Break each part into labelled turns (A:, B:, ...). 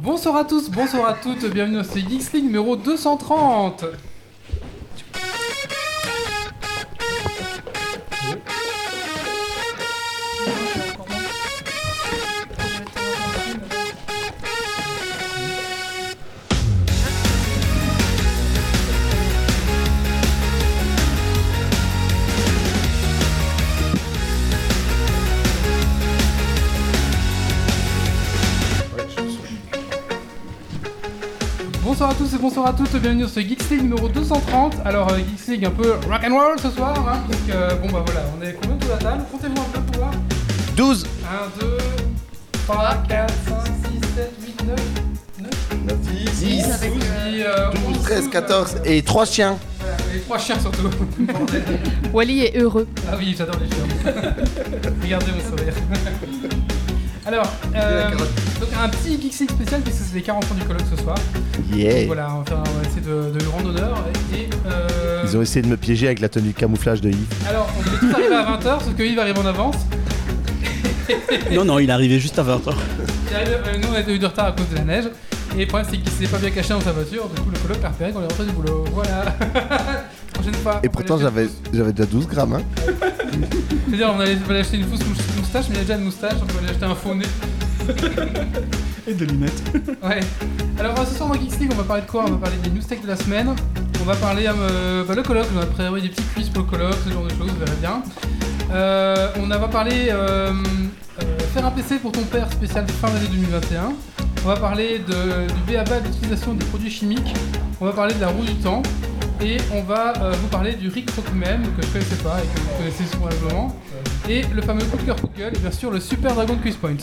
A: Bonsoir à tous, bonsoir à toutes, bienvenue dans ce X-League numéro 230. Bonsoir à tous et bonsoir à toutes, bienvenue dans ce Geeks League numéro 230. Alors euh, Geeks League un peu rock and roll ce soir, hein, parce que, euh, bon bah voilà, on est combien autour de la table Comptez-vous un peu pour voir
B: 12
A: 1, 2, 3, 4, 5, 6, 7, 8, 9, 9,
B: 10,
A: avec, puis, euh,
B: 12,
A: 11,
B: 13,
A: 12,
B: 14 et 3 chiens.
A: voilà, et 3 chiens surtout. Bordel.
C: Wally est heureux.
A: ah oui, j'adore les chiens. Regardez mon sourire. Alors, euh, donc un petit Geeks League spécial puisque c'est les 40 ans du colloque ce soir. Donc
B: Yeah.
A: Voilà, on va, faire, on va essayer de, de lui rendre honneur. Et, euh,
B: Ils ont essayé de me piéger avec la tenue de camouflage de Yves.
A: Alors, on devait tous arriver à 20h, sauf que Yves arrive en avance.
D: Non, non, Oh, il est arrivé juste à 20h.
A: Il arrive, euh, nous, on a eu du retard à cause de la neige. Et le problème, c'est qu'il s'est pas bien caché dans sa voiture. Du coup, le coloc a repéré qu'on est rentré du boulot. Voilà. Prochaine fois.
B: Et pourtant, j'avais j'avais déjà 12 grammes. Hein.
A: C'est-à-dire, on allait fallait acheter une fausse mous- moustache, mais il a déjà une moustache, donc on allait acheter un faux nez.
D: Et de lunettes.
A: Ouais. Alors, euh, ce soir, dans Geeks League, on va parler de quoi On va parler des news tech de la semaine. On va parler euh, bah, le colloque, on a prévu des petits quiz pour le colloque, ce genre de choses, on verra bien. Euh, on a- va parler euh, euh, faire un PC pour ton père spécial fin d'année 2021. On va parler de, du BABA de l'utilisation des produits chimiques. On va parler de la roue du temps. Et on va euh, vous parler du Rick Rockman que je connaissais pas et que vous connaissez probablement. Et le fameux coup de cœur Google et bien sûr le Super Dragon Quiz Point.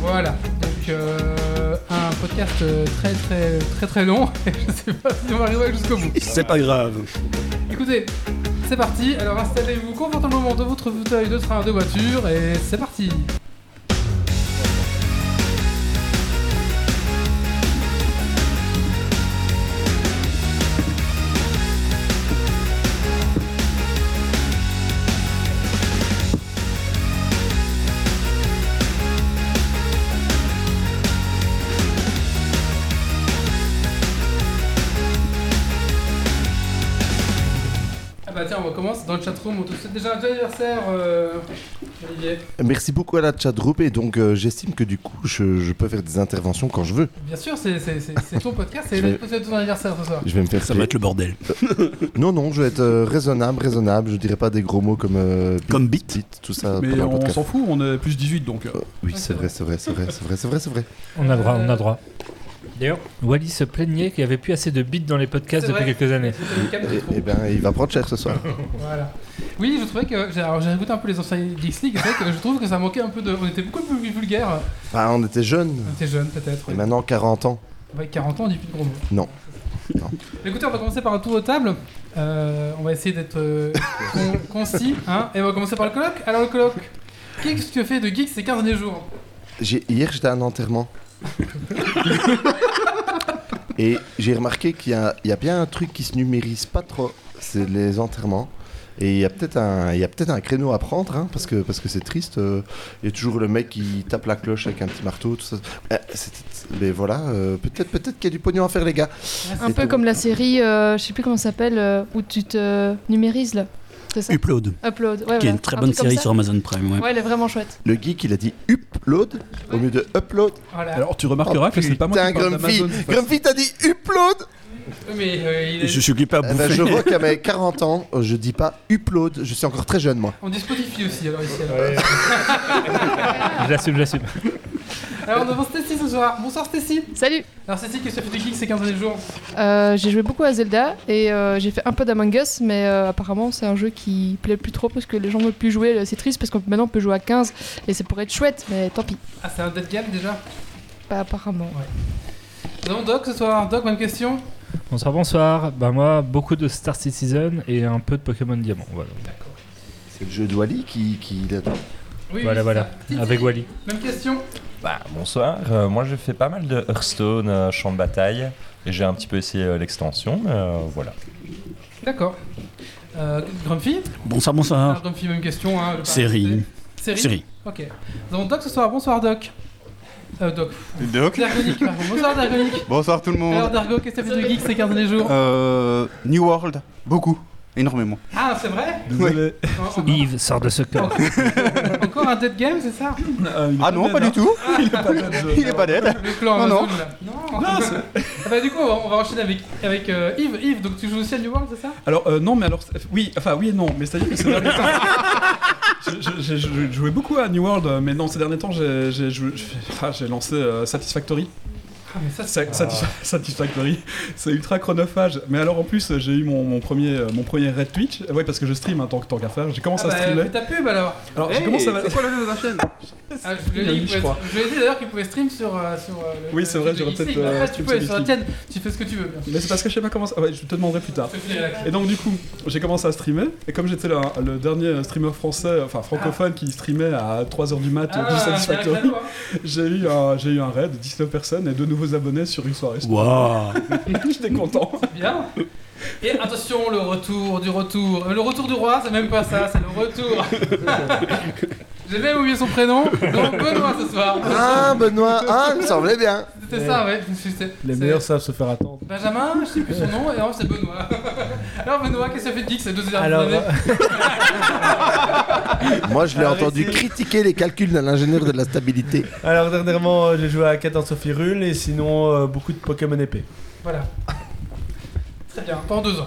A: Voilà, donc euh, un podcast euh, très très très très long. je sais pas si on va arriver jusqu'au bout.
D: C'est pas grave.
A: Écoutez, c'est parti. Alors installez-vous confortablement dans votre fauteuil de train, de voiture et c'est parti. Ah bah tiens, on recommence dans le chatroom. On te souhaite déjà un joyeux anniversaire, euh, Olivier.
B: Merci beaucoup à la chat group et donc euh, j'estime que du coup, je, je peux faire des interventions quand je veux.
A: Bien sûr, c'est c'est- c'est- c'est ton podcast, c'est
B: Je vais-
A: le podcast de ton anniversaire ce soir.
B: Je vais me faire
D: Ça va être le bordel.
B: Non, non, je vais être euh, raisonnable, raisonnable. Je dirais pas des gros mots comme euh, bit,
D: Comme bit.
B: bit, tout ça.
E: Mais
B: pendant le
E: on
B: podcast.
E: s'en fout, on est plus 18 donc. euh,
B: Oui, c'est vrai, c'est vrai, c'est vrai, c'est vrai, c'est vrai, c'est vrai.
F: On a droit,
A: Euh,
F: on a droit. D'ailleurs, Wally se plaignait qu'il n'y avait plus assez de bits dans les podcasts
A: C'est
F: depuis
A: vrai.
F: quelques années.
A: C'était le cap de trop.
B: Et, et ben, il va prendre cher ce soir.
A: Voilà. Oui, je trouvais que. j'ai- Alors, j'ai écouté un peu les anciens Geeks League, et c'est vrai que je trouve que ça manquait un peu de. On était beaucoup plus euh, vulgaire.
B: Bah, on était jeunes.
A: On était jeunes, peut-être.
B: Et maintenant, 40 ans.
A: Avec 40 ans, on dit plus de gros mots.
B: Non. Non.
A: Écoutez, on va commencer par un tour de table. Euh, on va essayer d'être euh, con- concis. Hein et on va commencer par le colloque. Alors, le colloque. Qu'est-ce que tu as fait de geek ces 15 derniers jours
B: J'ai- Hier, j'étais à un enterrement. Et j'ai remarqué qu'il y a, il y a bien un truc qui se numérise pas trop, c'est les enterrements. Et il y a peut-être un, il y a peut-être un créneau à prendre, hein, parce que parce que c'est triste. euh, Il y a toujours le mec qui tape la cloche avec un petit marteau, tout ça. Eh, c'est- mais voilà, euh, peut-être peut-être qu'il y a du pognon à faire, les gars.
C: Un peu comme la série, euh, je sais plus comment ça s'appelle, euh, où tu te numérises là. C'est ça
D: Upload,
C: Upload. Ouais,
D: qui est
C: voilà.
D: une très
C: Un
D: bonne
C: truc comme
D: série
C: ça.
D: sur Amazon Prime. Ouais.
C: Ouais, elle est vraiment chouette.
B: Le geek, il a dit upload au lieu de upload.
A: Voilà.
E: Alors tu remarqueras que c'est pas moi
B: putain,
E: qui parle
B: Grumpy,
E: d'Amazon. cette fois-ci.
B: Grumpy t'as dit upload.
A: Oui, Mais euh, il est-
D: Je suis occupé à
B: Eh ben,
D: bouffer.
B: je vois qu'à mes 40 ans, euh, je dis pas upload. Je suis encore très jeune, moi.
A: on dit Spotify aussi, alors ici. Alors,
F: Je l'assume, je l'assume.
A: alors on avance Stacy ce soir. Bonsoir Stacy.
C: Salut
A: Alors, Stacy, qu'est-ce que tu as fait de geek ces 15 derniers jours
C: Euh, J'ai joué beaucoup à Zelda et euh, j'ai fait un peu d'Among Us, mais euh, apparemment c'est un jeu qui plaît plus trop parce que les gens ne veulent plus jouer. C'est triste parce que maintenant on peut jouer à 15 et ça pourrait être chouette, mais tant pis.
A: Ah, c'est un dead game déjà
C: Pas apparemment.
A: Nous avons Doc ce soir. Doc, même question
F: Bonsoir, bonsoir. Bah moi, beaucoup de Star Citizen et un peu de Pokémon Diamant. Voilà,
B: C'est le jeu de Wally qui, qui l'a
A: Oui,
F: voilà,
A: oui,
F: voilà.
A: c'est ça.
F: avec
A: Titi,
F: Wally.
A: Même question
G: Bah, bonsoir, Euh, moi j'ai fait pas mal de Hearthstone, euh, champ de bataille, et j'ai un petit peu essayé euh, l'extension, mais, euh, voilà.
A: D'accord. Euh, Grumpy
D: Bonsoir,
A: Ah,
D: bonsoir.
A: Grumpy, même question. Hein, je vais pas
D: Série.
A: répéter. Série
D: Série.
A: Ok. Nous avons Doc ce soir. Bonsoir Doc. Euh, Doc.
H: Doc
A: Dargonic, pardon. Bonsoir Dargonic.
H: Bonsoir tout le
A: Alors
H: monde.
A: Dargo, qu'est-ce que t'as fait de geek ces 15 derniers jours
H: Euh, New World, beaucoup, énormément.
A: Ah, c'est vrai
H: Ouais.
A: En- en-
F: Yves, sort de ce
A: Oh,
F: corps.
A: Encore un dead game, c'est ça
H: Ah non, pas du tout. Il est pas dead.
A: euh, Le clan
H: Non,
A: Amazon, là. Non, Ah bah, du coup, on va, on va enchaîner avec, avec euh, Yves. Yves, donc tu joues aussi à New World, c'est ça
E: Alors, euh, non, mais alors, c'est- oui, enfin, oui et non, mais c'est-à-dire que ces derniers temps. Je, je- je- je jouais beaucoup à New World, euh, mais non, ces derniers temps, j'ai j'ai joué- j'ai- ah, j'ai lancé euh, Satisfactory.
A: Ah, mais ça,
E: Sa- satisfa- Satisfactory, c'est ultra chronophage. Mais alors, en plus, j'ai eu mon, mon premier, euh, mon premier Red Twitch. Ouais, parce que je stream, hein, tant, que- tant qu'à faire. J'ai commencé
A: ah,
E: à
A: bah,
E: streamer.
A: fais ta pub alors
E: Alors, j'ai commencé à.
H: quoi le nom de la chaîne
A: Ah, je, lui ai
E: Il a
A: dit,
E: mis,
A: qu'il
E: je
A: pouvait- je lui ai dit d'ailleurs qu'il pouvait stream sur, euh, sur euh, le.
E: Oui, c'est vrai,
A: le-
E: j'aurais
A: le Geek
E: peut-être,
A: Sig. Après,
E: euh,
A: tu peux aller sur la
E: stream
A: tienne, tu fais ce que tu veux. bien sûr.
E: Mais c'est parce que je sais pas comment. ça- Ah ouais, je te demanderai plus tard.
A: Je te filerai la clé.
E: Et donc du coup, j'ai commencé à streamer, et comme j'étais là, hein, le dernier streamer français, enfin francophone, qui streamait à 3h du mat,
A: Ah,
E: du
A: c'est un
E: Satisfactory,
A: cadeau, hein.
E: j'ai eu, un- j'ai eu un raid, 19 personnes et 2 nouveaux abonnés sur une soirée.
D: Waouh
E: J'étais content.
A: Bien. Et attention, le retour du retour. Euh, Le retour du roi, c'est même pas ça, c'est le retour. J'ai même oublié son prénom, donc Benoît ce soir.
B: Ah, Benoît, ah, il me semblait bien.
A: C'était ça, ouais. C'est- c'est-
I: Les
A: c'est
I: meilleurs savent se faire attendre.
A: Benjamin, je sais plus son nom, et alors c'est Benoît. Alors Benoît, qu'est-ce que ça fait de geek ces deux dernières
I: Alors,
A: années
B: Moi, je l'ai
I: Arrêtez.
B: entendu critiquer les calculs d'un ingénieur de la stabilité.
I: Alors dernièrement, euh, j'ai joué à 14 Sophie Rule et sinon euh, beaucoup de Pokémon épée.
A: Voilà. Très bien, pendant deux ans.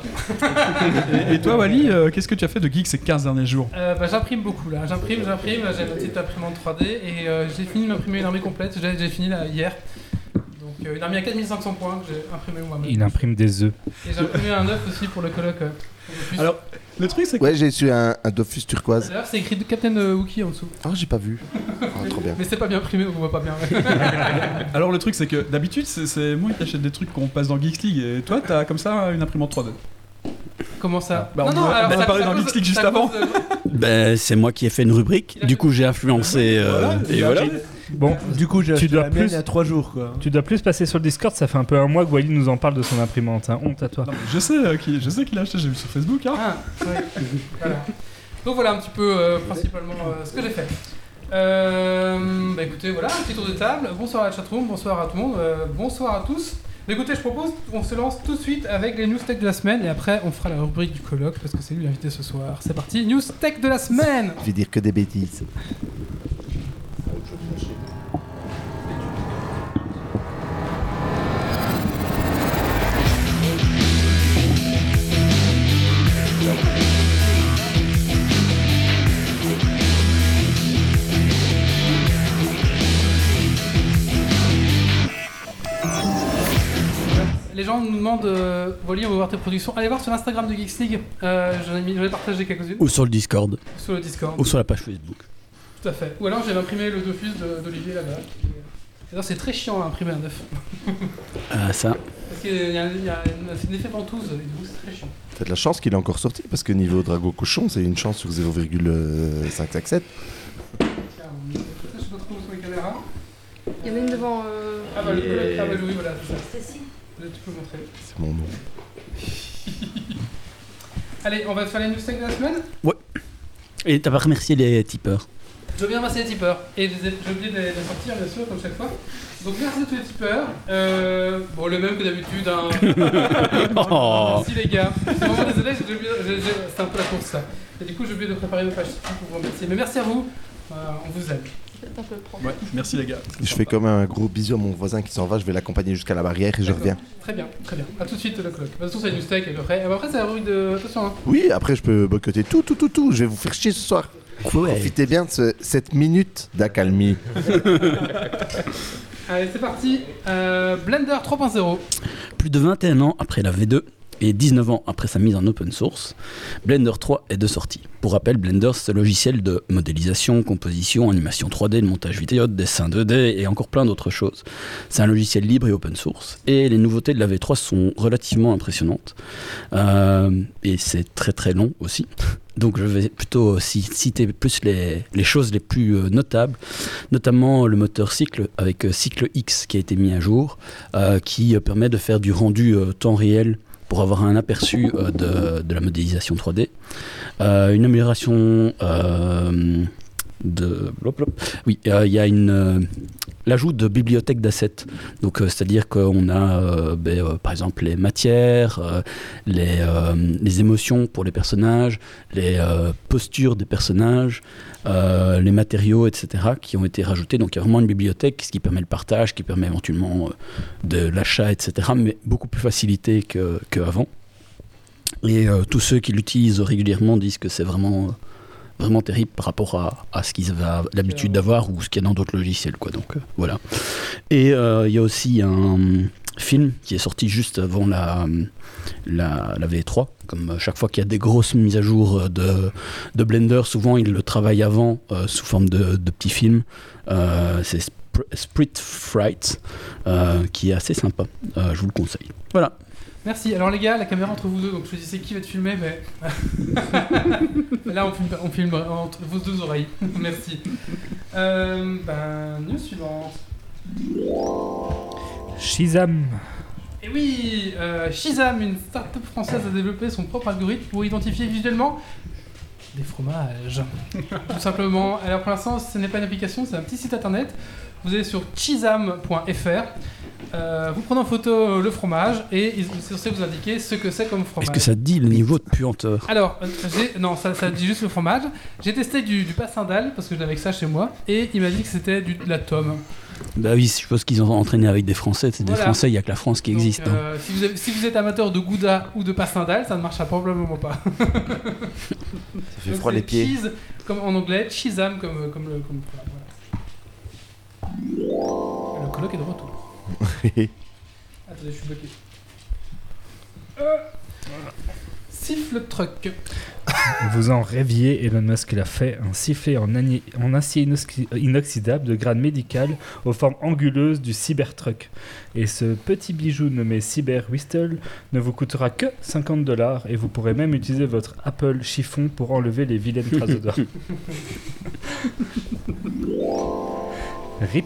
E: Et, et toi Wally, euh, qu'est-ce que tu as fait de geek ces 15 derniers jours
A: Euh, bah, j'imprime beaucoup là, j'imprime, j'imprime, j'ai ma petite imprimante 3D et euh, j'ai fini de m'imprimer une armée complète, j'ai j'ai fini là hier. Donc euh, une armée à 4500 points que j'ai imprimé moi-même.
F: Il imprime des œufs.
A: Et j'ai imprimé un œuf aussi pour le colloque. ouais. Pour le
E: Alors, le truc c'est que...
B: Ouais, j'ai su un, un Dofus
A: plus.
B: turquoise.
A: D'ailleurs, c'est écrit de Captain euh, Wookie en dessous.
B: Ah, j'ai pas vu. Ah, trop bien.
A: Mais c'est pas bien imprimé, donc on voit pas bien.
E: Alors le truc c'est que d'habitude c'est- c'est moi qui achète des trucs qu'on passe dans Geeks League, et toi t'as comme ça une imprimante 3D.
A: Comment ça
E: Bah, on a- on a
A: ça-
E: parlé
A: ça
E: dans
A: cause-
E: Geeks League juste
A: ça
E: avant.
A: cause, euh,
D: Ben, c'est moi qui ai fait une rubrique, du coup j'ai influencé. euh, et voilà.
F: Bon,
I: Du coup, j'ai
F: Tu
I: acheté
F: dois
I: la mienne
F: plus-
I: il y a 3 jours quoi.
F: tu dois plus passer sur le Discord, ça fait un peu un mois que Wally nous en parle de son imprimante. hein. Honte à toi.
E: Non, mais je sais euh, qui- je sais qu'il a acheté, j'ai vu sur Facebook. Hein.
A: Ah, c'est vrai. Voilà. Donc voilà un petit peu euh, principalement euh, ce que j'ai fait. Euh, bah écoutez, voilà, un petit tour de table. Bonsoir à la chatroom, bonsoir à tout le monde, euh, bonsoir à tous. Mais Écoutez, je propose on se lance tout de suite avec les news tech de la semaine et après on fera la rubrique du colloque parce que c'est lui l'invité ce soir. C'est parti, news tech de la semaine
B: Je vais dire que des bêtises.
A: Les gens nous demandent, euh, Wally, on veut voir tes productions. Allez voir sur l'Instagram de Geeks League, euh, j'en ai, mis- j'en ai partagé quelques-unes
D: Ou sur le Discord,
A: sur le Discord.
D: ou sur la page Facebook.
A: Tout à fait. Ou alors j'ai imprimé le Dofus de- d'Olivier là-bas. D'ailleurs, c'est très chiant à imprimer un œuf.
D: Ah, ça.
A: Parce qu'il y a, il y a une- c'est un effet ventouse, et du coup c'est très chiant.
B: T'as de la chance qu'il est encore sorti, parce que niveau Drago Cochon, c'est une chance sur 0,557.
A: Tiens, on- je sais pas trop où sont les caméras.
C: Il y en a une devant. euh,
A: Ah bah, le collègue- ah bah oui, voilà, c'est ça. Là, tu peux montrer.
B: C'est mon nom.
A: Allez, on va faire les news tech de la semaine.
D: Et t'as pas remercié les tipeurs.
A: Je veux bien remercier les tipeurs. Et je les ai- j'ai oublié de les de les sortir, bien sûr, comme chaque fois. Donc merci à tous les tipeurs. Euh, bon, le même que d'habitude. Hein.
D: Oh.
A: Merci les gars. Je suis vraiment désolé, j'ai oublié- j'ai- j'ai- c'était un peu la course ça. Et du coup, j'ai oublié de préparer mes pages pour vous remercier. Mais merci à vous. Euh, on vous aime.
C: peut-être un peu propre.
E: Ouais, merci les gars.
B: Je fais comme un gros bisou à mon voisin qui s'en va, je vais l'accompagner jusqu'à la barrière et je
A: D'accord.
B: reviens.
A: Très bien, très bien. A tout de suite, le clock. De toute façon, c'est une news tech, et après, et après c'est la rubrique de. Attention, hein.
B: Oui, après je peux boycotter tout, tout, tout, tout. Je vais vous faire chier ce soir.
D: Quoi
B: Profitez bien de ce- cette minute d'accalmie.
A: Allez, c'est parti. Euh, Blender 3.0.
D: Plus de 21 ans après la V2 et 19 ans après sa mise en open source, Blender 3 est de sortie. Pour rappel, Blender, c'est le logiciel de modélisation, composition, animation 3D, de montage vidéo, de dessin 2D et encore plein d'autres choses. C'est un logiciel libre et open source. Et les nouveautés de la V3 sont relativement impressionnantes. Euh, et c'est très très long aussi. Donc je vais plutôt euh, ci- citer plus les, les choses les plus euh, notables, notamment le moteur Cycle avec euh, Cycle X qui a été mis à jour euh, qui euh, permet de faire du rendu euh, temps réel pour avoir un aperçu euh, de, de la modélisation 3D. Euh, une amélioration euh, de blop, blop. Oui, euh, il y a une euh, l'ajout de bibliothèque d'assets. Donc euh, c'est-à-dire qu'on a euh, ben, euh, par exemple les matières, euh, les, euh, les émotions pour les personnages, les euh, postures des personnages, euh, les matériaux, etc. qui ont été rajoutés. Donc il y a vraiment une bibliothèque, ce qui permet le partage, qui permet éventuellement euh, de l'achat, etc. Mais beaucoup plus facilité que qu'avant. Et euh, tous ceux qui l'utilisent régulièrement disent que c'est vraiment, euh, vraiment terrible par rapport à, à ce qu'ils avaient l'habitude d'avoir ou ce qu'il y a dans d'autres logiciels. Quoi. Donc, euh, voilà. Et euh, il y a aussi un hum, film qui est sorti juste avant la, hum, la, la V3. Comme euh, chaque fois qu'il y a des grosses mises à jour euh, de, de Blender, souvent ils le travaillent avant euh, sous forme de, de petits films. Euh, c'est Spr- Sprit Fright euh, qui est assez sympa. Euh, je vous le conseille. Voilà.
A: Merci. Alors les gars, la caméra entre vous deux, donc choisissez qui va te filmer, mais là on filme, on filme entre vos deux oreilles. Merci. Euh, ben news suivante.
F: Shizam.
A: Et Eh oui, euh, Shizam, une start-up française, a développé son propre algorithme pour identifier visuellement des fromages. Tout simplement. Alors pour l'instant, ce n'est pas une application, c'est un petit site internet. Vous allez sur chizam.fr. euh, vous prenez en photo euh, le fromage et ils sont censés vous indiquer ce que c'est comme fromage.
D: Est-ce que ça te dit le niveau de puanteur
A: Alors, euh, j'ai- non, ça, ça dit juste le fromage. J'ai testé du, du passin d'Al parce que j'avais que ça chez moi et il m'a dit que c'était du- de la tome.
D: Bah oui, je suppose qu'ils ont entraîné avec des Français. C'est des
A: Voilà.
D: Français, il n'y a que la France qui
A: Donc,
D: existe. hein.
A: euh, si, vous avez- si vous êtes amateur de Gouda ou de passin d'Al, ça ne marchera probablement pas.
B: Ça fait
A: Donc,
B: froid les
A: c'est
B: pieds.
A: cheese, comme en anglais, chisam comme, euh, comme le. Comme, voilà, voilà. Le colloque est de retour. Attendez, je suis bloqué. Euh, Siffle truck.
F: Vous en rêviez, Elon Musk l'a fait, un sifflet en, ani- en acier inosqui- inoxydable de grade médical aux formes anguleuses du Cybertruck. Et ce petit bijou nommé Cyber Whistle ne vous coûtera que 50 dollars et vous pourrez même utiliser votre Apple chiffon pour enlever les vilaines traces d'odeur. RIP.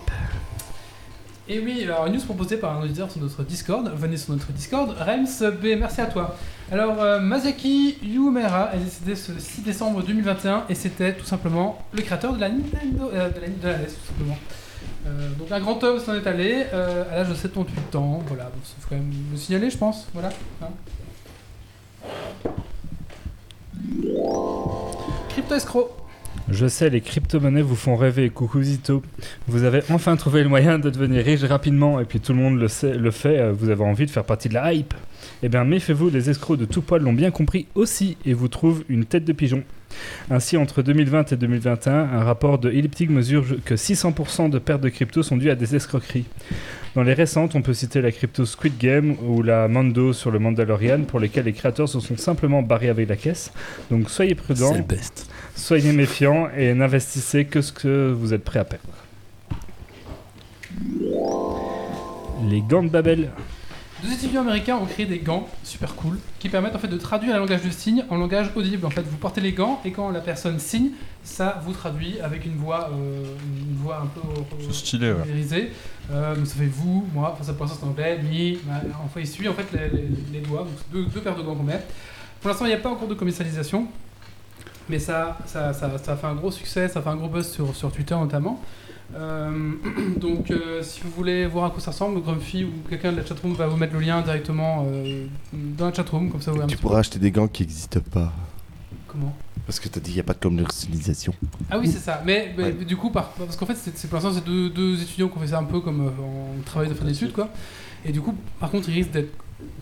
A: Et oui, alors une news proposée par un auditeur sur notre Discord. Venez sur notre Discord. Rems B, merci à toi. Alors, euh, Masaki Yumera est décédé ce 6 décembre 2021 et c'était tout simplement le créateur de la Nintendo, euh, de la, de la NES, tout simplement. Euh, donc un grand homme s'en est allé euh, à l'âge de 78 ans, voilà, bon, ça faut quand même le signaler je pense, voilà. hein. Crypto escroc.
F: Je sais, les crypto-monnaies vous font rêver, coucou Zito. Vous avez enfin trouvé le moyen de devenir riche rapidement, et puis tout le monde le, sait, le fait, euh, vous avez envie de faire partie de la hype. Eh bien, méfiez-vous, les escrocs de tout poil l'ont bien compris aussi, et vous trouvent une tête de pigeon. Ainsi, entre 2020 et 2021, un rapport de Elliptic mesure que 600% de pertes de crypto sont dues à des escroqueries. Dans les récentes, on peut citer la crypto Squid Game ou la Mando sur le Mandalorian, pour lesquels les créateurs se sont simplement barrés avec la caisse. Donc soyez prudents.
D: C'est le best.
F: Soyez méfiants et n'investissez que ce que vous êtes prêt à perdre. Les gants de Babel.
A: Deux étudiants américains ont créé des gants super cool qui permettent en fait de traduire un langage de signes en langage audible. En fait, vous portez les gants et quand la personne signe, ça vous traduit avec une voix, euh, une voix un peu euh,
G: C'est stylé, ouais.
A: numérisée. Euh, donc ça fait vous, moi, enfin ça pour l'instant c'est en anglais, lui, ma- enfin il suit en fait les, les- les doigts, donc c'est deux, deux paires de gants qu'on met. Pour l'instant il n'y a pas encore de commercialisation, mais ça, ça, ça, ça fait un gros succès, ça fait un gros buzz sur, sur Twitter notamment. Euh, donc, euh, si vous voulez voir à quoi ça ressemble, Grumpy ou quelqu'un de la chatroom va vous mettre le lien directement euh, dans la chatroom, comme ça vous verrez un
B: Tu
A: petit
B: pourras acheter des gants qui n'existent pas.
A: peu comment.
B: Parce que t'as dit qu'il n'y a pas de commercialisation.
A: Ah oui, c'est ça. Mais, mais
B: Ouais.
A: du coup, par- parce qu'en fait, c'est c'est- pour l'instant, c'est deux, deux étudiants qui ont fait ça un peu comme euh, en travail de fin d'études, quoi. Et du coup, par contre, ils risquent d'être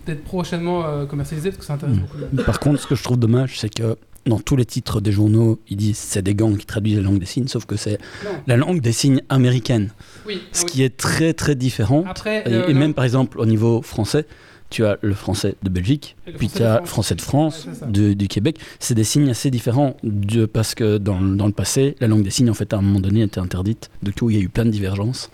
A: d'être prochainement euh, commercialisés parce que ça intéresse
D: Mm.
A: beaucoup. de-
D: Par contre, ce que je trouve dommage, c'est que dans tous les titres des journaux, ils disent c'est des gangs qui traduisent la langue des signes, sauf que c'est
A: Non.
D: la langue des signes américaine,
A: Oui.
D: ce
A: ah oui.
D: qui est très très différent.
A: Après,
D: Et,
A: euh,
D: et
A: non.
D: même par exemple au niveau français, tu as le français de Belgique,
A: Et le
D: puis
A: français
D: tu
A: de
D: as
A: France.
D: français de France,
A: Ouais, c'est ça.
D: de- du Québec. C'est des signes assez différents de, parce que dans, le- dans le passé, la langue des signes en fait à un moment donné était interdite. Du coup, il y a eu plein de divergences.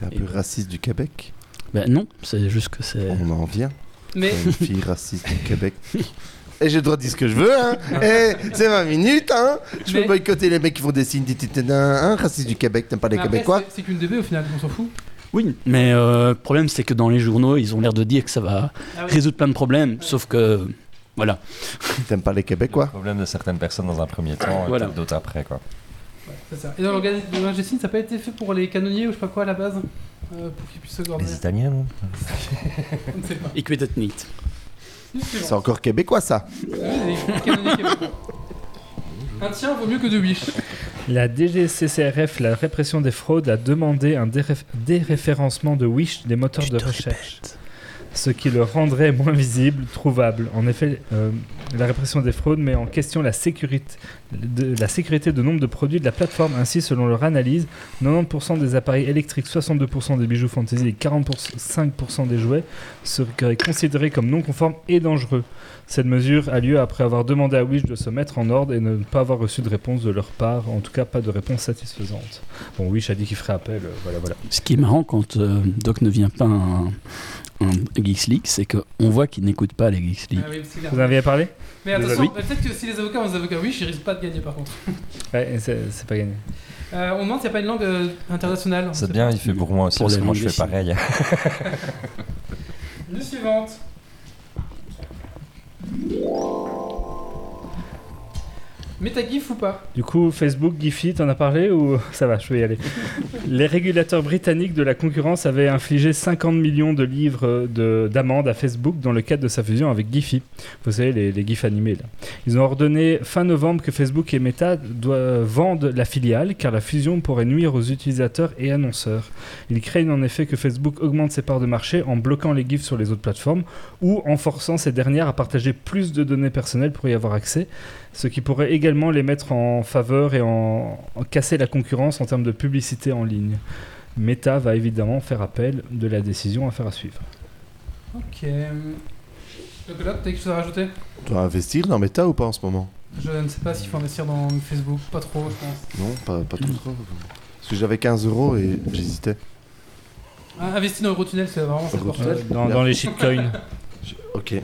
B: T'es un
D: Et-
B: peu raciste du Québec
D: Ben non, c'est juste que c'est.
B: On en vient.
A: mais
B: Une fille raciste du Québec. Et j'ai le droit de dire ce que je veux, hein Eh, c'est 20 minutes, hein Je peux
A: Mais-
B: boycotter les mecs qui font des signes d'identité, hein Raciste du Québec, t'aimes pas les
A: mais après,
B: Québécois
A: c'est- c'est qu'une DB au final, on s'en fout.
D: Oui, mais euh, le problème c'est que dans les journaux, ils ont l'air de dire que ça va
A: Ah oui.
D: résoudre plein de problèmes, sauf que voilà.
B: T'aimes pas les Québécois
G: problème de certaines personnes dans un premier temps et
D: Voilà.
G: peut-être d'autres après, quoi.
A: C'est ça. Et dans l'organe le langage des signes, ça n'a pas été fait pour les canonniers ou je sais pas quoi à la base euh, Pour qu'ils puissent se gorder
G: Les Italiens, non
A: Je ne sais pas.
D: Ik weet het niet.
B: C'est encore québécois ça.
A: Les canonniers québécois. Un tien vaut mieux que deux biches.
F: La DGCCRF, la répression des fraudes, a demandé un déréf- déréférencement de Wish des moteurs
D: Je
F: de
D: te
F: recherche, ce qui le rendrait moins visible, trouvable. En effet, euh, la répression des fraudes met en question la sécurité de, la sécurité de nombre de produits de la plateforme. Ainsi, selon leur analyse, 90% des appareils électriques, 62% des bijoux fantasy et 45% des jouets seraient considérés comme non conformes et dangereux. Cette mesure a lieu après avoir demandé à Wish de se mettre en ordre et ne pas avoir reçu de réponse de leur part, en tout cas pas de réponse satisfaisante. Bon, Wish a dit qu'il ferait appel, euh, voilà, voilà.
D: Ce qui est marrant quand euh, Doc ne vient pas à un, un Geeks League, c'est qu'on voit qu'il n'écoute pas les Geeks League.
A: Ah oui, c'est clair.
F: Vous en avez parlé
A: Mais attention, peut-être que si les avocats ont des avocats, oui, ils risquent pas de gagner par contre.
F: Ouais, et c'est c'est pas gagné.
A: Euh, on demande s'il n'y a pas une langue euh, internationale.
G: C'est bien, il fait pour moi aussi,
D: Pour
G: parce
D: les
G: que moi je
D: langues
G: fais pareil.
A: Une suivante. Métagif ou pas
F: Du coup, Facebook, Giphy, t'en as parlé ou ça va, je vais y aller. Les régulateurs britanniques de la concurrence avaient infligé 50 millions de livres euh, de- d'amende à Facebook dans le cadre de sa fusion avec Giphy. Vous savez, les, les GIFs animés là. Ils ont ordonné fin novembre que Facebook et Meta doivent vendre la filiale car la fusion pourrait nuire aux utilisateurs et annonceurs. Ils craignent en effet que Facebook augmente ses parts de marché en bloquant les GIFs sur les autres plateformes ou en forçant ces dernières à partager plus de données personnelles pour y avoir accès ce qui pourrait également les mettre en faveur et en, en casser la concurrence en termes de publicité en ligne. Meta va évidemment faire appel de la décision à faire à suivre.
A: Ok. Le colloque, t'as quelque chose à rajouter
B: Tu dois investir dans Meta ou pas en ce moment
A: Je ne sais pas s'il faut investir dans Facebook, pas trop, je pense.
B: Non, pas, pas trop. trop. Parce que j'avais 15 euros et j'hésitais.
A: Ah, investir dans Eurotunnel, c'est vraiment ça.
B: Eurotunnel.
A: Euh,
B: Ouais,
F: dans,
B: bien.
F: dans les shitcoins.
B: Ok.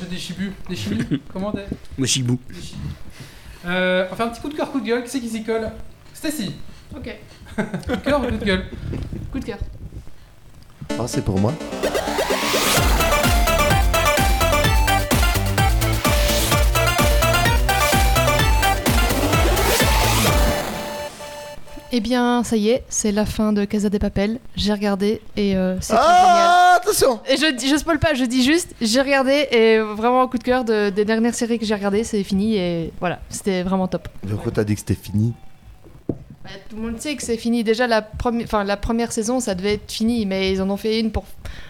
A: J'ai des chibus, des chibus, comment des,
D: Moshibou.
A: des chibus. Euh, on fait un petit coup de cœur, coup de gueule, qui c'est qui s'y colle Stacy,
C: Ok,
A: coup de cœur ou coup de gueule
C: coup de cœur.
B: Ah, c'est pour moi
C: Eh bien, ça y est, c'est la fin de Casa des Papel. J'ai regardé et euh, c'est trop génial.
B: Ah, attention
C: Et je, dis- je spoil pas, je dis juste, j'ai regardé et vraiment un coup de cœur de- des dernières séries que j'ai regardées, c'est fini et voilà, c'était vraiment top.
B: Pourquoi t'as dit que c'était fini
C: Bah, tout le monde sait que c'est fini. Déjà, la, premi- enfin, la première saison, ça devait être fini, mais ils en ont fait une pour,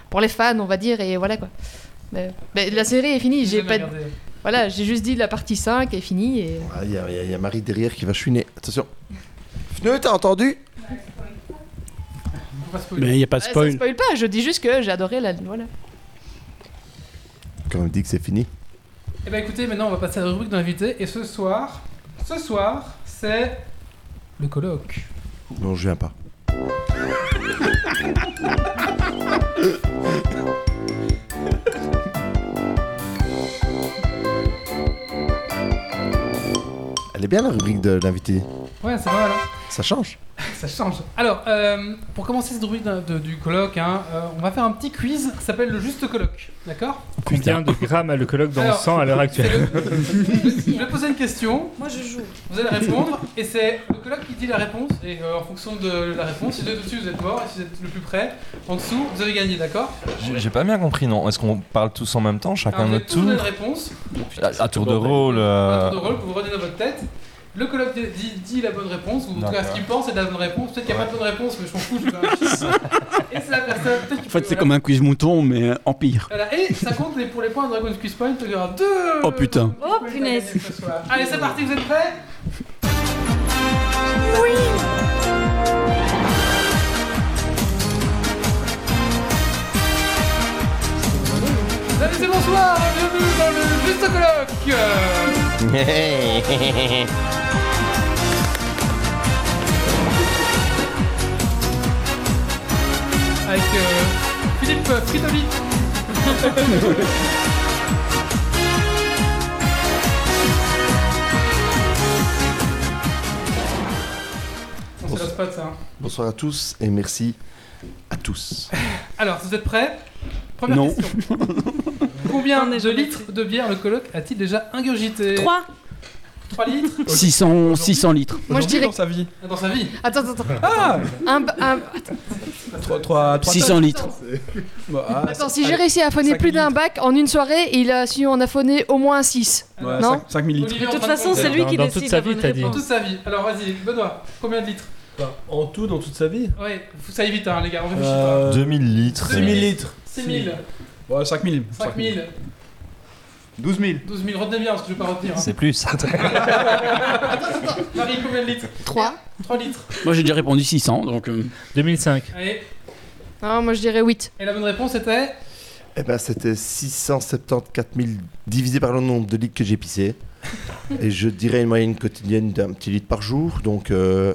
C: pour les fans, on va dire, et voilà quoi. Mais, mais la série est finie, j'ai
A: Jamais
C: pas.
A: regardé.
C: Voilà, j'ai juste dit la partie 5 est finie et.
B: Ah, Il y, a- il y a- il y a Marie derrière qui va chouiner. Attention. Fneu, t'as entendu
A: Faut pas se
D: Mais il n'y a pas de
C: Ouais,
D: spoil.
C: ça spoil pas, je dis juste que j'ai adoré la. Voilà.
B: Quand on dit que c'est fini.
A: Eh ben écoutez, maintenant on va passer à la rubrique d'invité et ce soir, ce soir, c'est le colloque.
B: Non, je viens pas. Elle est bien la rubrique de l'invité.
A: Ouais, c'est pas mal. hein.
B: Ça change.
A: Ça change. Alors, euh, pour commencer cette rubrique d'un- de- du colloque, hein, euh, on va faire un petit quiz qui s'appelle le juste colloque. D'accord
F: Combien de grammes a le colloque dans
A: Alors,
F: le sang à l'heure actuelle
A: C'est le- Je vais poser une question,
J: Moi je joue.
A: vous allez répondre, et c'est le colloque qui dit la réponse. Et euh, en fonction de la réponse, si vous êtes au-dessus, vous êtes mort, et si vous êtes le plus près, en dessous, vous avez gagné, d'accord
G: J'ai j'ai pas bien compris, non Est-ce qu'on parle tous en même temps,
A: Alors,
G: chacun
A: Ah, vous avez
G: notre
A: tous donné
G: tour
A: la réponse, Oh,
G: à, à tour de rôle. euh,
A: un tour de rôle, vous revenez dans votre tête. Le colloque dit, dit- dit la bonne réponse, ou en tout cas ce
G: D'accord.
A: qu'il pense est la bonne réponse. Peut-être qu'il n'y a pas de bonne réponse, mais je m'en fous, je fais un chiffre. Et c'est la personne. peut-être qu'il
D: En fait,
A: peut-
D: c'est comme un quiz mouton, mais euh, en pire.
A: Voilà, et ça compte les- pour les points de Dragon's Quiz Point, il y aura deux
D: Oh, putain.
A: Dragon's Quiz
J: Oh,
A: Point à
J: punaise.
A: gagner ce soir. Allez, c'est parti, vous êtes prêts Oui Salut, c'est bonsoir, bienvenue dans le Juste Colloque Euh, Avec euh, Philippe Fritoli On se lasse pas de ça. hein.
B: Bonsoir à tous et merci à tous.
A: Alors, vous êtes prêts Première
D: Non.
A: question. Combien
J: On est
A: de
J: jamais
A: litres de bière le colloque a-t-il déjà ingurgité
J: 3
A: 3 litres
D: 600, 600 litres.
C: Moi, je
E: Aujourd'hui,
C: dirais-
E: dans sa vie.
A: dans sa vie.
C: Attends, attends, attends.
E: Ah
C: Un b- un-
E: 3 3
D: 600 litres.
E: ah,
C: attends, si j'ai réussi à affonner
E: cinq
C: plus d'un
E: litres.
C: bac en une soirée, il a su en affonner au moins 6.
F: Euh,
C: Non.
E: 5 000 litres.
J: De
A: Olivier, en
J: toute
A: train
J: façon, c'est
A: compter.
J: lui
F: Dans-
J: qui
F: dans
J: décide
F: toute sa
J: la
F: vie,
J: bonne
F: t'as dit.
J: réponse.
A: Toute sa vie. Alors vas-y, Benoît, combien de litres
I: Bah, en tout, dans toute sa vie
A: Ouais, faut- ça évite, hein, les gars, on réfléchit pas.
I: euh,
G: 2000 litres.
I: 6 000 litres.
A: 6 000,
E: Ouais, 5 000.
A: 5 000,
H: 12 000.
A: 12 000, retenez bien parce que je vais pas retenir. hein.
G: C'est plus.
A: Marie, combien de litres
C: 3.
A: 3 litres.
D: Moi j'ai déjà répondu 600, donc euh,
F: 2005.
A: Allez,
C: Non, moi je dirais 8.
A: et la bonne réponse était
B: Eh ben, c'était 674 000 divisé par le nombre de litres que j'ai pissé. Et je dirais une moyenne quotidienne d'un petit litre par jour. Donc euh,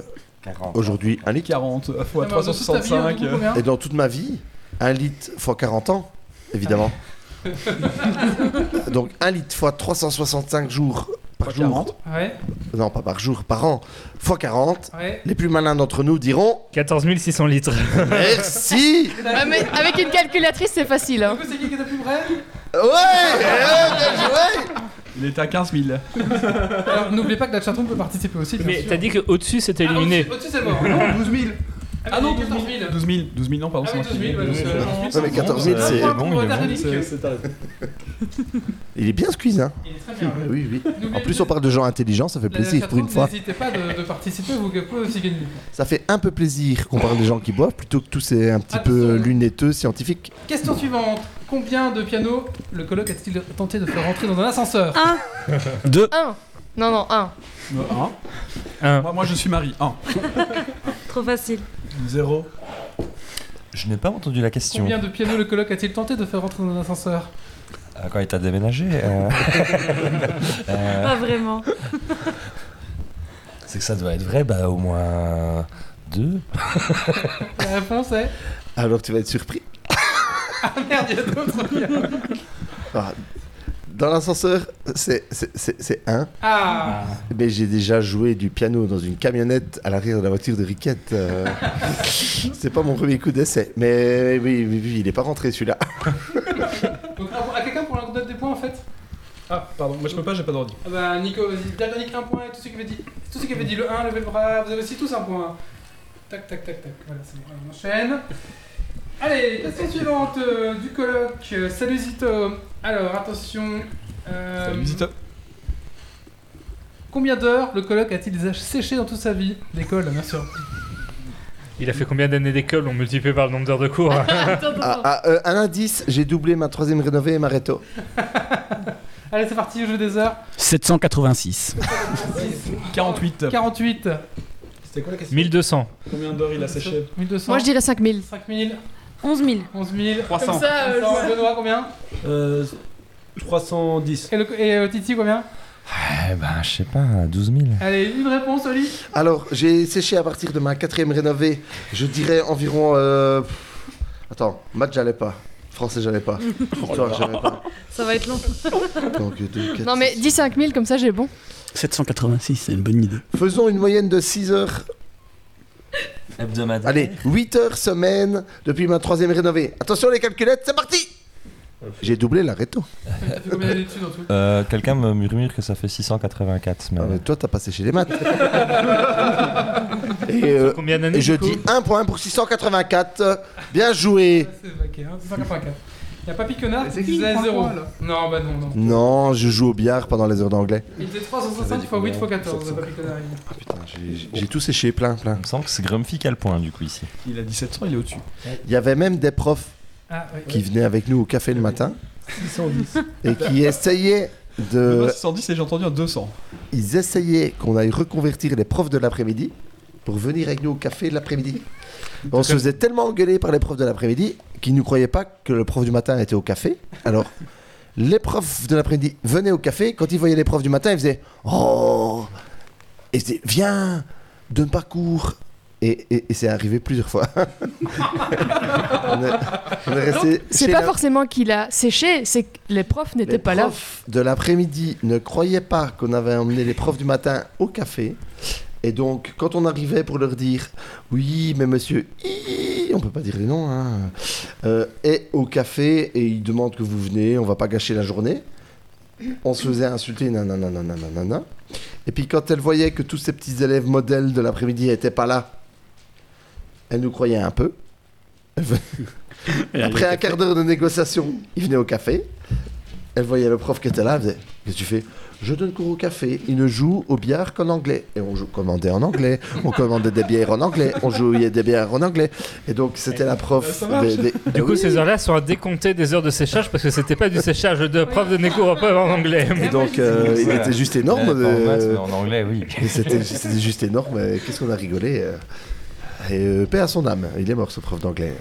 B: aujourd'hui, un litre.
E: 40 x
A: Non, mais en dessous, t'as vu, en
E: 365.
A: dessous, combien
B: Et dans toute ma vie, un litre fois 40 ans, évidemment. Donc un litre fois 365 jours par
E: Fois
B: jour.
E: 40.
A: Ouais,
B: Non, pas par jour, par an. Fois 40.
A: ouais.
B: Les plus malins d'entre nous diront
F: 14 600 litres.
B: Merci
C: Ah, mais avec une calculatrice, c'est facile.
A: Du
C: hein.
A: coup, c'est qui qui est le plus près
B: Ouais, ouais, bien joué
E: Il était à 15 000.
A: Alors, n'oubliez pas que la chatroom peut participer aussi, bien
F: Mais
A: sûr.
F: t'as dit qu'au-dessus c'était
A: Ah,
F: éliminé.
A: au-dessus- Au-dessus, c'est mort. Non,
H: 12 000.
A: ah non,
E: 12
A: 14
E: 000.
A: 000.
E: 12 000, 12 000, non, pardon.
A: Ah oui, 12 000, ouais, donc,
E: c'est
A: euh,
E: un-
A: ensuite,
B: Non, mais
A: c'est
B: 14 000,
A: bon,
B: c'est
A: un point
G: bon,
A: pour
G: il est
A: Rotterdam.
G: bon.
E: C'est- c'est un-
B: Il est bien ce quiz, hein
A: Il est très bien. ouais.
B: Oui, oui. En
A: N'oubliez
B: plus, on parle de gens intelligents, ça fait
A: La- la
B: plaisir pour une
A: chatroom,
B: fois.
A: N'hésitez pas de, de participer, vous pouvez aussi gagner.
B: Ça fait un peu plaisir qu'on parle des gens qui boivent plutôt que tous ces un petit peu
A: Attention.
B: lunetteux scientifiques.
A: Question suivante. Combien de pianos le coloc a-t-il tenté de faire rentrer dans un ascenseur
D: 2.
C: 1. Non, non, 1.
E: Euh,
A: Hein
E: un.
F: Un.
E: Moi, moi, je suis Marie. Un.
J: Trop facile.
I: 0.
G: Je n'ai pas entendu la question.
A: Combien de pianos le coloc a-t-il tenté de faire rentrer dans un ascenseur
G: Euh, Quand il t'a déménagé euh, euh,
J: Pas vraiment.
G: C'est que ça doit être vrai, bah au moins deux.
A: La réponse est.
B: Alors, tu vas être surpris.
A: Ah merde, il y a d'autres pianos.
B: Ah, Dans l'ascenseur, c'est- c'est c'est- c'est un.
A: Ah
B: Mais j'ai déjà joué du piano dans une camionnette à l'arrière de la voiture de Riquette. euh. c'est pas mon premier coup d'essai. Mais oui, oui, oui, il est pas rentré celui-là.
A: Donc, à, à quelqu'un pour l'anecdote des points en fait
E: Ah, pardon, moi je peux pas, j'ai pas d'ordi.
A: Ah bah, Nico, vas-y, Dalgonic, un point, tout ce qui avait dit, tout ce qui avait dit le 1, levez le bras, vous avez aussi tous un point. Tac, tac, tac, tac, voilà, c'est bon, on enchaîne. Allez, question suivante euh, du colloque. Euh, Salut Zito. Alors, attention. euh,
E: Salut, Zito.
A: Combien d'heures le colloque a-t-il séché dans toute sa vie D'école, bien sûr.
F: Il a fait combien d'années d'école On multiplie par le nombre d'heures de cours.
C: Attends, attends,
B: Ah,
C: attends.
B: ah, euh, un indice, j'ai doublé ma troisième rénovée et ma réto.
A: Allez, c'est parti, jeu des heures.
D: 786.
E: 48.
A: 48,
E: C'était quoi la question
F: 1200.
E: Combien d'heures il a séché
A: 1200,
C: Moi je dirais 5000.
A: 5000,
J: 11 000.
A: 11 000.
E: 300.
C: ça, euh, je-
A: Benoît, combien
I: Euh, 310.
A: Et, le- et, euh, Titi, combien
G: Eh ben, je sais pas, 12 000.
A: Allez, une réponse, Oli.
B: Alors, j'ai séché à partir de ma quatrième rénovée, je dirais environ. euh, pff, Attends, maths, j'allais pas. Français, j'allais pas.
C: Oh
B: Histoire, j'allais pas.
J: Ça va être long.
B: Donc, deux, Oh quatre,
C: Non, mais
B: six.
C: dis 5000 comme ça, j'ai bon.
D: 786, c'est une bonne idée.
B: Faisons une moyenne de 6 heures.
G: Hebdomadaire.
B: Allez, 8 heures semaine depuis ma troisième rénovée. Attention, les calculettes, c'est parti J'ai doublé la réto.
A: T'as fait combien d'études en tout
G: Euh, Quelqu'un me murmure que ça fait 684. Mais...
B: Ah, mais toi, t'as pas séché les maths. et, euh,
F: Combien d'années
B: et je
F: du coup
B: dis 1 point pour 684. Bien joué
A: C'est vaqué, hein, 184. Il a pas Piquenard qui faisait 0. Non, bah non, non.
B: Non, je joue au billard pendant les heures d'anglais.
A: Il était 365 x 8 x 14, pas Piquenard.
B: Ah putain, j'ai- j'ai j'ai tout séché, plein, plein.
G: Il me semble que c'est Grumpy qui a le point du coup ici.
E: Il a 1700, il est au-dessus.
B: Il y avait même des profs
A: Ah, ouais.
B: qui venaient avec nous au café le matin et qui essayaient
E: Moi,
B: de.
E: 610 et j'ai entendu un 200.
B: Ils essayaient qu'on aille reconvertir les profs de l'après-midi pour venir avec nous au café de l'après-midi. On se faisait tellement engueuler par les profs de l'après-midi qu'ils ne croyaient pas que le prof du matin était au café. Alors, les profs de l'après-midi venaient au café. Quand ils voyaient les profs du matin, ils faisaient Oh Et ils disaient Viens, donne pas cours et, et- et c'est arrivé plusieurs fois. on est, on est resté
C: C'est
B: chez
C: pas
B: la-
C: forcément qu'il a séché, c'est que les profs n'étaient
B: les
C: pas là.
B: profs de l'après-midi ne croyaient pas qu'on avait emmené les profs du matin au café. Et donc, quand on arrivait pour leur dire oui, mais monsieur, hi, on peut pas dire les noms, hein, euh, est au café et ils demandent que vous venez, on va pas gâcher la journée. On se faisait insulter, nanana, nanana, nanana. Et puis quand elle voyait que tous ces petits élèves modèles de l'après-midi n'étaient pas là, elle nous croyait un peu. Elle venait- Après un quart d'heure de négociation, il venait au café. Elle voyait le prof qui était là, elle faisait Qu'est-ce que tu fais Je donne cours au café. Il ne joue au billard qu'en anglais. Et on jou- commandait en anglais, on commandait des bières en anglais, on jouait des bières en anglais. Et donc c'était la prof.
F: Ça marche.
B: des- des-
F: Du
B: Ah
F: coup,
B: oui.
F: ces heures-là sont à décompter des heures de séchage parce que c'était pas du séchage de prof de négo en en anglais.
B: Et donc, euh, il était juste énorme.
G: Ouais, pas en
B: euh,
G: maths, mais en anglais, oui.
B: et C'était c'était juste énorme. euh, Qu'est-ce qu'on a rigolé euh. Et euh, paix à son âme. Il est mort, ce prof d'anglais.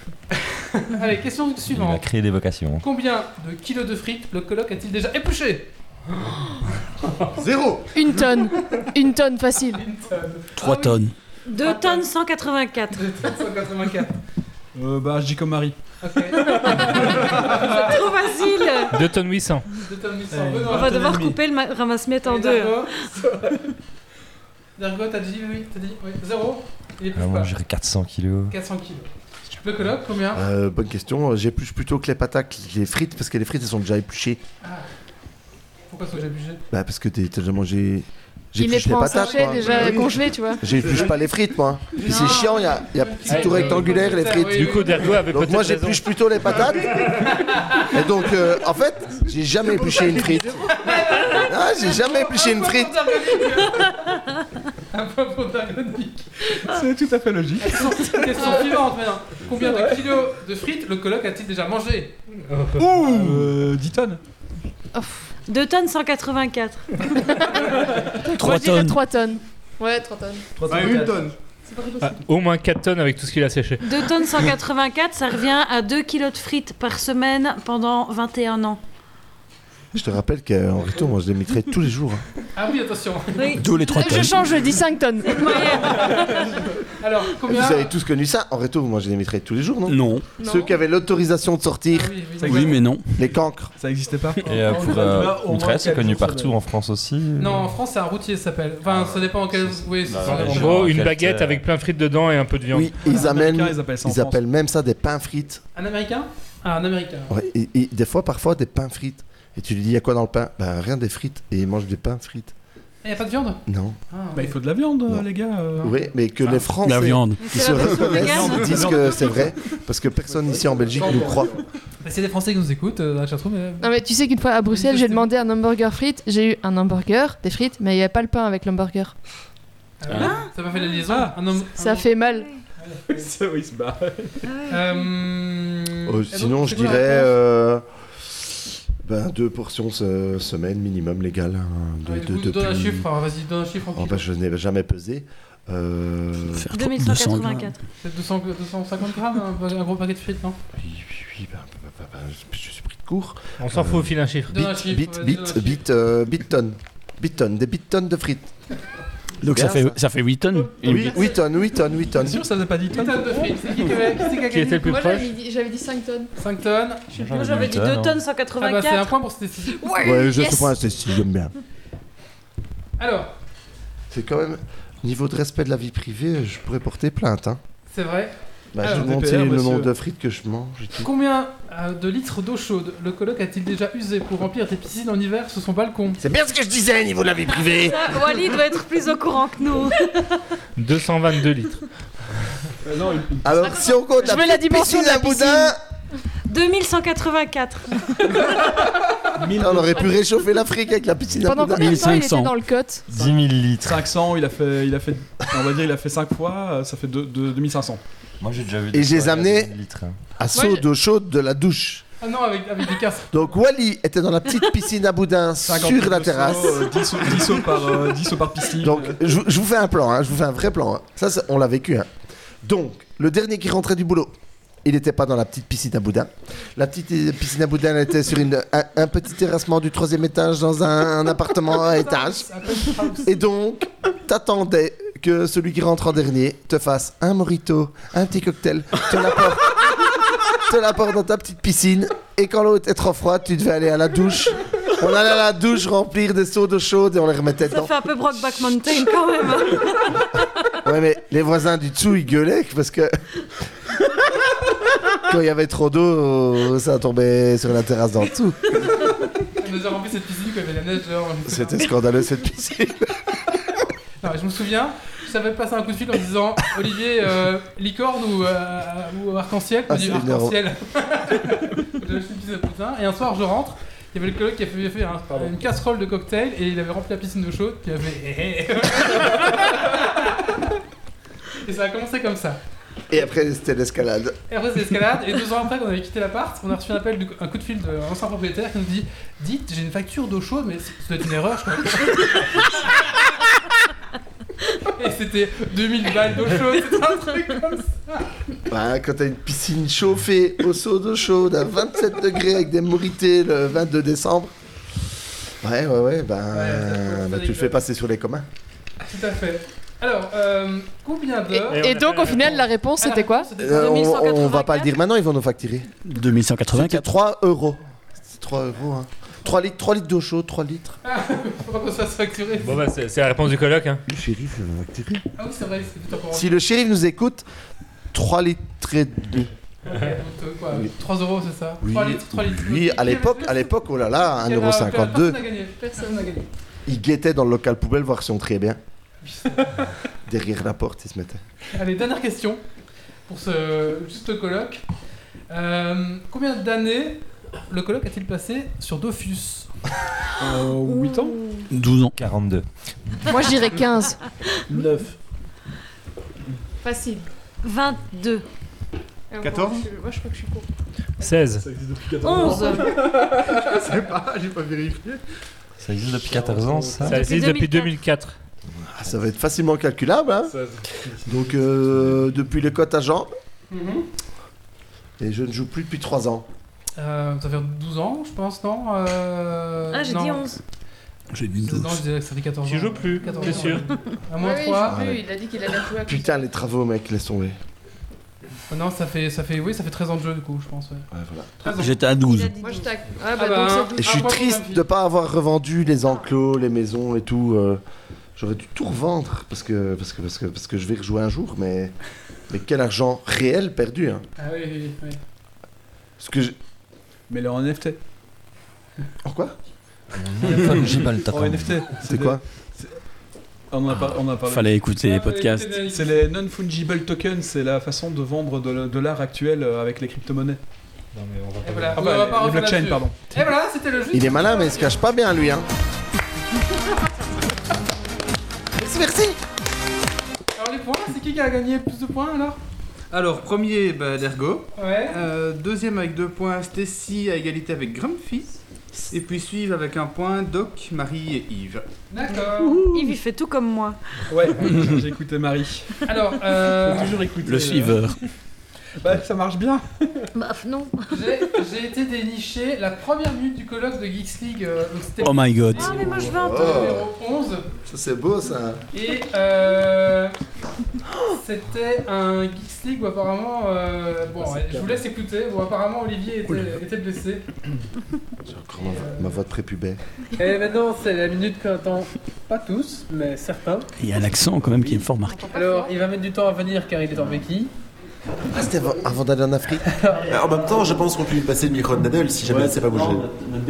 A: Allez, question
G: Il a
A: suivante.
G: créé des vocations.
A: Combien de kilos de frites le coloc a-t-il déjà épluché
B: Zéro
C: Une tonne. Une tonne facile.
A: Ah
D: 3
E: Ah
D: tonnes.
J: 2 tonnes 184.
A: 184.
E: Euh, bah, je dis comme Marie.
J: C'est trop facile
F: 2 tonnes 800.
A: 2 tonnes 1100.
E: Eh,
A: Benoît,
J: On va
E: tonnes
J: devoir
E: et demie.
J: couper le ma- ramasse-miettes en
A: Et
J: deux.
A: Dargo, Dargo, t'as dit oui, t'as dit oui. Zéro. Il est plus
G: Ah, moi,
A: pas.
G: j'irais 400 kilos.
A: 400 kilos. Le coloc, combien
B: Euh, bonne question. J'épluche plutôt que les patates, les frites, parce que les frites, elles sont déjà épluchées.
A: Ah. Pourquoi sont-ils obligés
B: Bah, parce que t'es- t'as déjà mangé.
C: Il les
B: J'épluche les
C: prend en
B: patates.
C: sachet
B: moi.
C: déjà
B: Oui.
C: congelé, tu vois.
B: J'épluche pas les frites, moi. Puis c'est chiant, il y a, y a c'est tout
F: Ouais,
B: rectangulaire, les frites.
F: Du coup, Dergo avait
B: Donc
F: peut-être
B: moi
F: raison.
B: j'épluche plutôt les patates. Et donc euh, en fait, j'ai jamais épluché une frite. Ah, j'ai jamais épluché une frite.
A: Un peu pour Dargo Nick.
E: C'est tout à fait logique.
A: Question
E: Euh,
A: suivante maintenant. Combien de kilos de frites le coloc a-t-il déjà mangé
E: Ouh 10 tonnes.
J: 2 tonnes 184.
D: 3
C: Je dirais
D: tonnes.
C: 3 tonnes. Ouais, 3 tonnes.
H: Bah, une tonne.
F: Ah, au moins 4 tonnes avec tout ce qu'il a séché.
J: 2 tonnes 184, ça revient à 2 kilos de frites par semaine pendant 21 ans.
B: Je te rappelle qu'en retour, moi je les mettrais tous les jours. hein.
A: Ah oui, attention.
J: Oui.
D: D'où les 3
C: Je
D: tonnes.
C: change, je dis 5 tonnes.
A: Alors,
B: Vous
A: combien
B: avez tous connu ça. En retour, moi je les mettrais tous les jours, non,
D: Non.
B: Ceux qui avaient l'autorisation de sortir,
A: Ah oui, oui,
D: Oui, mais non.
B: les cancres.
E: Ça existait pas.
G: Et euh,
I: on
G: pour
I: doit-
G: euh,
I: on doit au moins
G: Outrest, c'est
I: quatre
G: connu
I: jours, ça
G: partout
I: doit.
G: en France aussi.
A: Non, en France, c'est un routier, ça s'appelle. Enfin,
B: Ah,
A: ça dépend en quel. Oui, c'est
G: Bah,
A: ça.
G: ouais,
F: En
G: je-
F: gros, une
G: Quel-
F: baguette avec plein de frites dedans et un peu de viande.
B: Oui, ils
E: Américains,
B: amènent,
E: ils appellent ça en
B: ils appellent même ça des pains frites.
A: Un américain Ah, un américain.
B: Ouais, et- et des fois, parfois des pains frites. Et tu lui dis, il y a quoi dans le pain Ben rien des frites. Et ils mangent des pains frites.
A: Ah, Il n'y Eh, a pas de viande
B: Non.
A: Ah,
E: Bah, il faut de la viande,
B: Non.
E: les gars. euh.
B: Oui, mais que les Français.
D: La viande.
J: Mais
B: qui
J: C'est
B: se
J: la version vegan.
B: reconnaissent disent que c'est vrai, parce que personne ici en Belgique nous croit.
A: Mais Bah, C'est des Français qui nous écoutent euh, dans la chatroom. mais-
C: Non mais tu sais qu'une fois à Bruxelles, j'ai demandé un hamburger frites, j'ai eu un hamburger, des frites, mais il n'y avait pas le pain avec l'hamburger.
A: Ah, Ça m'a fait la liaison. un homme.
C: Ça fait mal.
E: Ça, oui, il se
B: Ah
E: barre.
A: Euh,
B: Euh,
A: et donc,
B: sinon,
A: c'est
B: je
A: quoi la
B: dirais
A: réponse
B: euh, ben, deux portions se- semaine minimum légal. hein, de,
A: Ouais,
B: de-
A: du coup,
B: de
A: Donne un
B: plus-
A: chiffre, alors, vas-y, donne un chiffre en
B: Oh, ben, je n'ai jamais pesé. Euh,
D: Faire 200 grammes.
J: 2184.
A: C'est 200 250 grammes, un, un gros paquet de frites, non
B: oui, oui, oui, ben, ben, ben, ben, je je suis pris de court. Euh,
F: On s'en fout au fil un chiffre.
A: bah, Donne un
B: Bit,
A: chiffre,
B: bit,
A: vas-y, donne un
B: bit,
A: chiffre.
B: bit, euh, bit tonnes. Bit tonnes, des bit tonnes de frites.
D: Donc
B: C'est
D: ça
B: bien,
D: fait, ça fait 8 tonnes. Et
B: Oui, 8 tonnes, 8 tonnes, 8
E: T'es
B: tonnes.
E: sûr, ça faisait pas 10
A: Une
E: tonnes
A: tonne de frites, c'est qui qui avait- qui c'est qui a
F: Qui était le
A: gagné
F: plus proche
C: dit, 5 tonnes.
A: 5 tonnes.
J: Moi j'avais dit 2 tonnes 184.
A: Ah bah, c'est un point pour Stécie.
B: Ouais, je
J: yes.
B: sais pas, c'est si j'aime bien.
A: Alors,
B: C'est quand même, niveau de respect de la vie privée, je pourrais porter plainte. Hein.
A: c'est vrai.
B: Bah,
A: Alors,
B: je vous montre
E: DPR,
B: le nombre
E: monsieur.
B: de frites que je mange et tout.
A: Combien euh, de litres d'eau chaude le coloc a-t-il déjà usé pour remplir des piscines en hiver sur son balcon
B: C'est bien ce que je disais, niveau de la vie privée
J: Ça, Wally doit être plus au courant que nous.
F: 222 litres.
I: Euh,
E: Non, une-
B: Alors, si on compte
C: Je veux la dimension
B: piscine
C: de la
B: à boudin,
J: 2184.
B: on aurait pu réchauffer l'Afrique avec la piscine à
C: Pendant
B: boudin.
C: combien de temps il était
D: 1500.
C: dans le cote
G: 10 000 litres.
E: 500, il a fait, il a fait, on va dire, il a fait 5 fois, euh, ça fait deux- deux- 2500.
G: Moi, j'ai déjà vu.
B: Et
G: des
B: je les
G: soirées à
B: amenais-
G: 10 000 litres.
B: À seau
C: Ouais,
B: d'eau chaude de la douche.
A: Ah non, avec, avec des casques.
B: Donc, Wally était dans la petite piscine à boudin
E: 50
B: sur la
E: sauts,
B: terrasse.
E: euh, 10 sauts- 10 sauts par, euh, 10 sauts par piscine.
B: Donc, je, je vous fais un plan, hein, je vous fais un vrai plan. hein. Ça, ça, on l'a vécu. hein. Donc, le dernier qui rentrait du boulot, il n'était pas dans la petite piscine à boudin. La petite euh, piscine à boudin elle était sur une, un, un petit terrassement du troisième étage dans un, un appartement à étage. Et donc, t'attendais que celui qui rentre en dernier te fasse un morito, un petit cocktail, te l'apporte, te l'apporte dans ta petite piscine. Et quand l'eau était trop froide, tu devais aller à la douche. On allait à la douche remplir des seaux d'eau chaude et on les remettait
J: Ça
B: dedans.
J: fait un peu Brockback Mountain quand même.
B: Ouais, mais les voisins du dessous, ils gueulaient parce que. Quand il y avait trop d'eau, ça tombait sur la terrasse d'en dessous.
A: On nous a rempli cette piscine quand il y avait la neige dehors. hein,
B: C'était scandaleux cette piscine.
A: Non, je me souviens, je savais passer un coup de fil en disant Olivier, euh, licorne ou, euh, ou arc-en-ciel Il
B: Ah,
A: me dit,
B: c'est énorme.
A: arc-en-ciel. J'avais acheté une piscine de potin, Et un soir, je rentre. Il y avait le coloc qui avait fait un- une casserole de cocktail et il avait rempli la piscine d'eau chaude. Puis il avait. et ça a commencé comme ça.
B: Et après, c'était l'escalade.
A: Et après, c'est l'escalade. Et deux ans après qu'on avait quitté l'appart, on a reçu un appel, du- un coup de fil d'un ancien propriétaire qui nous dit Dites, j'ai une facture d'eau chaude, mais ça doit être une erreur, je crois. Et c'était 2000 balles d'eau chaude, c'était un truc comme ça.
B: Bah, quand t'as une piscine chauffée au seau d'eau chaude à 27 degrés avec des morités le 22 décembre. Ouais, ouais, ouais, bah, bah, tu le fais passer sur les communs.
A: Tout à fait. Alors, euh, combien Ah, d'heures
C: Et, donc au final, la réponse c'était quoi
B: Euh, on, on va pas le dire maintenant, ils vont nous facturer.
D: 2184.
B: 3 euros. C'est 3 euros, hein. 3 litres, 3 litres d'eau chaude, 3 litres.
A: euh, Faut pas qu'on se fasse facturer.
F: Bon bah c'est c'est la réponse du colloque. Hein.
B: Le shérif va facturer.
A: Ah oui, c'est vrai, c'est tout encore.
B: Si le shérif nous écoute, 3 litres et demi.
A: Donc, euh, quoi,
B: Oui.
A: 3 euros, c'est ça
B: Oui,
A: 3 litres, 3 litres.
B: oui, à l'époque, à l'époque, oh là là,
A: Il y en a- Personne
B: 1,52€.
A: n'a gagné. Personne n'a gagné.
B: Il guettait dans le local poubelle voir si on triait bien. Derrière la porte, il se mettait.
A: Allez, dernière question pour ce juste colloque. Euh, combien d'années le colloque a-t-il passé sur Dofus
F: Euh,
E: 8 ans
D: 12 ans.
G: 42.
C: Moi je dirais 15.
I: 9.
C: Facile. Euh,
J: 22.
H: 14
C: Moi je crois que je suis con.
F: 16.
J: 11.
H: Je sais pas, j'ai pas vérifié.
G: Ça existe depuis 14 ans, ça
F: Ça existe depuis 2004.
B: Ah, ça va être facilement calculable, hein Donc, euh, depuis le cote à jambes, et je ne joue plus depuis 3 ans.
A: Euh, Ça fait 12 ans, je pense, non Euh,
J: Ah, j'ai
A: non.
J: dit 11.
D: J'ai dit
A: Non,
D: 12.
A: je dirais que ça fait 14 ans.
F: J'y joue plus,
A: 14
F: c'est
A: ans.
F: sûr.
A: À moins
C: Ah oui,
A: 3.
B: plus,
C: il a dit qu'il allait jouer à
B: Putain, les travaux, mec, laisse tomber.
A: Euh, non, ça fait, ça, fait, oui, ça fait 13 ans de jeu, du coup, je pense. Ouais.
B: Ouais, voilà.
A: 13 ans.
D: J'étais à
J: Il a
D: 12.
J: dit
C: Moi je
J: 12.
C: tac. Ah
A: Ah
C: bah
A: bah,
C: donc c'est
B: Et je suis
A: Ah, bravo,
B: triste
A: David.
B: de pas avoir revendu les enclos, les maisons et tout. euh, J'aurais dû tout revendre parce que, parce, que, parce, que, parce que je vais rejouer un jour, mais, mais quel argent réel perdu. Hein.
A: Ah oui, oui, oui.
B: Parce que je-
E: Mais là en NFT.
A: Oh.
B: En quoi
D: J'ai pas le temps.
E: En NFT.
B: C'est quoi
E: On en a, par- on en a parlé.
D: Fallait écouter
A: Ah
D: les podcasts.
E: C'est les non-fungible tokens, c'est la façon de vendre de, l- de l'art actuel euh, avec les crypto-monnaies.
F: Non mais on va
A: Et voilà,
E: Ah
A: on
E: bah,
A: va
E: les-
A: pas
E: les
A: revenir
E: blockchains,
A: là-dessus.
E: pardon.
A: Et voilà, c'était le juste.
B: Il est malin, mais il se cache pas bien, lui. Hein. Merci, merci.
A: Alors, les points, c'est qui qui a gagné plus de points alors
H: Alors, premier, bah, l'ergo.
A: Ouais.
H: Euh, deuxième avec deux points, Stacy à égalité avec Grumpy. Et puis suivent avec un point Doc, Marie et Yves.
A: D'accord.
J: Yves, il fait tout comme moi.
E: Ouais, j'ai écouté Marie.
A: Alors, euh,
E: Toujours écouté.
D: Le
E: euh,
D: suiveur.
E: Ouais, ça marche bien.
J: Bah, non.
A: J'ai j'ai été déniché la première minute du colloque de Geeks League. euh, donc c'était
D: Oh my god.
J: Ah, mais moi je veux entendre.
B: Oh.
A: numéro 11.
B: Ça, c'est beau, ça.
A: Et euh, c'était un Geeks League où apparemment. euh,
B: Ah,
A: bon, ouais, je vous laisse écouter. Bon, apparemment, Olivier était, était blessé.
B: J'ai encore ma, ma voix de prépubère.
A: Et maintenant, c'est la minute qu'on attend. Pas tous, mais certains.
D: Il y a l'accent quand même qui est fort marqué.
A: Alors, il va mettre du temps à venir car il est en béquille.
B: Ah, c'était avant, avant d'aller en Afrique.
K: Euh, En même temps, je pense qu'on peut lui passer le micro de Nadal si jamais elle sait pas bouger.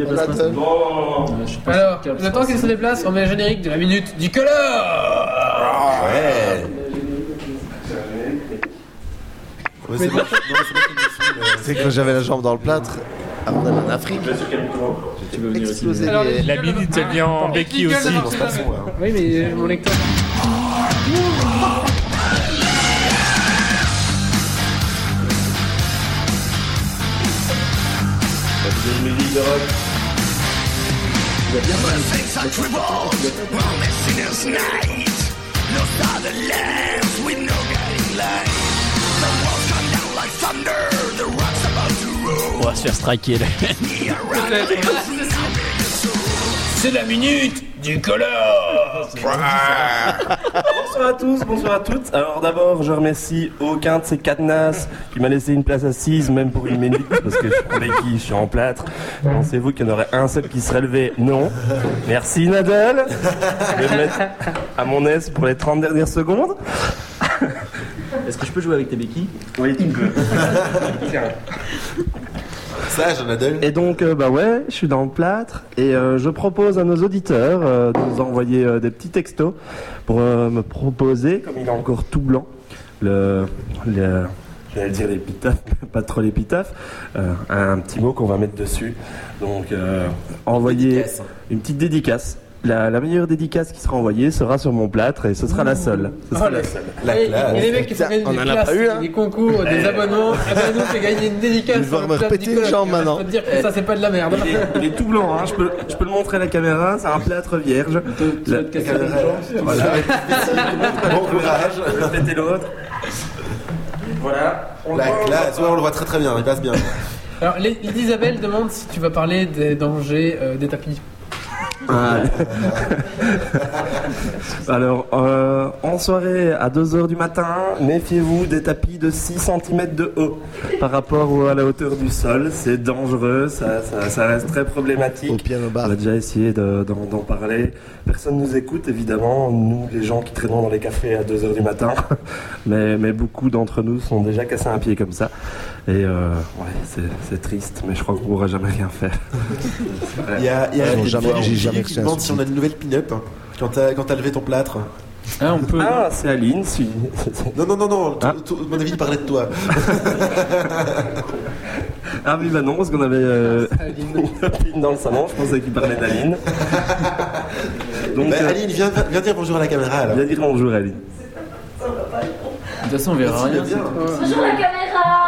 B: Voilà, Tom.
J: Oh.
A: Alors, le temps qu'il se déplace, on met le générique de la minute du colloque
K: Ouais. Ouais, c'est moi qui- non, mais c'est moi qui me suis, euh,
B: C'est quand j'avais la jambe dans le plâtre, avant d'aller en Afrique. Explosé
A: Alors,
B: les-
A: les-
F: La minute elle vient en béquille aussi.
A: Jingle de
K: dans ce façon, ouais, hein.
A: Oui, mais
H: euh,
A: mon lecteur.
D: On va se faire striker là. C'est la minute du color.
L: Bonsoir à tous, bonsoir à toutes. Alors d'abord, je remercie aucun de ces cadenasses qui m'a laissé une place assise, même pour une minute, parce que je suis en béquille, je suis en plâtre. Pensez-vous qu'il y en aurait un seul qui serait levé Non. Merci Nadal. Je vais me mettre à mon aise pour les 30 dernières secondes.
K: Est-ce que je peux jouer avec tes béquilles
L: Oui, tu peux.
K: Ça, Jonadel.
L: Et donc, euh, bah ouais, je suis dans le plâtre et euh, je propose à nos auditeurs euh, de nous envoyer euh, des petits textos pour euh, me proposer, comme il est encore tout blanc, le. le J'allais dire l'épitaphe, mais pas trop l'épitaphe, euh, un petit mot qu'on va mettre dessus. Donc, euh, envoyer une petite dédicace. La, la meilleure dédicace qui sera envoyée sera sur mon plâtre et ce sera la seule. Ce sera Mmh. Oh, la seule.
H: et, et les mecs qui se gagnent des classes,
B: hein.
H: des concours, des
L: Eh.
H: abonnements, eh ben nous, c'est gagner une dédicace.
L: Ils vont
H: sur
L: me
H: le plat de
L: répéter les
H: Nicolas,
L: jambes
H: qui va
L: maintenant.
H: se dire que ça, c'est pas de la merde.
L: Il est, il est tout blanc, hein. je, peux, je peux le montrer à la caméra, c'est un plâtre vierge. La-
H: te casser
L: la-
H: une jambe, si tu veux.
L: Voilà.
K: Bon courage.
L: Je vais péter l'autre. Voilà.
K: La classe, ouais, on le voit très très bien, il passe bien.
H: Alors, les- Isabelle demande si tu vas parler des dangers euh, des tapis.
L: Ah. Alors, euh, en soirée à 2h du matin, méfiez-vous des tapis de 6 cm de haut par rapport au- à la hauteur du sol. C'est dangereux, ça, ça- ça reste très problématique. Au
B: piano bar.
L: On a déjà essayé de- d'en d'en parler. Personne nous écoute, évidemment, nous, les gens qui traînons dans les cafés à 2h du matin. Mais, mais beaucoup d'entre nous sont déjà cassés un pied comme ça. Et euh, ouais, c'est- c'est triste, mais je crois qu'on pourra jamais rien faire.
K: Il y a, il y a
L: Ils vont
K: des
L: jamais-
K: vidéos
L: j'ai
K: qui
L: jamais
K: qui
L: reçu un
K: demandent si
L: soutien.
K: on a une nouvelle pin-up hein, quand t'as quand t'as levé ton plâtre.
L: Ah, on peut. Ah, c'est Aline, si.
K: Non, non, non, non, tout- tout- mon avis, il parlait de toi.
L: Ah oui, bah non, parce qu'on avait euh, une copine dans le salon, je pensais qu'il parlait d'Aline. Donc,
K: Bah,
L: euh,
K: Aline, viens, viens dire bonjour à la caméra alors.
L: Viens dire bonjour, Aline.
K: De toute façon, on verra rien.
M: Bonjour la caméra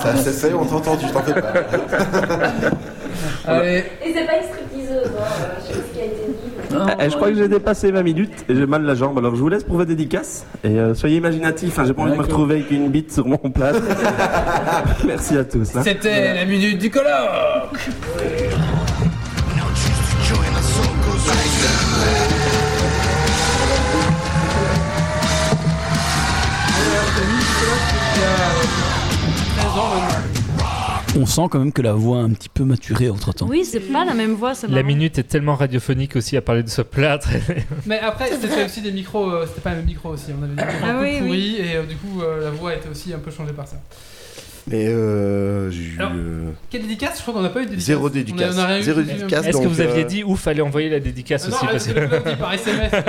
K: Ça, c'est fait, on t'a entendu, t'en fais pas.
H: Allez.
M: Et c'est pas une stripteaseuse, hein, euh, je sais pas ce qui a été dit.
L: Eh, je crois que j'ai dépassé 20 minutes et j'ai mal la jambe, alors je vous laisse pour vos dédicaces. Et euh, soyez imaginatifs, hein, j'ai pas envie de me
H: D'accord.
L: retrouver avec une bite sur mon plat. Merci à tous. hein.
H: C'était la minute du colloque
D: On sent quand même que la voix a un petit peu maturé entre temps.
J: Oui, c'est pas la même voix, c'est
F: La
J: marrant.
F: minute est tellement radiophonique aussi à parler de ce plâtre.
A: Mais après, c'était aussi des micros, euh, c'était pas un même micro aussi. On avait des micros
J: Ah
A: un peu
J: oui, oui.
A: pourris et euh, du coup, euh, la voix était aussi un peu changée par ça.
B: Mais euh, j'ai eu.
A: Alors,
B: euh,
A: Quelle dédicace Je crois qu'on n'a pas eu de dédicace.
B: Zéro
A: On a-
B: dédicace.
A: on a rien eu.
B: Zéro dédicace.
F: Est-ce que
B: donc,
F: vous aviez
B: euh,
F: dit où fallait envoyer la dédicace
A: Non,
F: aussi
A: euh,
F: parce
A: je l'ai
F: que...
A: dit par SMS.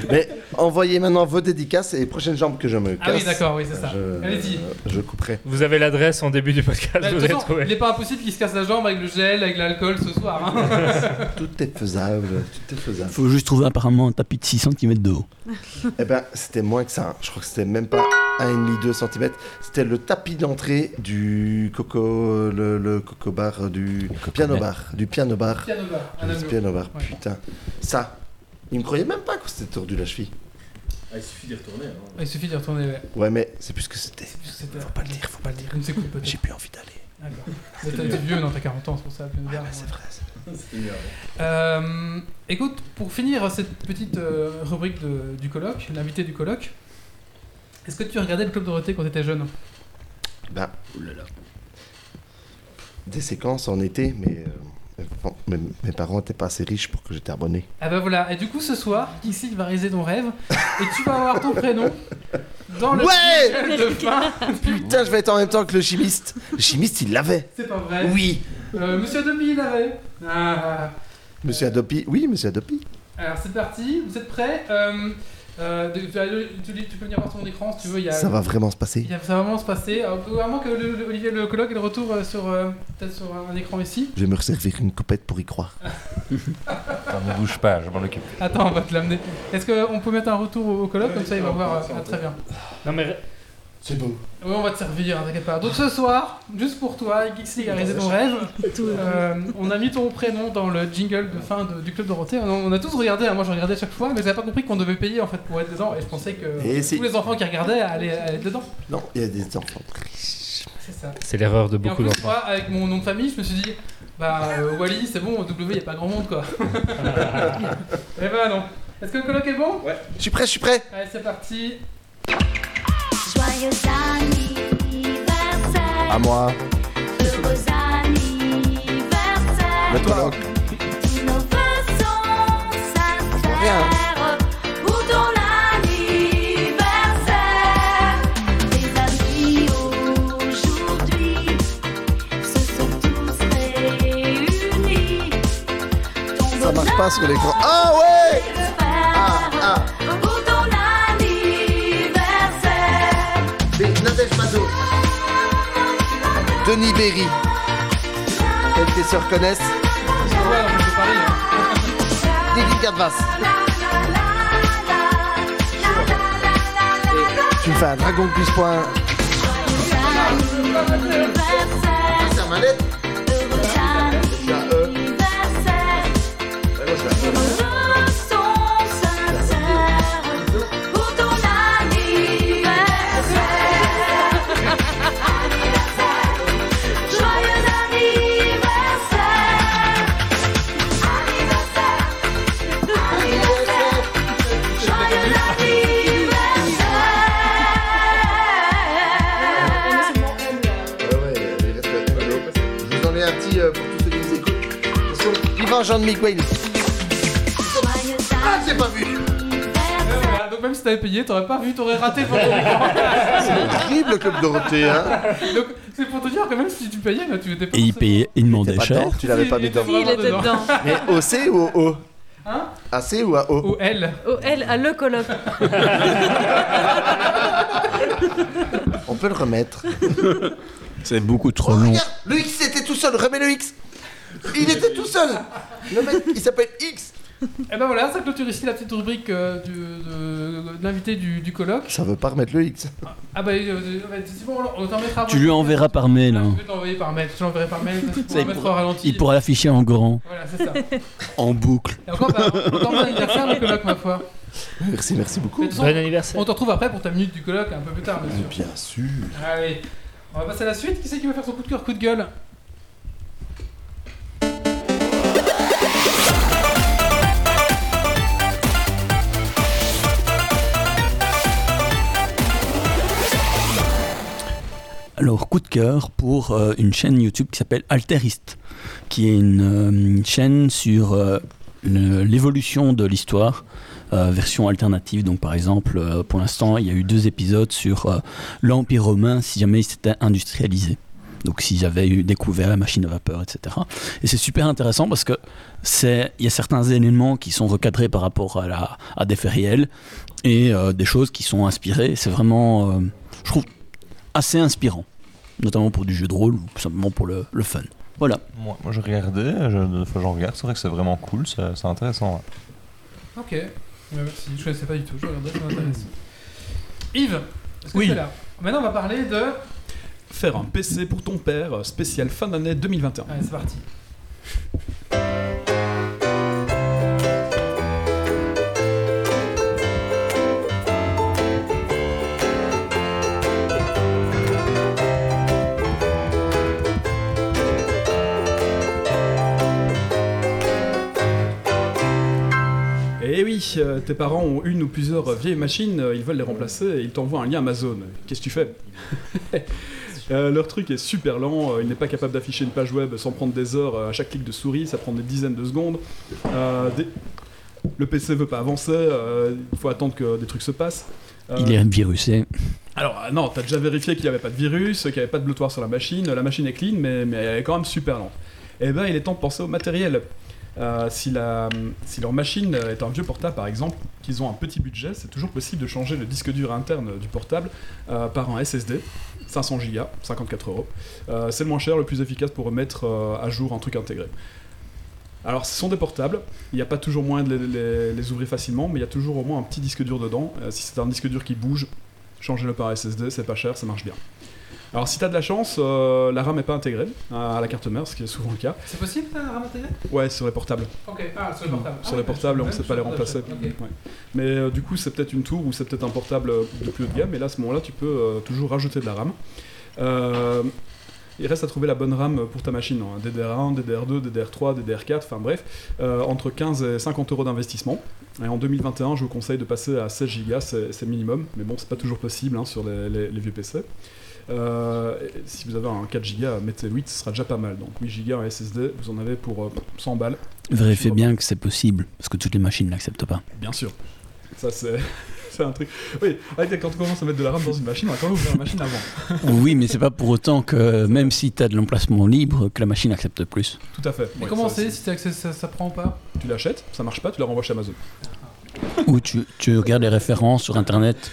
B: Mais envoyez maintenant vos dédicaces et les prochaines jambes que je me casse. Euh,
A: Ah oui, d'accord, oui, c'est ça.
B: je-
A: Allez-y.
B: Je couperai.
F: Vous avez l'adresse en début du podcast,
A: Bah, de
F: vous
A: toute
F: avez
A: façon,
F: trouvé.
A: il n'est pas impossible qu'il se casse la jambe avec le gel, avec l'alcool ce soir. hein.
B: Tout est faisable. Tout est faisable.
D: Faut juste trouver apparemment un tapis de 6 cm de haut.
B: Eh ben, c'était moins que ça. hein. Je crois que c'était même pas 1,5-2 cm. C'était le tapis d'entrée du coco, le, le coco bar, du piano bar. Du piano bar.
A: Piano bar, un
B: Du
A: amigo.
B: piano bar,
A: Ouais.
B: putain. Ça, il me croyait même pas que c'était tordu la cheville.
I: il suffit d'y retourner.
A: Il suffit d'y retourner, ouais.
B: Ouais, mais c'est plus ce que c'était.
A: Faut pas le dire, faut pas le dire. Il nous écoute peut-être. J'ai
B: plus envie d'aller.
A: D'accord. Mais T'es t'es vieux, non, t'as 40 ans, c'est pour ça. plus tard, ouais. Euh, écoute, pour finir cette petite euh, rubrique de- du colloque, l'invité du colloque, est-ce que tu regardais le Club Dorothée quand t'étais jeune
B: Ben, Des séquences en été, mais euh, bon, mes, mes parents étaient pas assez riches pour que j'étais abonné.
A: Ah bah voilà, et du coup ce soir, ici va réaliser ton rêve, et tu vas avoir ton prénom dans le
B: Ouais
A: jingle de fin.
B: Putain, je vais être en même temps que le chimiste. Le chimiste, il l'avait.
A: C'est pas vrai
B: Oui.
A: Euh, Monsieur Demi, il avait. Ah.
B: Monsieur Adopi, oui, monsieur Adopi.
A: Alors c'est parti, vous êtes prêts Euh, euh, de- de- tu, tu peux venir voir sur mon écran si tu veux. il Y a,
B: Ça va vraiment se passer.
A: il y a- ça va vraiment se passer. Alors, Vraiment que le, le- Olivier le colloque est de retour euh, sur euh, peut-être sur un écran ici.
B: Je vais me resservir une coupette pour y croire.
G: ne bouge pas, je m'en occupe.
A: Attends, on va te l'amener. Est-ce qu'on peut mettre un retour au, au colloque comme ça il va voir euh, ah, très bien.
F: Non mais...
B: C'est beau.
A: Oui, on va te servir, hein, t'inquiète pas. Donc ce soir, juste pour toi, Geeksy a réalisé ton rêve. Euh, on a mis ton prénom dans le jingle de fin de- du Club Dorothée. On, on a tous regardé, hein, moi je regardais à chaque fois, mais j'avais pas compris qu'on devait payer en fait pour être dedans. Et je pensais que
B: Et
A: tous
B: si.
A: les enfants qui regardaient allaient, allaient être dedans.
B: Non, il y a des enfants riches.
A: C'est ça.
F: C'est l'erreur de
A: Et en
F: beaucoup
A: plus,
F: d'enfants.
A: moi, avec mon nom de famille, je me suis dit, bah euh, Wally, c'est bon, W, y a pas grand monde quoi. Eh ben non. Est-ce que le colloque est bon
I: Ouais.
B: Je suis prêt, je suis prêt.
A: Allez, c'est parti.
M: Joyeux anniversaire,
B: À moi.
M: heureux anniversaire.
B: Mais toi,
M: Tous nos vœux sont sincères pour ton anniversaire. Des amis au jour
B: pas sur l'écran. Ah ouais Ah,
M: Pour ton anniversaire.
K: Nadège Mazo.
B: Denis Berry.
K: Quelques se reconnaissent.
B: David Gadvas. Tu me fais un dragon de plus point.
K: Sa manette.
B: Je vous en ai un petit euh, pour tous ceux qui nous écoutent. Attention, Yvan Jean de Miguel.
M: Ah,
K: j'ai pas vu.
A: Voilà, donc même si t'avais payé, t'aurais pas vu, t'aurais raté pour ton écran.
B: Horrible le club Dorothée, hein
A: Donc c'est pour te dire que même si tu payais, là, tu étais pas.
D: Et il payait, il demandait
B: pas
D: cher.
B: dedans, tu l'avais pas mis dedans.
A: Si, il était dedans.
B: Mais au C ou au O
A: Hein
B: À C ou à O
A: Au L.
J: Oh, elle, à le colloque.
B: On peut le remettre.
D: C'est beaucoup trop long.
B: Le X était tout seul, remets le X Il était tout seul Le mec, il s'appelle X
A: Et ben voilà, ça clôture ici la petite rubrique euh, du- de, de l'invité du, du colloque.
B: Ça veut pas remettre le X.
A: Ah bah, euh, euh, c'est bon, on t'en mettra.
D: Tu lui enverras par mail. hein.
A: Je vais t'envoyer par mail, je t'enverrai par mail, ça, tu
D: Ça,
A: pourras
D: il,
A: mettre
D: pourra-
A: au ralenti.
D: il pourra l'afficher en grand,
A: Voilà, c'est ça.
D: en boucle.
A: Et encore, bah, on t'en anniversaire, le colloque, ma foi.
B: Merci, merci beaucoup.
A: Mais de toute façon, On te retrouve après pour ta minute du colloque, un peu plus tard, bien sûr.
B: Bien sûr.
A: Allez, on va passer à la suite. Qui c'est qui va faire son coup de cœur, coup de gueule
D: Alors, coup de cœur pour euh, une chaîne YouTube qui s'appelle Altériste, qui est une, euh, une chaîne sur euh, le- l'évolution de l'histoire, euh, version alternative. Donc, par exemple, euh, pour l'instant, il y a eu deux épisodes sur euh, l'Empire romain, si jamais il s'était industrialisé. Donc, s'ils avaient eu découvert la machine à vapeur, etc. Et c'est super intéressant parce que c'est, il y a certains éléments qui sont recadrés par rapport à, la, à des faits réels et euh, des choses qui sont inspirées. C'est vraiment, euh, je trouve, assez inspirant, notamment pour du jeu de rôle ou simplement pour le, le fun.
G: Euh.
D: Voilà.
G: Moi, moi, je regardais, je, enfin, j'en regarde, c'est vrai que c'est vraiment cool, c'est c'est intéressant. hein. ouais.
A: Ok. Ouais, Merci, je connaissais pas du tout, je regardais, ça m'intéresse. Yves, est-ce que
E: Hmm. Oui.
A: tu es là Maintenant, on va parler de. Allez,
E: Faire un PC pour ton père, euh, spécial fin d'année 2021.
A: c'est parti.
E: Eh oui, euh, tes parents ont une ou plusieurs vieilles machines, euh, ils veulent les remplacer et ils t'envoient un lien Amazon. Qu'est-ce que tu fais Euh, Leur truc est super lent, euh, il n'est pas capable d'afficher une page web sans prendre des heures euh, à chaque clic de souris, ça prend des dizaines de secondes. Euh, des- Le PC veut pas avancer, euh, il faut attendre que des trucs se passent. Euh,
D: Il est virusé.
E: alors euh, non, t'as déjà vérifié qu'il n'y avait pas de virus, qu'il n'y avait pas de Bluetooth sur la machine, la machine est clean, mais, mais elle est quand même super lente. Eh ben, il est temps de penser au matériel. Euh, si, la- si leur machine est un vieux portable par exemple, qu'ils ont un petit budget, c'est toujours possible de changer le disque dur interne du portable euh, par un SSD, 500 Go, 54 euros. Euh, C'est le moins cher, le plus efficace pour remettre euh, à jour un truc intégré. Alors, ce sont des portables. Il n'y a pas toujours moyen de les, les- les ouvrir facilement, mais il y a toujours au moins un petit disque dur dedans. Euh, si c'est un disque dur qui bouge, changez-le par SSD, c'est pas cher, ça marche bien. Alors, si t'as de la chance, euh, la RAM n'est pas intégrée euh, à la carte mère, ce qui est souvent le cas.
A: C'est possible, ça, un matériel
E: Ouais, sur les portables.
A: Ok, ah, sur les portables.
E: Hmm. Sur
A: Ah,
E: les
A: ouais,
E: portables, on
A: même
E: sait
A: sur
E: pas les
A: le-
E: remplacer.
A: ok.
E: Ouais. Mais euh, du coup, c'est peut-être une tour ou c'est peut-être un portable euh, de plus haut de gamme. Et là, à ce moment-là, tu peux euh, toujours rajouter de la RAM. Euh, il reste à trouver la bonne RAM pour ta machine. hein. DDR1, DDR2, DDR3, DDR4, enfin bref, euh, entre 15 et 50 euros d'investissement. Et en 2021, je vous conseille de passer à 16 Go, c'est c'est minimum, mais bon, c'est pas toujours possible hein, sur les, les- les vieux PC. Euh, et si vous avez un 4 Go, mettez 8, ce sera déjà pas mal. Donc 8 Go en SSD, vous en avez pour euh, 100 balles.
D: Vérifiez bien que c'est possible, parce que toutes les machines n'acceptent pas.
E: Bien sûr. Ça, c'est. C'est un truc. Oui, ouais, quand on commence à mettre de la rame dans une machine, on va quand même ouvrir la machine avant.
D: Oui, mais c'est pas pour autant que même si tu as de l'emplacement libre, que la machine accepte plus.
E: Tout à fait.
A: Mais
E: Ouais,
A: comment
E: ça,
A: c'est si t'as accès- ça, ça prend pas
E: Tu l'achètes, ça marche pas, tu la renvoies chez Amazon.
D: Ou tu, tu regardes les références sur Internet,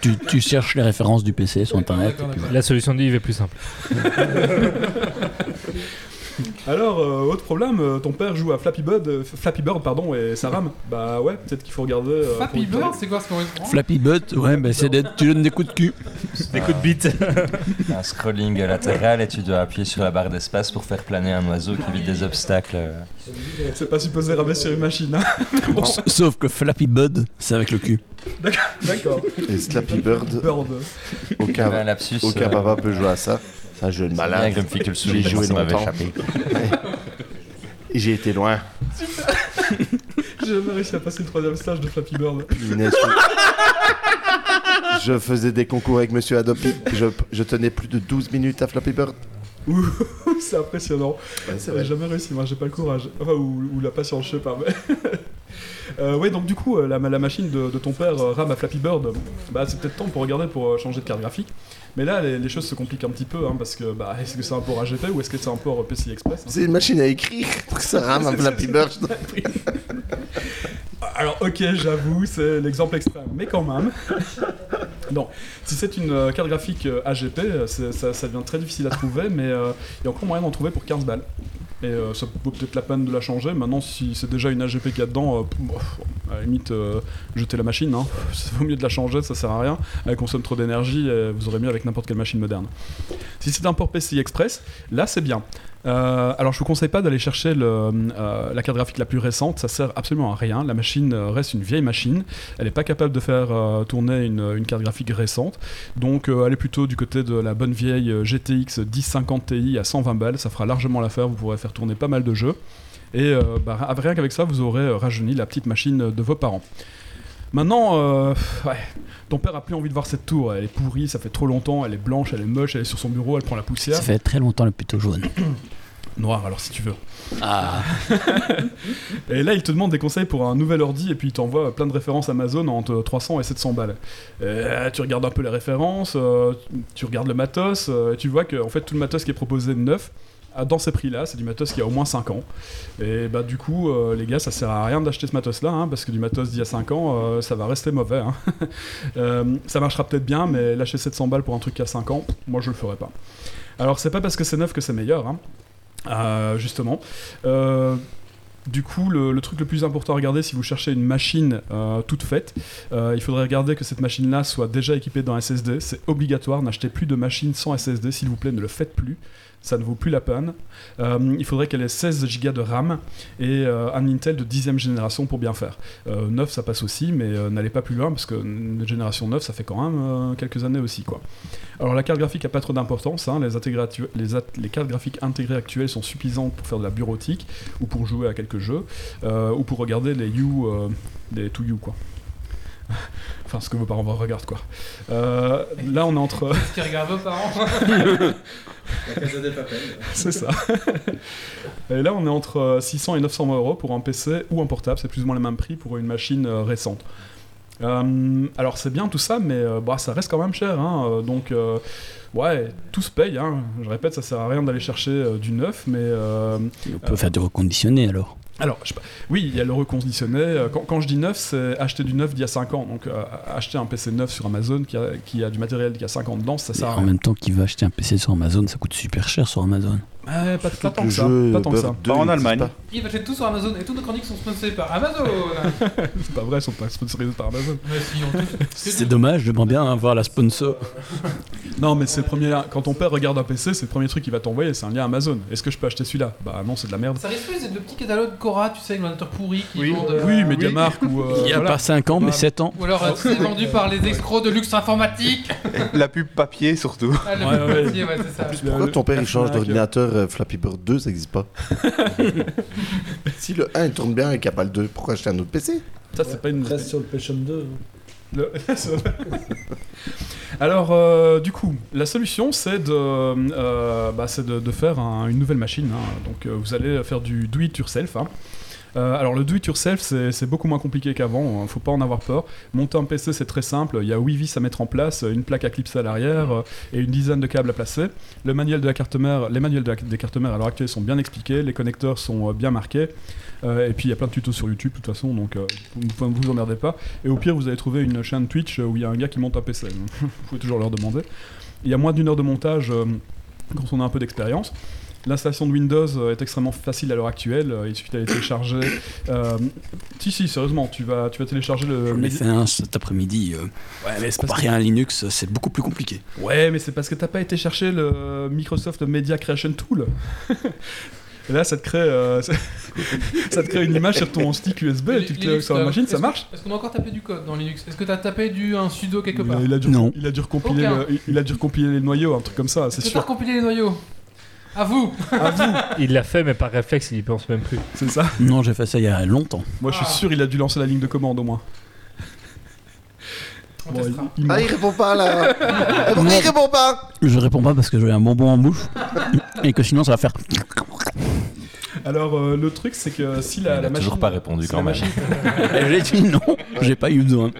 D: tu, tu cherches les références du PC sur Internet. et puis voilà.
F: La solution de Yves est plus simple.
E: Alors, euh, autre problème, euh, ton père joue à Flappy Bird, euh, Flappy Bird pardon, et ça rame. Bah ouais, peut-être qu'il faut regarder. euh,
A: Flappy
E: pour-
A: Bird, c'est quoi ce qu'on
D: Flappy Butt, ouais, bah, c'est d'être- tu donnes des coups de cul.
G: Des coups de bite. un scrolling latéral et tu dois appuyer sur la barre d'espace pour faire planer un oiseau qui évite des obstacles.
E: C'est pas supposé ramer sur une machine. hein. Mais bon,
D: S- Sauf que Flappy Bud, c'est avec le cul.
E: D'accord.
B: Et Slappy Bird.
E: Bird.
B: Aucun,
G: Un lapsus,
B: aucun
G: euh.
B: papa peut jouer à ça. C'est un jeu de
G: C'est
B: malade.
G: bien que Grumpy te le
B: J'ai
G: souligne,
B: joué
G: ça m'avait
B: longtemps.
G: échappé.
B: Ouais. Et J'ai été loin.
E: J'ai jamais réussi à passer le troisième stage de Flappy Bird.
B: Punaise, Je faisais des concours avec Monsieur Adopi. Je, je tenais plus de 12 minutes à Flappy Bird.
E: Ouh, c'est impressionnant.
B: c'est
E: J'aurais
B: vrai.
E: jamais réussi, moi j'ai pas le courage. Enfin, ou, ou la patience, je sais pas. mais- Euh, ouais, donc du coup, euh, la, la machine de, de ton père euh, rame à Flappy Bird, bah c'est peut-être temps pour regarder pour euh, changer de carte graphique. Mais là, les, les choses se compliquent un petit peu, hein, parce que bah, est-ce que c'est un port AGP ou est-ce que c'est un port euh, PCI Express hein
B: C'est une machine à écrire. Ça rame à Flappy Bird.
E: Alors, ok, j'avoue, c'est l'exemple extrême, mais quand même. Non, si c'est une euh, carte graphique euh, AGP, euh, c'est- ça, ça devient très difficile à trouver, mais euh, il y a encore moyen d'en trouver pour 15 balles. Et euh, ça vaut peut-être la peine de la changer. Maintenant, si c'est déjà une AGP qu'il y a dedans, euh, pff, à la limite, euh, jetez la machine. Hein. Ça vaut mieux de la changer, ça sert à rien. Elle consomme trop d'énergie, et vous aurez mieux avec n'importe quelle machine moderne. Si c'est un port PCI Express, là c'est bien. Euh, alors je vous conseille pas d'aller chercher le, euh, la carte graphique la plus récente, ça sert absolument à rien. La machine euh, reste une vieille machine, elle n'est pas capable de faire euh, tourner une, une carte graphique récente. Donc euh, allez plutôt du côté de la bonne vieille euh, GTX 1050 Ti à 120 balles, ça fera largement l'affaire, vous pourrez faire tourner pas mal de jeux. Et euh, bah, rien qu'avec ça, vous aurez euh, rajeuni la petite machine de vos parents. Maintenant, euh, ouais, ton père a plus envie de voir cette tour. Elle est pourrie, ça fait trop longtemps, elle est blanche, elle est moche, elle est sur son bureau, elle prend la poussière.
D: Ça fait très longtemps le plutôt jaune.
E: Noir, alors si tu veux. Ah Et là, il te demande des conseils pour un nouvel ordi et puis il t'envoie plein de références Amazon entre 300 et 700 balles. Euh, tu regardes un peu les références, euh, tu regardes le matos, euh, et tu vois que en fait tout le matos qui est proposé de neuf, ah, dans ces prix-là, c'est du matos qui a au moins 5 ans. Et bah du coup, euh, les gars, ça sert à rien d'acheter ce matos-là, hein, parce que du matos d'il y a 5 ans, euh, ça va rester mauvais. hein. Euh, ça marchera peut-être bien, mais lâcher 700 balles pour un truc qui a 5 ans, moi je le ferai pas. Alors c'est pas parce que c'est neuf que c'est meilleur, hein. Euh, justement. Euh, du coup, le, le truc le plus important à regarder si vous cherchez une machine euh, toute faite, euh, il faudrait regarder que cette machine-là soit déjà équipée d'un SSD. C'est obligatoire, n'achetez plus de machine sans SSD, s'il vous plaît, ne le faites plus. Ça ne vaut plus la peine. Euh, il faudrait qu'elle ait 16 Go de RAM et euh, un Intel de 10 génération pour bien faire. Euh, 9, ça passe aussi, mais euh, n'allez pas plus loin parce que une génération 9, ça fait quand même euh, quelques années aussi. quoi. Alors la carte graphique n'a pas trop d'importance, hein. les, intégrés actu- les, at- les cartes graphiques intégrées actuelles sont suffisantes pour faire de la bureautique, ou pour jouer à quelques jeux, euh, ou pour regarder les You, euh, les To You quoi. Enfin, ce que vos parents regardent quoi. Euh, là, on est entre.
A: Ce qui regarde vos parents.
E: La
A: Casa de Papel.
E: C'est ça. Et là, on est entre euh, 600 et 900 euros pour un PC ou un portable. C'est plus ou moins le même prix pour une machine euh, récente. Euh, alors c'est bien tout ça, mais euh, bah, ça reste quand même cher. hein, euh, donc euh, ouais, tout se paye. hein. Je répète, ça sert à rien d'aller chercher euh, du neuf, mais euh,
D: On peut faire du reconditionné alors.
E: alors, je sais pas. oui, il y a le reconditionné. Euh, Quand, quand je dis neuf, c'est acheter du neuf d'il y a 5 ans. Donc, euh, acheter un PC neuf sur Amazon qui a, qui a du matériel qui a 5 ans dedans, ça sert à
D: En
E: rien.
D: même temps qu'il va acheter un PC sur Amazon, ça coûte super cher sur Amazon.
E: Ouais, pas, pas tant
D: le
E: que ça.
D: jeu
E: Pas tant que
D: Bird
E: ça.
D: 2 Pas en existe Allemagne. pas.
A: Ils achètent tout sur Amazon et toutes nos chroniques sont sponsorisées par Amazon.
E: c'est pas vrai, ils sont pas sponsorisés par Amazon.
A: Ouais, si, en tout.
D: C'est dommage, j'aimerais bien avoir la sponsor.
E: Non, mais c'est le premier. lien. Quand ton père regarde un PC, c'est le premier truc qu'il va t'envoyer, c'est un lien Amazon. Est-ce que je peux acheter celui-là Bah non, c'est de la merde.
A: Ça risque plus d'être le petit catalogue Cora, tu sais, avec l'ordinateur pourri qui vend.
E: Oui, Mediamarkt ou. euh,
D: Il y a
E: voilà.
D: pas 5 ans, mais 7 ans.
A: Ou alors, euh, c'est
H: Oh.
A: vendu par les escrocs de luxe informatique.
N: La pub papier surtout.
A: Ah, le petit papier, ouais,
K: Ah,
A: c'est ça.
B: Pourquoi ton père il change
A: Fnac,
B: d'ordinateur euh, Flappy Bird 2 ça n'existe pas Si le 1 il tourne bien et qu'il n'y a pas le 2, pourquoi acheter un autre PC
E: Ça, c'est pas une.
O: Reste sur le PlayStation 2.
I: hein.
E: Le- Alors, euh, du coup, la solution, c'est de, euh, bah, c'est de, de faire un- une nouvelle machine. hein. Donc, euh, vous allez faire du do it yourself. hein. Euh, alors le do it yourself c'est c'est beaucoup moins compliqué qu'avant, hein, faut pas en avoir peur. Monter un PC c'est très simple, il y a 8 vis à mettre en place, une plaque à clipser à l'arrière euh, et une dizaine de câbles à placer. Le manuel de la carte mère, les manuels de la- des cartes mères à l'heure actuelle sont bien expliqués, les connecteurs sont euh, bien marqués. Euh, et puis il y a plein de tutos sur YouTube de toute façon, donc euh, vous vous vous emmerdez pas. Et au pire, vous allez trouver une chaîne Twitch euh, où il y a un gars qui monte un PC. donc vous pouvez toujours leur demander. Il y a moins d'une heure de montage euh, quand on a un peu d'expérience. L'installation de Windows euh, est extrêmement facile à l'heure actuelle. euh, Il suffit d'aller télécharger. euh, si, si, sérieusement, tu vas, tu vas télécharger le.
D: On fait un cet après-midi. euh, comparé à un Linux, euh, c'est beaucoup plus compliqué.
E: Ouais, mais c'est parce que t'as pas été chercher le Microsoft Media Creation Tool. Et là, ça te crée, euh, ça ça te crée une image sur ton stick USB, et tu te
A: Linux,
E: sur la
A: euh,
E: machine, ça
A: est-ce-
E: marche.
A: Est-ce qu'on a encore tapé du code dans Linux Est-ce que t'as tapé du, un sudo quelque part
E: Mais Il a dû,
D: Non.
E: il a dû recompiler,
A: Aucun.
E: le- il- il a dû recompiler les noyaux, un truc comme ça, c'est
A: Est-ce que
E: sûr.
A: t'as recompilé les noyaux À vous
F: Il l'a fait, mais par réflexe, il y pense même plus.
E: C'est ça
D: Non, j'ai fait ça il y a longtemps.
E: Moi, je suis sûr, il a dû lancer la ligne de commande au moins. Bon, il- il
B: Ah,
E: manque-
B: il répond pas là Eh, Pourquoi
D: Non.
B: il répond pas
D: Je réponds pas parce que j'ai un bonbon en bouche et que sinon ça va faire.
E: Alors, euh, le truc, c'est que si la,
G: Il
E: la
G: a
E: machine.
G: toujours pas répondu
E: si
G: quand
E: la
G: même.
E: machine-
D: J'ai dit non, j'ai pas eu besoin.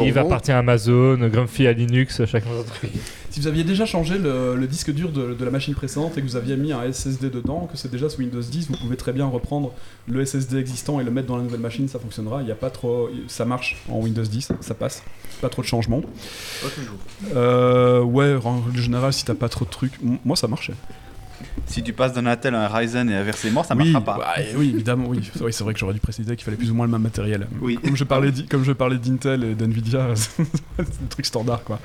F: Il va partir à Amazon, Grumpy à Linux, chacun son truc.
E: Si vous aviez déjà changé le, le disque dur de, de la machine précédente et que vous aviez mis un SSD dedans, que c'est déjà sous Windows 10, vous pouvez très bien reprendre le SSD existant et le mettre dans la nouvelle machine, ça fonctionnera. Il y a pas trop, ça marche en Windows 10, ça passe, pas trop de changements.
H: Pas toujours.
E: Euh, ouais, en général, si t'as pas trop de trucs, m- moi ça marchait.
K: Si tu passes d'un Intel à un Ryzen et inversement, ça
E: oui,
K: marchera pas.
E: bah, eh oui, évidemment, oui. C'est vrai, c'est vrai que j'aurais dû préciser qu'il fallait plus ou moins le même matériel.
K: Oui.
E: Comme je parlais, d'i- comme je parlais d'Intel et d'Nvidia, c'est un truc standard, quoi.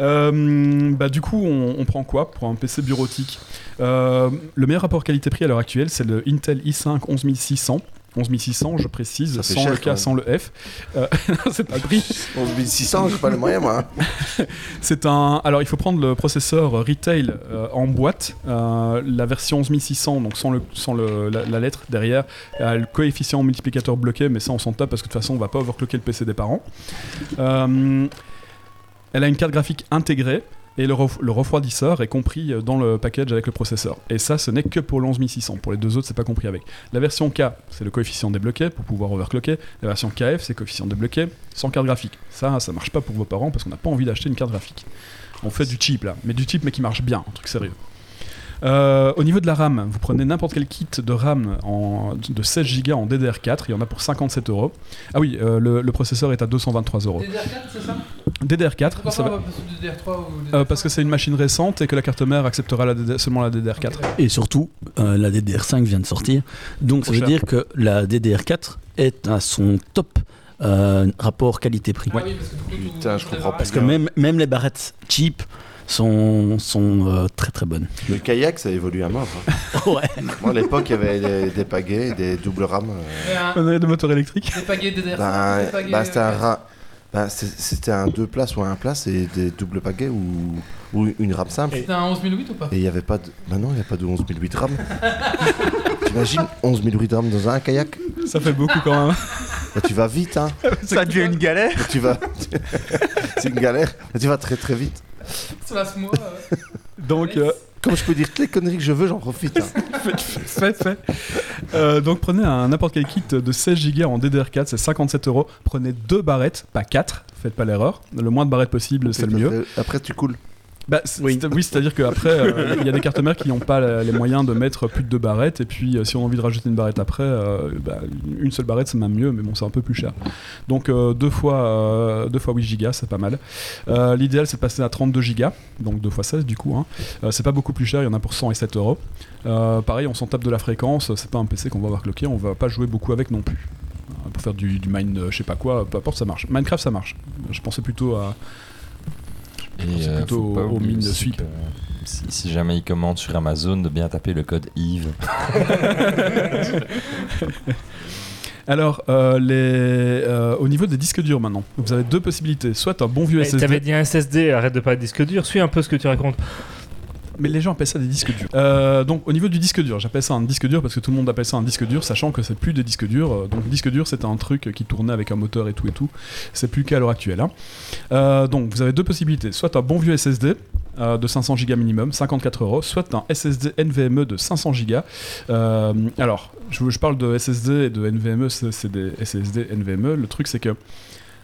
E: Euh, bah, du coup, on, on prend quoi pour un PC bureautique Euh, Le meilleur rapport qualité-prix à l'heure actuelle, c'est le Intel i5 11600. 11600, je précise,
B: Ça fait
E: sans
B: cher,
E: le
B: quand
E: K,
B: même.
E: sans le F. Euh, c'est pas le prix.
B: 11600, j'ai pas les moyens moi. hein.
E: C'est un. Alors, il faut prendre le processeur euh, retail euh, en boîte. Euh, la version 11600, donc sans, le, sans le, la, la lettre derrière, a le coefficient multiplicateur bloqué, mais ça, on s'en tape parce que de toute façon, on va pas overclocker le PC des parents. Euh, elle a une carte graphique intégrée. Et le, ref- le refroidisseur est compris euh, dans le package avec le processeur. Et ça, ce n'est que pour l'11600. Pour les deux autres, c'est pas compris avec. La version K, c'est le coefficient débloqué pour pouvoir overclocker. La version KF, c'est coefficient débloqué sans carte graphique. Ça, ça marche pas pour vos parents parce qu'on n'a pas envie d'acheter une carte graphique. On fait du cheap là, mais du cheap mais qui marche bien, un truc sérieux. Euh, au niveau de la RAM, vous prenez n'importe quel kit de RAM en- de 16 Go en DDR4, il y en a pour 57 euros. Ah oui, euh, le, le processeur est à 223 euros.
A: DDR4, c'est ça
E: DDR4,
A: Pourquoi
E: ça
A: pas
E: va-
A: on va passer du DDR3 ou DDR4
E: euh, parce que c'est une machine récente et que la carte mère acceptera la DDR seulement la DDR4.
D: Et surtout, euh, la DDR5 vient de sortir. Donc ça
E: Trop
D: veut
E: cher.
D: dire que la DDR4 est à son top euh, rapport qualité-prix.
B: Putain, je comprends pas.
D: Parce que même, même les barrettes cheap sont, sont euh, très très bonnes.
B: Le kayak, ça évolue à mort. hein.
D: ouais.
B: Moi, à l'époque, il y avait des, des pagaies, et des doubles rames. euh.
A: Mais un-
E: On a des moteurs électriques.
A: Des pagaies DDR5.
B: Ben,
A: des pagaies,
B: ben, c'était un
A: euh,
B: ra- ben, c'est- c'était un deux places ou un place et des doubles pagaies ou, ou une rame simple.
A: C'était un 11008 ou pas
B: Et il n'y avait pas de. Ben non, il n'y a pas de 11008 rames. T'imagines 11008 rames dans un kayak
E: Ça fait beaucoup quand même.
B: Ben, tu vas vite, hein. Bah,
K: Ça devient une galère.
B: Tu vas. c'est une galère. Ben, tu vas très très vite.
A: Cela se moi.
E: Donc, euh,
B: Comme je peux dire toutes les conneries que je veux, j'en profite. hein.
E: fait, fait. Euh, donc prenez un n'importe quel kit de 16 Go en DDR4, c'est 57 euros. Prenez deux barrettes, pas 4, faites pas l'erreur. Le moins de barrettes possible, c'est le mieux.
B: Après, tu coules.
E: Bah, c'est- c'est- oui, c'est-à-dire qu'après, euh, il y a des cartes mères qui n'ont pas la- les moyens de mettre plus de deux barrettes. Et puis, euh, si on a envie de rajouter une barrette après, euh, bah, une seule barrette, c'est même mieux, mais bon, c'est un peu plus cher. Donc, euh, deux, fois, euh, deux fois 8 gigas, c'est pas mal. Euh, L'idéal, c'est de passer à 32 gigas, donc deux fois 16 du coup. hein. Euh, c'est pas beaucoup plus cher, il y en a pour 100 et 7 euros. Euh, Pareil, on s'en tape de la fréquence, c'est pas un PC qu'on va avoir cloqué, on va pas jouer beaucoup avec non plus. Euh, Pour faire du, du mine, euh, je sais pas quoi, peu importe, ça marche. Minecraft, ça marche. Je pensais plutôt à. Je pensais
G: euh,
E: plutôt
G: faut pas
E: aux
G: oublier
E: mines de
G: aussi
E: sweep.
G: que Si, si jamais ils commandent sur Amazon, de bien taper le code Yves.
E: Alors, euh, les, euh, au niveau des disques durs maintenant, vous avez deux possibilités. Soit un bon vieux
F: Eh,
E: SSD.
F: T'avais dit un SSD, arrête de parler de disque dur, suis un peu ce que tu racontes.
E: Mais les gens appellent ça des disques durs. Euh, donc, au niveau du disque dur, j'appelle ça un disque dur parce que tout le monde appelle ça un disque dur, sachant que c'est plus des disques durs. Euh, Donc, disque dur, c'était un truc qui tournait avec un moteur et tout et tout. C'est plus qu'à l'heure actuelle. hein. Euh, donc, vous avez deux possibilités. Soit un bon vieux SSD, euh, de 500 Go minimum, 54 euros, soit un SSD NVMe E de 500 Go. Euh, alors, je, je parle de SSD et de NVMe, E, c'est c'est des SSD NVMe. E. Le truc, c'est que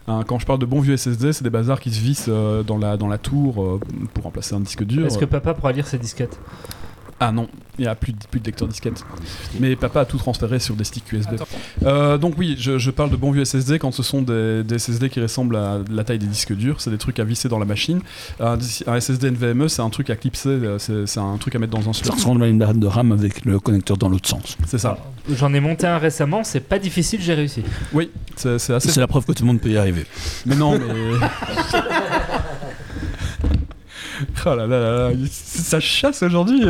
E: hein, quand je parle de bons vieux SSD, c'est des bazars qui se vissent euh, dans, la, dans la tour euh, pour remplacer un disque dur.
F: Est-ce que papa pourra lire ses disquettes
E: Ah non, il n'y a plus de, plus de lecteur disquette. Mais papa a tout transféré sur des sticks USB. Euh, donc oui, je, je parle de bons vieux SSD quand ce sont des, des SSD qui ressemblent à la taille des disques durs. C'est des trucs à visser dans la machine. Un, dis- un SSD NVMe, E, c'est un truc à clipser, euh, c'est c'est un truc à mettre dans un
D: Ça
E: slot.
D: ressemble à une barre de RAM avec le connecteur dans l'autre sens.
E: C'est ça.
F: J'en ai monté un récemment, c'est pas difficile, j'ai réussi.
E: Oui, c'est c'est assez.
D: C'est la preuve que tout le monde peut y arriver.
E: Mais non, mais. euh, Oh là là là là, il- ça chasse aujourd'hui.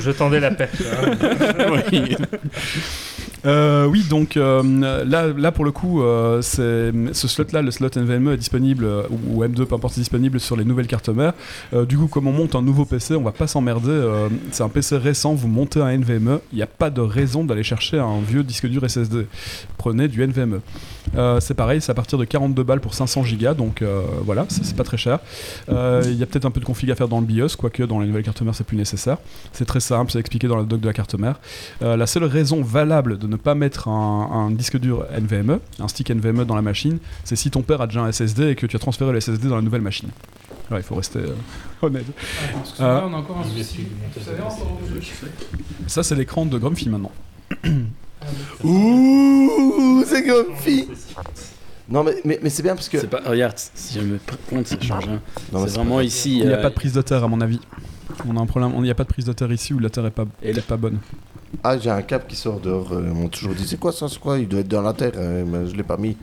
F: Je tendais la perche.
E: oui. Euh, oui, donc euh, là, là pour le coup, euh, c'est- ce slot-là, le slot NVMe est disponible, euh, ou, ou M2, peu importe, est disponible sur les nouvelles cartes mères. Euh, du coup, comme on monte un nouveau PC, on va pas s'emmerder. euh, c'est un PC récent, vous montez un NVMe, E, il n'y a pas de raison d'aller chercher un vieux disque dur SSD. Prenez du NVMe. Euh, c'est pareil, c'est à partir de 42 balles pour 500 gigas, donc euh, voilà, c'est c'est pas très cher. Euh, Il y a peut-être un peu de config à faire dans le BIOS, quoique dans les nouvelles cartes mères c'est plus nécessaire. C'est très simple, c'est expliqué dans la doc de la carte mère. Euh, la seule raison valable de ne pas mettre un, un disque dur NVMe, E, un stick NVMe dans la machine, c'est si ton père a déjà un SSD et que tu as transféré le SSD dans la nouvelle machine. Alors il faut rester euh, honnête.
A: Là,
E: Euh,
A: on a encore un souci. Vous savez encore où je-
E: ça c'est l'écran de Grumpy maintenant.
B: Ouh, c'est Grumpy Non, mais, mais, mais c'est bien parce que.
D: C'est pas, regarde, si je me compte, ça change. rien.
B: Non, mais
D: c'est
B: c'est
D: vraiment
B: pas-
D: ici.
E: Il n'y a
D: euh,
E: pas de prise de terre à mon avis. On a un problème, il n'y a pas de prise de terre ici où la terre est pas, est pas bonne.
B: Ah, j'ai un câble qui sort dehors. euh, Ils m'ont toujours dit c'est quoi ça, c'est quoi Il doit être dans la terre, euh, mais je l'ai pas mis.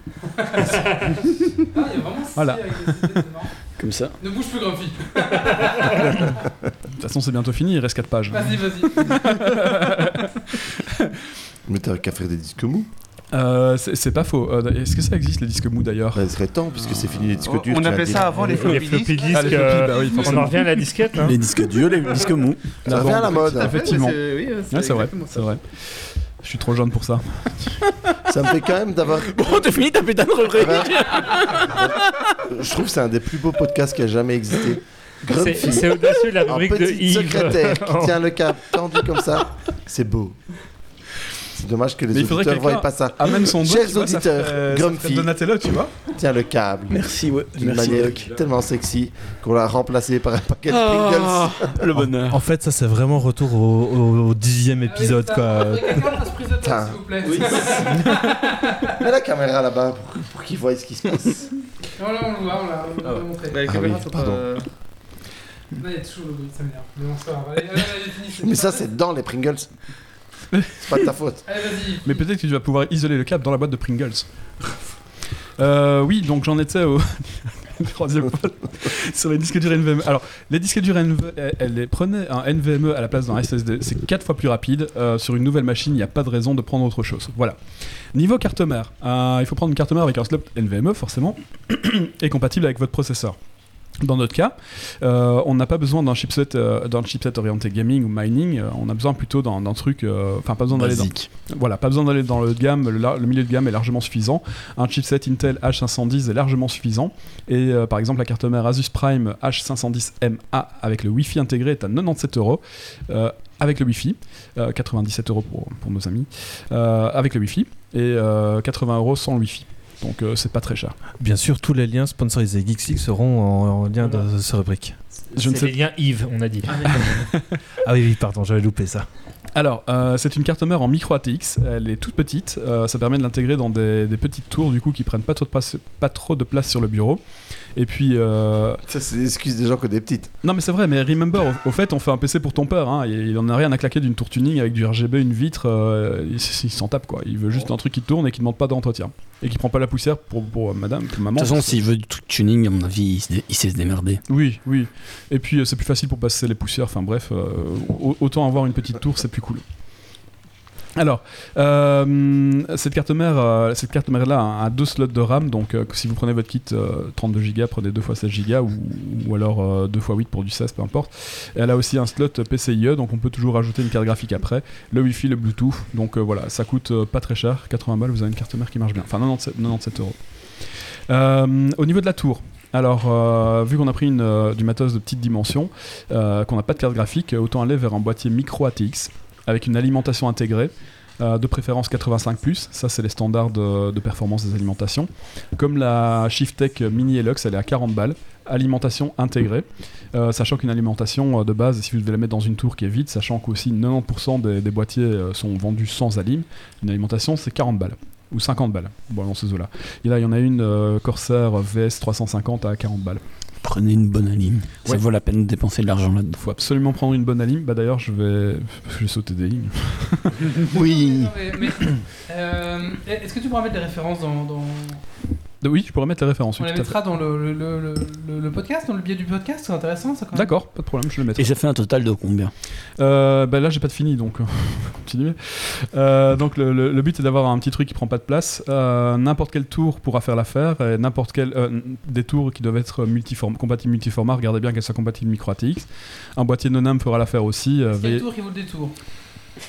E: Voilà.
D: Comme ça.
A: Ne bouge plus, Grumpy.
E: De toute façon, c'est bientôt fini, il reste 4 pages.
A: Vas-y, vas-y.
B: Mais t'as qu'à faire des disques mous.
E: Euh, c'est c'est pas faux. Euh, Est-ce que ça existe les disques mous d'ailleurs
B: Il serait temps puisque c'est fini les disques
E: On-
B: durs.
E: on
B: tu viens
E: appelait
B: de
E: ça
B: dire.
E: avant les floppy
F: Les floppy disques,
E: Ah, les floppy,
F: euh,
E: bah oui,
F: on
E: forcément.
F: en revient à la disquette. hein.
D: Les disques durs, les disques mous.
B: Ça revient à la mode.
E: Effectivement.
B: Tout à fait, mais c'est- oui, c'est
E: Ouais, c'est vrai.
B: exactement
E: C'est vrai. Je suis trop jeune pour ça.
B: Ça me fait quand même d'avoir.
D: Bon, t'as fini ta putain de rubrique
B: Je trouve que c'est un des plus beaux podcasts qui a jamais existé. Grumpy.
F: C'est- c'est audacieux, la
B: Un
F: rubrique de
B: petit
F: Yves.
B: secrétaire qui tient le câble tendu comme ça. C'est beau. C'est dommage que les
E: Mais il faudrait
B: auditeurs ne
E: quelqu'un
B: voient pas ça.
E: amène son doigt, tu
B: Chers
E: vois, ça
B: auditeurs,
E: ferait- ça ferait
B: Grumpy.
E: Donatello, tu vois.
B: Tiens le câble.
D: Merci, ouais.
B: D'une
D: Merci,
B: manière
D: Doc.
B: tellement sexy qu'on l'a remplacé par un paquet de
D: Ah,
B: Pringles.
D: le bonheur.
I: En fait, ça c'est vraiment retour au, au- au dixième épisode quoi.
B: Putain. Mets la caméra là-bas pour, pour qu'ils voient ce qui se passe.
A: Non, là, on le voit, on l'a on l'a montré.
B: Ah oui, pardon.
A: Là, il y a toujours le bruit, ça m'énerve. Mais bon, ça va. Allez, allez, allez, finissez.
B: Mais ça, c'est dans les Pringles. C'est pas de ta faute.
A: Allez, vas-y.
E: Mais peut-être que tu vas pouvoir isoler le câble dans la boîte de Pringles. Euh, oui, donc j'en étais au troisième point sur les disques durs NVMe. E. Alors, les disques durs NVMe, elle- elle les prenait hein, un NVMe E à la place d'un SSD. C'est quatre fois plus rapide. Euh, sur une nouvelle machine, il n'y a pas de raison de prendre autre chose. Voilà. Niveau carte mère, euh, il faut prendre une carte mère avec un slot NVMe, E, forcément, et compatible avec votre processeur. Dans notre cas, euh, on n'a pas besoin d'un chipset, euh, d'un chipset orienté gaming ou mining. euh, on a besoin plutôt d'un d'un truc, euh, enfin pas besoin d'aller dans,
D: Basique.
E: voilà, pas besoin d'aller dans le haut de gamme. Le, lar- le milieu de gamme est largement suffisant. Un chipset Intel H510 est largement suffisant. Et euh, par exemple, la carte mère Asus Prime H510MA avec le Wi-Fi intégré est à 97 euros. euh, avec le Wi-Fi, euh, 97 euros pour, pour nos amis, euh, avec le Wi-Fi, et euh, 80 euros sans le Wi-Fi. Donc euh, c'est pas très cher.
I: Bien sûr, tous les liens sponsorisés Geeksy seront en, en lien dans ce rubrique.
E: Je ne
F: C'est
E: sais-
F: les liens Yves, on a dit.
I: Ah oui, oui, pardon, j'avais loupé ça.
E: Alors, euh, c'est une carte mère en micro ATX. Elle est toute petite. euh, ça permet de l'intégrer dans des, des petites tours, du coup, qui prennent pas trop de place, pas trop de place sur le bureau. Et puis. euh,
B: Ça, c'est l'excuse des gens que des petites.
E: Non, mais c'est vrai, mais remember, au, au fait, on fait un PC pour ton père. hein, et il en a rien à claquer d'une tour tuning avec du RGB, une vitre. euh, il s- il s'en tape, quoi. Il veut
D: Oh.
E: juste un truc qui tourne et qui demande pas d'entretien. Et qui prend pas la poussière pour, pour, euh, madame, pour
D: De
E: maman.
D: toute façon,
E: parce que-
D: s'il veut du truc tuning, à mon avis, il se dé- il sait se démerder.
E: Oui, oui. Et puis, euh, c'est plus facile pour passer les poussières. Enfin, bref, euh, au- autant avoir une petite tour, c'est plus cool. Alors, euh, cette carte mère, euh, cette carte mère là a deux slots de RAM, donc euh, si vous prenez votre kit euh, 32 Go, prenez 2 x 16 Go ou, ou alors euh, 2 x 8 pour du 16, peu importe. Elle a aussi un slot PCIe, E, donc on peut toujours ajouter une carte graphique après, le Wi-Fi, le Bluetooth. Donc euh, voilà, ça coûte euh, pas très cher, 80 balles, vous avez une carte mère qui marche bien, enfin 97, 97 euros. Euh, au niveau de la tour, Alors, euh, vu qu'on a pris une, euh, du matos de petite dimension, euh, qu'on n'a pas de carte graphique, autant aller vers un boîtier micro ATX avec une alimentation intégrée. euh, de préférence 85 ça c'est les standards de, de performance des alimentations. Comme la Shift Tech Mini Helux, elle est à 40 balles, alimentation intégrée, Euh, sachant qu'une alimentation euh, de base, si vous devez la mettre dans une tour qui est vide, sachant qu'aussi 90% des, des boîtiers euh, sont vendus sans alim, une alimentation c'est 40 balles ou 50 balles, bon, dans ces eaux-là. Et là, il y en a une euh, Corsair VS 350 à 40 balles.
D: Prenez une bonne anime. Ça
E: Ouais.
D: vaut la peine de dépenser de l'argent là-dedans.
E: Faut absolument prendre une bonne anime. Bah d'ailleurs, je vais, je vais sauter des lignes.
D: Oui.
A: Non, mais- mais, euh, Est-ce que tu pourras mettre des références dans. dans-
E: Oui, je pourrais mettre les références.
A: On
E: oui,
A: les
E: tout à
A: mettra dans le, le- le- le- le podcast, dans le biais du podcast, c'est intéressant ça quand
E: fait.
A: même.
E: D'accord, pas de problème, je le mettrai.
D: Et ça fait un total de combien
E: Euh, bah là, j'ai pas de fini, donc continuez. Euh, donc le, le- le but est d'avoir un petit truc qui prend pas de place. Euh, n'importe quel tour pourra faire l'affaire, et n'importe quel euh, n- des tours qui doivent être multiform- compatibles multiformat. Regardez bien qu'elles soient compatibles micro ATX. Un boîtier non fera l'affaire aussi. euh,
A: Il y a
E: veillez-
A: le tour qui vaut le détour.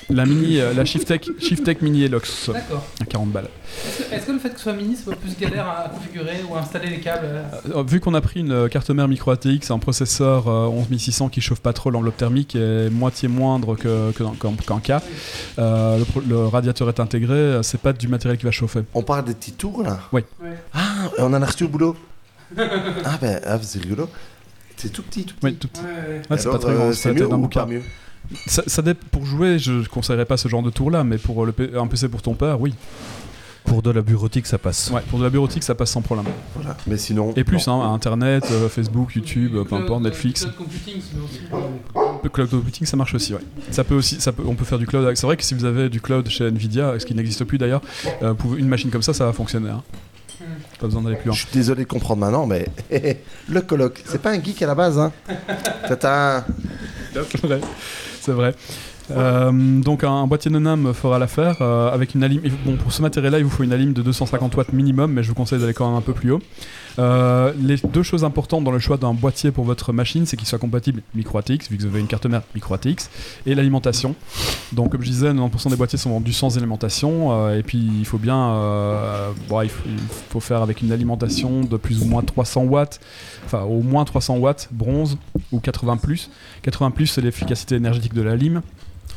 E: La mini, euh, la Shift Tech, Shift Tech Mini Elox.
A: D'accord.
E: À 40 balles.
A: Est-ce que, est-ce que le fait que ce soit mini, c'est pas plus galère à configurer ou à installer les câbles euh,
E: Euh, Vu qu'on a pris une euh, carte mère micro ATX, un processeur euh, 11600 qui chauffe pas trop l'enveloppe thermique et moitié moindre que- que dans- qu'en qu'en K, euh, le, pro- le radiateur est intégré, euh, c'est pas du matériel qui va chauffer.
B: On parle des petits tours là
E: Oui.
B: Ah, on en a reçu au boulot. ah ben, ah, c'est rigolo. C'est tout petit, tout petit.
E: Oui, tout petit. Ouais, c'est
B: Alors,
E: pas très
B: euh,
E: grand,
B: c'est
E: la tête
B: mieux
E: d'un
B: ou
E: bouquin.
B: pas mieux
E: Ça, ça dé- pour jouer, je conseillerais pas ce genre de tour là, mais pour euh, le P- un PC pour ton père, oui.
O: Pour de la bureautique, ça passe.
E: Ouais, pour de la bureautique, ça passe sans problème.
B: Voilà. Mais sinon.
E: Et plus, hein, Internet, euh, Facebook, YouTube, euh, peu importe, Netflix.
A: Cloud computing, sinon aussi. euh,
E: Le cloud computing, ça marche aussi, ouais. Ça peut aussi, ça peut- on peut faire du cloud. avec- C'est vrai que si vous avez du cloud chez Nvidia, ce qui n'existe plus d'ailleurs, euh, pour une machine comme ça, ça va fonctionner. hein.
A: Hmm.
E: Pas besoin d'aller plus loin.
B: Je suis désolé de comprendre maintenant, mais le colloque, c'est pas un geek à la base, hein. C'est un.
E: C'est vrai. C'est vrai. Euh, donc un boîtier Nonam fera l'affaire euh, avec une alim. Bon pour ce matériel-là, il vous faut une alim de 250 watts minimum, mais je vous conseille d'aller quand même un peu plus haut. Euh, les deux choses importantes dans le choix d'un boîtier pour votre machine, c'est qu'il soit compatible micro ATX, vu que vous avez une carte mère micro ATX, et l'alimentation. Donc comme je disais, 90% des boîtiers sont vendus sans alimentation, euh, et puis il faut bien, euh, bon, il, faut, il faut faire avec une alimentation de plus ou moins 300 watts, enfin au moins 300 watts bronze ou 80 plus. 80 plus, c'est l'efficacité énergétique de la lime.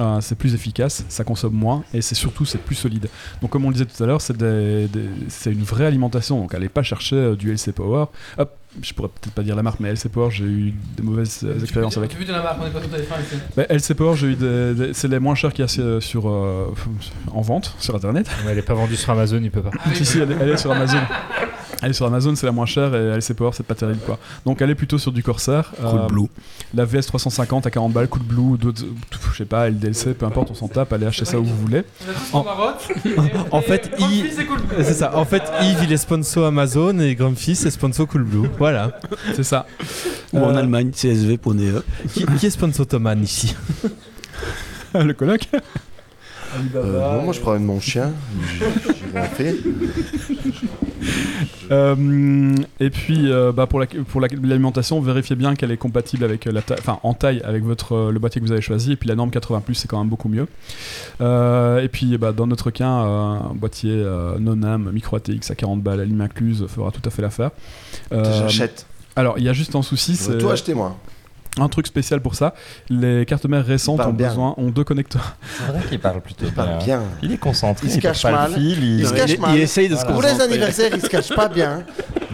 E: Euh, c'est plus efficace, ça consomme moins et c'est surtout c'est plus solide. Donc comme on le disait tout à l'heure, c'est des- des- c'est une vraie alimentation. Donc allez pas chercher euh, du LC Power. Hop, je pourrais peut-être pas dire la marque, mais LC Power, j'ai eu des mauvaises euh, expériences avec.
A: Tu veux de la marque, on est pas tout à fait fin avec ça.
E: Bah, LC Power, j'ai eu des, des- c'est les moins chers qu'il y a sur, sur, euh, en vente sur internet.
F: elle est pas vendue sur Amazon, il peut pas.
E: si, si, elle, est- elle est sur Amazon. Elle est sur Amazon, c'est la moins chère et LC Power, c'est pas terrible quoi. Donc elle est plutôt sur du Corsair. euh,
D: Cool Blue.
E: La VS 350 à 40 balles, Cool Blue, d'autres- tout, je sais pas, LDLC, peu importe, on s'en tape, allez acheter ça où vous voulez.
A: On marotte.
O: En fait, il...
A: c'est cool.
O: c'est ça. En fait, Yves, il est sponsor Amazon et Grumpy, c'est sponsor Cool Blue. Voilà. Euh,
E: C'est ça.
D: Ou en Allemagne,
E: E.
D: csv.de.
O: Qui, qui est sponsor Thoman ici
E: Le coloc
B: Euh, non, moi, je promène mon chien. J'ai rien fait.
E: Euh, et puis, euh, bah, pour la- pour la- l'alimentation, vérifiez bien qu'elle est compatible avec euh, la taille, enfin en taille avec votre euh, le boîtier que vous avez choisi. Et puis la norme 80 c'est quand même beaucoup mieux. Euh, et puis, bah, dans notre cas, euh, un boîtier euh, non-am micro ATX à 40 balles, la lime incluse, fera tout à fait l'affaire. Euh,
B: J'achète.
E: Alors, il y a juste un souci,
B: Je vais
E: c'est
B: tout acheter, moi.
E: Un truc spécial pour ça. Les cartes mères récentes
B: parle
E: ont
B: bien.
E: besoin, ont deux connecteurs.
G: C'est vrai qu'il parle plutôt
B: parle bien.
G: Euh, Il est concentré,
B: Il se
G: il
B: cache
G: cache pas
B: mal.
G: le fil. Il,
B: Il se cache Il- mal. il essaye de se Pour les concentrer. anniversaires, il se cache pas bien.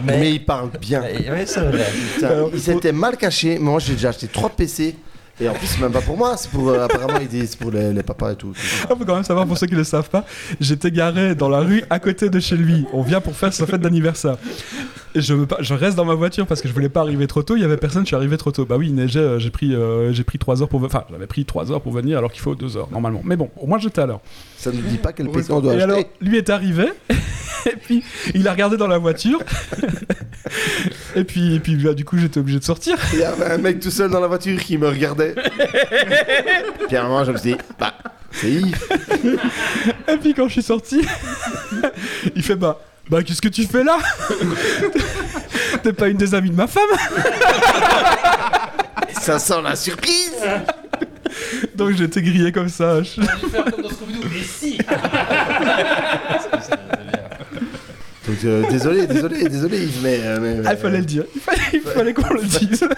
B: Mais, Eh, il parle bien.
G: Oui, c'est vrai.
B: Putain, il s'était mal caché. Moi, j'ai déjà acheté 3 PC. Et en plus, c'est même pas pour moi. C'est pour, euh, apparemment, ils disent, c'est pour les, les papas et tout.
E: Il faut quand même savoir pour ceux qui le savent pas, j'étais garé dans la rue à côté de chez lui. On vient pour faire sa fête d'anniversaire. Et je, me pa- je reste dans ma voiture parce que je voulais pas arriver trop tôt. Il y avait personne, je suis arrivé trop tôt. Bah oui, il neigeait, euh, j'ai pris, euh, j'ai pris 3 heures pour venir. Enfin, j'avais pris 3 heures pour venir alors qu'il faut 2 heures normalement. Mais bon, au moins j'étais à l'heure.
B: Ça ne dit pas quel PC on doit
E: Et
B: acheter.
E: alors, lui est arrivé. et puis, il a regardé dans la voiture. et puis, et puis bah, du coup, j'étais obligé de sortir.
B: Il y avait un mec tout seul dans la voiture qui me regardait. Puis à un moment, je me suis dit, bah, c'est Yves.
E: Et puis quand je suis sorti, il fait bah, bah qu'est-ce que tu fais là T'es pas une des amies de ma femme
B: Ça sent la surprise
E: Donc j'étais grillé comme ça. Je-
A: Faire comme dans Scooby-Doo. Mais si
B: Donc euh, désolé, désolé, désolé, Yves, mais. euh, mais-
E: Ah, il fallait le dire. Il fallait, il fallait qu'on le dise.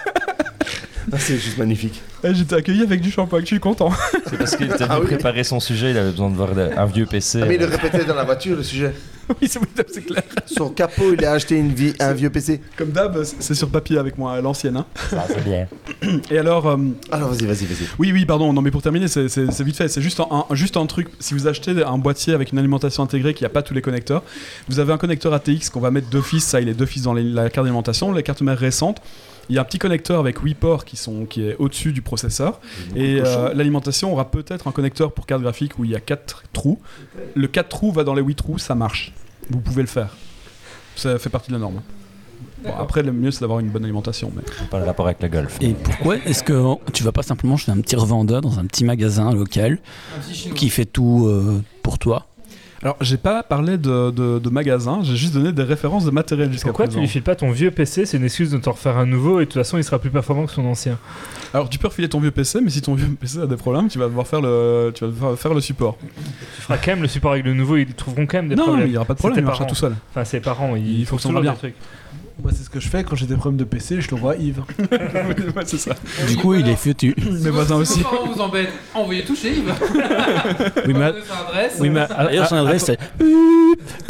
B: Ah, c'est juste magnifique.
E: Ah, J'étais accueilli avec du shampoing, je suis content.
G: C'est parce qu'il était venu
B: Ah oui.
G: préparer son sujet, il avait besoin de voir de- un vieux euh, PC.
B: Ah, mais il le répétait dans la voiture, le sujet.
E: Oui, c'est clair.
B: Son capot, il a acheté une vie, un vieux PC.
E: Comme d'hab, c'est sur papier avec moi, à l'ancienne. Hein.
G: Ça, c'est bien.
E: Et alors. euh,
B: Alors, vas-y, vas-y, vas-y.
E: Oui, oui, pardon. Non, mais pour terminer, c'est- c'est c'est vite fait. C'est juste un, un- juste un truc. Si vous achetez un boîtier avec une alimentation intégrée qui n'a pas tous les connecteurs, vous avez un connecteur ATX qu'on va mettre d'office. Ça, il est d'office dans les- la carte d'alimentation. Les cartes mères récentes, il y a un petit connecteur avec 8 ports qui, sont, qui est au-dessus du processeur.
B: Mmh.
E: Et euh, l'alimentation aura peut-être un connecteur pour carte graphique où il y a 4 trous. Le 4 trous va dans les 8 trous, ça marche. Vous pouvez le faire. Ça fait partie de la norme. Bon, après, le mieux, c'est d'avoir une bonne alimentation. Mais...
G: Pas le rapport avec le golf.
D: Et pourquoi est-ce que tu vas pas simplement chez un petit revendeur dans un petit magasin local qui fait tout euh, pour toi
E: Alors, j'ai pas parlé de, de, de magasin, j'ai juste donné des références de matériel jusqu'à
F: Pourquoi
E: présent.
F: tu lui files pas ton vieux PC C'est une excuse de t'en refaire un nouveau et de toute façon il sera plus performant que son ancien.
E: Alors, tu peux refiler ton vieux PC, mais si ton vieux PC a des problèmes, tu vas devoir faire le, tu vas devoir faire le support.
F: Tu feras quand même le support avec le nouveau, ils trouveront quand même des
E: Non,
F: problèmes.
E: mais il y aura pas de
F: C'est
E: problème,
F: tes
E: il marchera
F: parents.
E: tout seul.
F: Enfin, ses parents, ils
E: Il
F: font
E: fonctionnera
F: toujours des
E: bien.
F: trucs.
I: Moi, c'est ce que je fais quand j'ai des problèmes de PC, je l'envoie à Yves.
E: ouais, c'est ça.
D: Du coup, il est foutu.
E: Mes voisins
A: Si
E: aussi.
A: vos parents vous embêtent, envoyez tout chez Yves.
O: Oui, mais-
A: Donnez sa adresse.
O: Oui, mais-
D: D'ailleurs, son
O: Ah,
D: adresse,
O: ah,
D: c'est.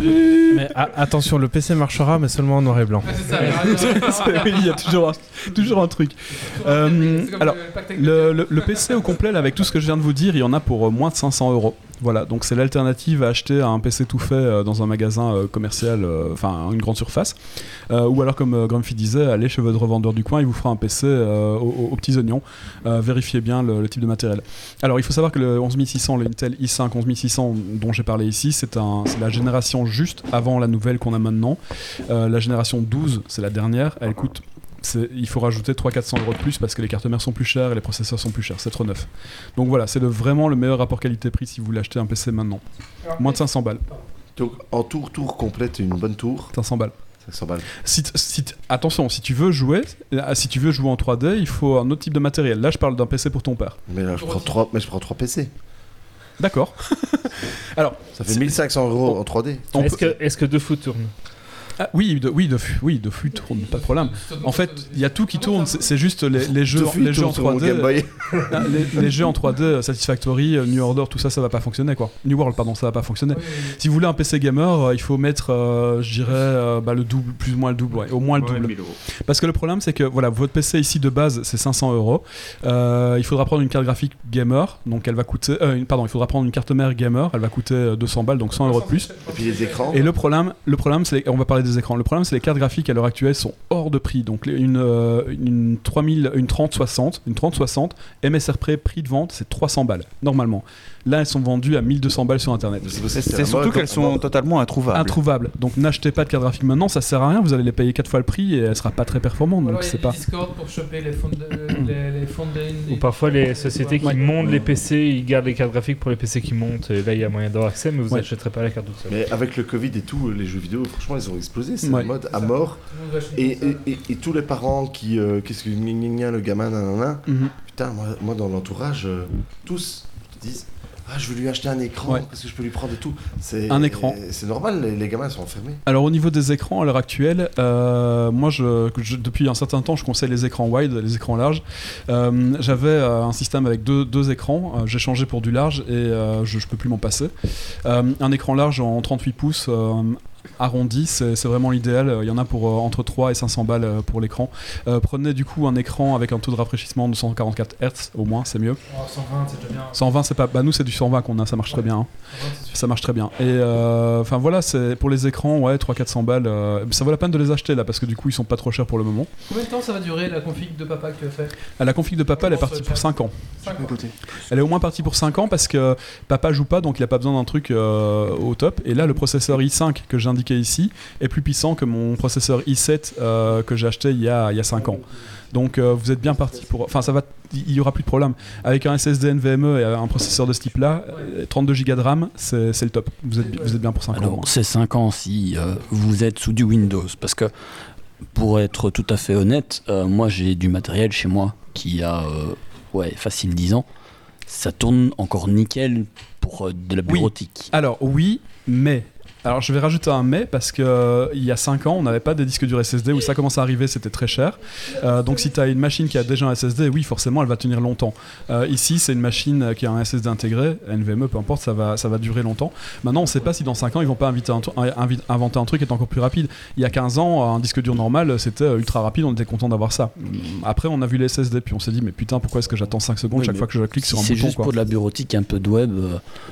O: Mais a- attention, le PC marchera, mais seulement en noir et blanc.
E: C'est- oui, il y a toujours un, toujours un truc. Euh,
A: comme
E: alors,
A: le pacte avec
E: le, le- le PC au complet, là, avec tout ce que je viens de vous dire, il y en a pour euh, moins de 500 euros. Voilà, donc c'est l'alternative à acheter un PC tout fait euh, dans un magasin euh, commercial, euh, enfin une grande surface. Euh, ou alors, comme euh, Grumpy disait, allez chez votre revendeur du coin, il vous fera un PC euh, aux, aux petits oignons. Euh, vérifiez bien le, le type de matériel. Alors, il faut savoir que le 11600, le Intel i5 11600 dont j'ai parlé ici, c'est un- c'est la génération juste avant la nouvelle qu'on a maintenant. Euh, la génération 12, c'est la dernière, elle coûte c'est- il faut rajouter 300-400 euros de plus parce que les cartes mères sont plus chères et les processeurs sont plus chers, c'est trop neuf. Donc voilà, c'est le- vraiment le meilleur rapport qualité-prix si vous l'achetez un PC maintenant. Moins de 500 balles.
B: Donc, en tour, tour complète, une bonne tour.
E: 500 balles.
B: 500 balles.
E: Si t- si t- attention, si tu veux jouer, euh, si tu veux jouer en 3D, il faut un autre type de matériel. Là, je parle d'un PC pour ton père.
B: Mais là, je prends 3, mais je prends 3 PC.
E: D'accord. Alors,
B: ça fait 1500 euros en 3D.
F: Est-ce que, est que deux foot tourne
E: Ah, oui, de, oui, de, fu- oui, de flux tourne, pas de problème. En fait, il y a tout qui tourne, c'est c'est juste les, les jeux,
B: De flux
E: les jeux en
B: tourne sur mon
E: 3D.
B: Game Boy.
E: Ah, les, les jeux en 3D, euh, Satisfactory, euh, New Order, tout ça, ça va pas fonctionner quoi. New World, pardon, ça va pas fonctionner. Si vous voulez un PC gamer, euh, il faut mettre, euh, je dirais, euh, bah, le double, plus ou moins le double, ouais, au moins le
H: Ouais,
E: double.
H: 1000 euros.
E: Parce que le problème, c'est que voilà, votre PC ici de base, c'est 500 euros. Euh, Il faudra prendre une carte graphique gamer, donc elle va coûter, euh, une- pardon, il faudra prendre une carte mère gamer, elle va coûter euh, 200 balles, donc 100 euros de plus.
B: Et puis les écrans.
E: Et le problème, le problème, c'est, on va parler des écrans. Le problème, c'est les cartes graphiques à l'heure actuelle sont hors de prix. Donc les- une euh, une 3000, une 3060, une 3060 MSRP prix de vente, c'est 300 balles normalement. Là, elles sont vendues à 1200 balles sur internet.
N: C'est surtout qu'elles sont totalement introuvables.
E: Introuvables. Donc n'achetez pas de carte graphique maintenant, ça sert à rien. Vous allez les payer 4 fois le prix et elle sera pas très performante.
A: Ou alors,
E: Donc
A: il y a
E: c'est
A: du
E: pas.
A: Discord pour choper les fonds de- les- les fonds de-
F: Ou parfois les sociétés qui
A: Ouais.
F: montent les PC, ils gardent les cartes graphiques pour les PC qui montent. Et là, il y a moyen d'avoir accès, mais vous
B: Ouais.
F: n'achèterez pas la carte toute seule.
B: Mais avec le Covid et tout, les jeux vidéo, franchement, ils ont explosé. C'est
F: Ouais.
B: la mode à mort. Et, et- et- et tous les parents qui. euh, Qu'est-ce que. gna, gna, gna, le gamin, nanana.
E: Mhm.
B: Putain, moi, moi dans l'entourage, euh, tous disent. Ah, je veux lui acheter un écran, parce que je peux lui prendre et tout. C'est-
E: Un écran.
B: C'est normal, les, les gamins sont enfermés.
E: Alors au niveau des écrans à l'heure actuelle, euh, moi je, je- depuis un certain temps je conseille les écrans wide, les écrans larges. Euh, J'avais euh, un système avec deux, deux écrans, Euh, j'ai changé pour du large et euh, je, je peux plus m'en passer. Euh, un écran large en 38 pouces. euh, arrondi, c'est c'est vraiment l'idéal. Il y en a pour euh, entre 3 et 500 balles euh, pour l'écran. Euh, prenez du coup un écran avec un taux de rafraîchissement de 144 Hz au moins, c'est mieux.
A: Oh, 120, c'est déjà bien.
E: 120, c'est pas. Bah, nous, c'est du 120 qu'on a, ça marche très bien. hein. Ça marche très bien. Et euh, enfin, voilà, c'est pour les écrans, ouais, 300-400 balles. euh, ça vaut la peine de les acheter là, parce que du coup, ils sont pas trop chers pour le moment.
A: Combien de temps ça va durer la config de papa que tu as fait
E: Ah, La config de papa, elle est partie pour 5 ans. Elle est au moins partie pour 5 ans parce que papa joue pas, donc il a pas besoin d'un truc euh, au top. Et là, le processeur i5 que j'indiquais ici est plus puissant que mon processeur i7 euh, que j'ai acheté il y a, il y a 5 ans. Donc euh, vous êtes bien parti pour. Enfin, ça va. Il y aura plus de problème. Avec un SSD NVMe E et un processeur de ce type-là, euh, 32 Go de RAM, c'est c'est le top. Vous êtes, bi- vous êtes bien pour 5 ans.
D: Alors, c'est 5 ans si euh, vous êtes sous du Windows. Parce que, pour être tout à fait honnête, euh, moi j'ai du matériel chez moi qui a euh, ouais, facile 10 ans. Ça tourne encore nickel pour euh, de la bureautique.
E: Alors oui, mais Alors je vais rajouter un mais parce que euh, il y a 5 ans on n'avait pas des disques durs SSD où ça commence à arriver c'était très cher. Euh, donc si tu as une machine qui a déjà un SSD oui forcément elle va tenir longtemps. Euh, ici c'est une machine qui a un SSD intégré NVMe E, peu importe ça va ça va durer longtemps. Maintenant on ne sait pas si dans 5 ans ils vont pas inviter un tru- un- invi- inventer un truc qui est encore plus rapide. Il y a 15 ans un disque dur normal c'était euh, ultra rapide on était content d'avoir ça. Après on a vu les SSD puis on s'est dit mais putain pourquoi est-ce que j'attends 5 secondes
D: Oui,
E: chaque
D: mais
E: fois que je clique
D: si
E: sur un
D: C'est
E: bouton
D: juste
E: quoi.
D: pour de la bureautique, un peu de web.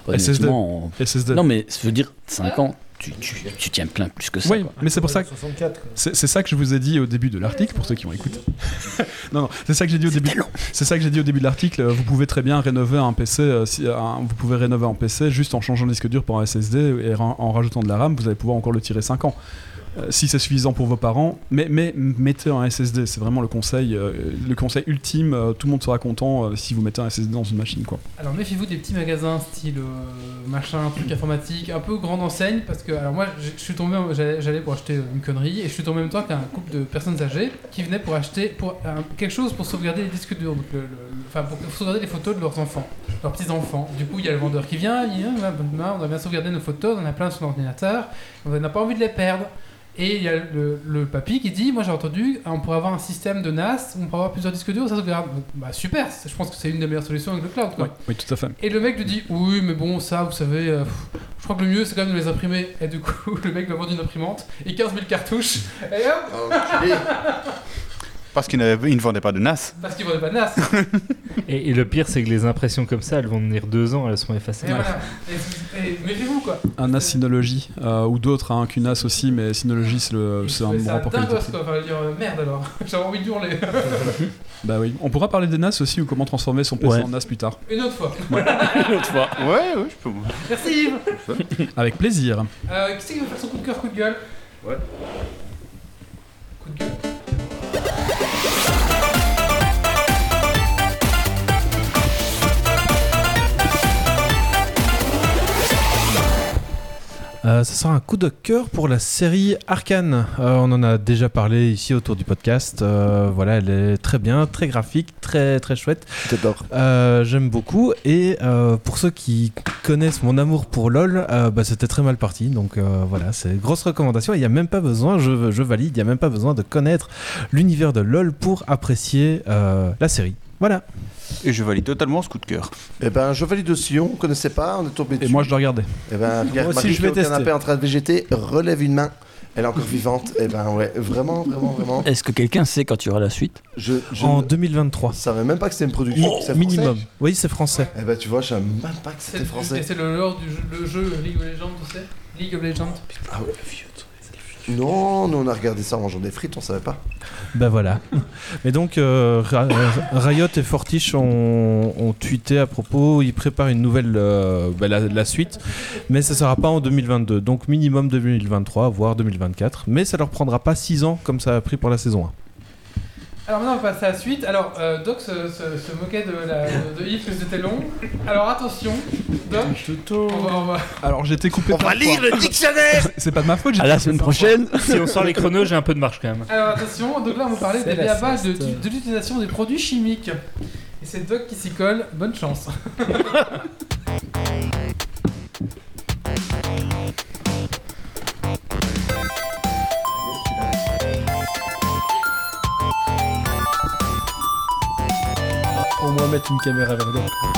D: euh,
E: SSD.
D: honnêtement, on-
E: SSD.
D: Non, mais je veux dire, 5 ans, tu, tu, tu tiens plein plus que ça.
E: Oui,
D: quoi.
E: mais c'est pour ça que
I: 64, quoi.
E: c'est c'est ça que je vous ai dit au début de l'article pour ceux qui ont écouté. non, non, c'est ça que j'ai dit au début. C'est ça que j'ai dit au début de l'article. euh, Vous pouvez très bien rénover un PC. euh, si- un- vous pouvez rénover un PC juste en changeant le disque dur pour un SSD et en, en rajoutant de la RAM. Vous allez pouvoir encore le tirer 5 ans. Euh, si c'est suffisant pour vos parents, mais, mais mettez un SSD. C'est vraiment le conseil, euh, le conseil ultime. euh, tout le monde sera content euh, si vous mettez un SSD dans une machine, quoi.
A: Alors méfiez-vous des petits magasins style euh, machin, truc informatique, un peu grande enseigne, parce que alors moi je je suis tombé, j'allais j'allais pour acheter euh, une connerie et je suis tombé en même temps qu'un couple de personnes âgées qui venaient pour acheter pour euh, quelque chose pour sauvegarder les disques durs, donc le- le- le- enfin pour sauvegarder les photos de leurs enfants, leurs petits enfants. Du coup il y a le vendeur qui vient, il dit Ah, bah, bah, on a bien sauvegardé nos photos, on en a plein sur l'ordinateur, on n'a pas envie de les perdre. Et il y a le, le papy qui dit Moi j'ai entendu, ah, on pourrait avoir un système de NAS, on pourrait avoir plusieurs disques durs, ça sauvegarde. Donc, Bah super, c'est- je pense que c'est une des meilleures solutions avec le cloud. Quoi.
E: Oui, tout à fait.
A: Et le mec lui dit Oui, mais bon, ça, vous savez, euh, pff, je crois que le mieux c'est quand même de les imprimer. Et du coup, le mec lui a vendu une imprimante et 15 000 cartouches. Et hop
N: Parce qu'ils ne, ils ne vendaient pas de NAS.
A: Parce qu'il vendait pas de NAS.
F: Et, et le pire, c'est que les impressions comme ça, elles vont venir deux ans, elles seront effacées.
A: Et voilà. Et, et méfiez-vous quoi.
E: Un as Synology euh, ou d'autres, hein, qu'une as aussi, mais Synology c'est le- c'est un
A: Mais
E: bon
A: ça
E: rapport
A: dingue
E: qualité.
A: quoi. Enfin, je veux dire, euh, merde alors, j'avais envie de hurler.
E: Bah oui, on pourra parler des NAS aussi ou comment transformer son PC
A: Ouais.
E: en NAS plus tard.
A: Une autre fois.
E: Une autre fois. Ouais, ouais, je peux.
A: Merci Yves
E: Avec plaisir.
A: Euh, Qui c'est qui veut faire son coup de cœur, coup de gueule
E: Ouais.
O: Euh, ça sera un coup de cœur pour la série Arkane. Euh, on en a déjà parlé ici autour du podcast. Euh, voilà, elle est très bien, très graphique, très très chouette. Euh,
B: J'adore.
O: J'aime beaucoup. Et euh, pour ceux qui connaissent mon amour pour LOL, euh, bah, c'était très mal parti. Donc euh, voilà, c'est grosse recommandation. Il n'y a même pas besoin, je, je valide, il n'y a même pas besoin de connaître l'univers de LOL pour apprécier euh, la série. Voilà.
N: Et je valide totalement ce coup de cœur.
B: Eh ben, je valide aussi, on connaissait pas, on est tombé dessus. Et moi, je
E: le regardais.
B: Eh ben, regarde,
O: aussi,
B: Marie
O: je
B: qui
O: vais
B: est au canapé
O: tester.
B: en train de végéter, relève une main. Elle est encore vivante. Eh ben, ouais, vraiment, vraiment, vraiment.
D: Est-ce que quelqu'un sait quand tu auras la suite
B: Je, je
O: En
B: ne
O: 2023. Je
B: savais même pas que c'était une production.
O: Oh,
B: c'est
O: minimum.
B: français
O: Oui, c'est français.
B: Eh ben, tu vois, je savais même pas que c'était
A: C'est-
B: français.
A: Et c'est le lore du jeu, le jeu League of Legends, tu sais League of Legends.
B: Ah ouais. Non, nous on a regardé ça en mangeant des frites, on savait pas.
O: Ben voilà. Mais donc, euh, Ra- Riot et Fortiche ont, ont tweeté à propos, ils préparent une nouvelle, euh, ben, la, la suite, mais ça sera pas en 2022, donc minimum 2023, voire 2024, mais ça leur prendra pas 6 ans comme ça a pris pour la saison 1.
A: Alors maintenant on va passer à la suite. Alors euh, Doc se, se- se moquait de, la, de, de Yves que c'était long. Alors attention, Doc. On va, on va-
E: Alors j'étais coupé. On
A: va lire le dictionnaire
E: C'est pas de ma faute. j'ai
F: À la
E: coupé
F: semaine
E: cinq
F: prochaine.
E: fois.
F: Si on sort les chronos, j'ai un peu de marge quand même.
A: Alors attention, donc là on va parler
F: C'est
A: des
F: la
A: là-bas de,
F: ceste.
A: de l'utilisation des produits chimiques. Et c'est Doc qui s'y colle, bonne chance.
I: Au moins mettre une caméra vers l'autre.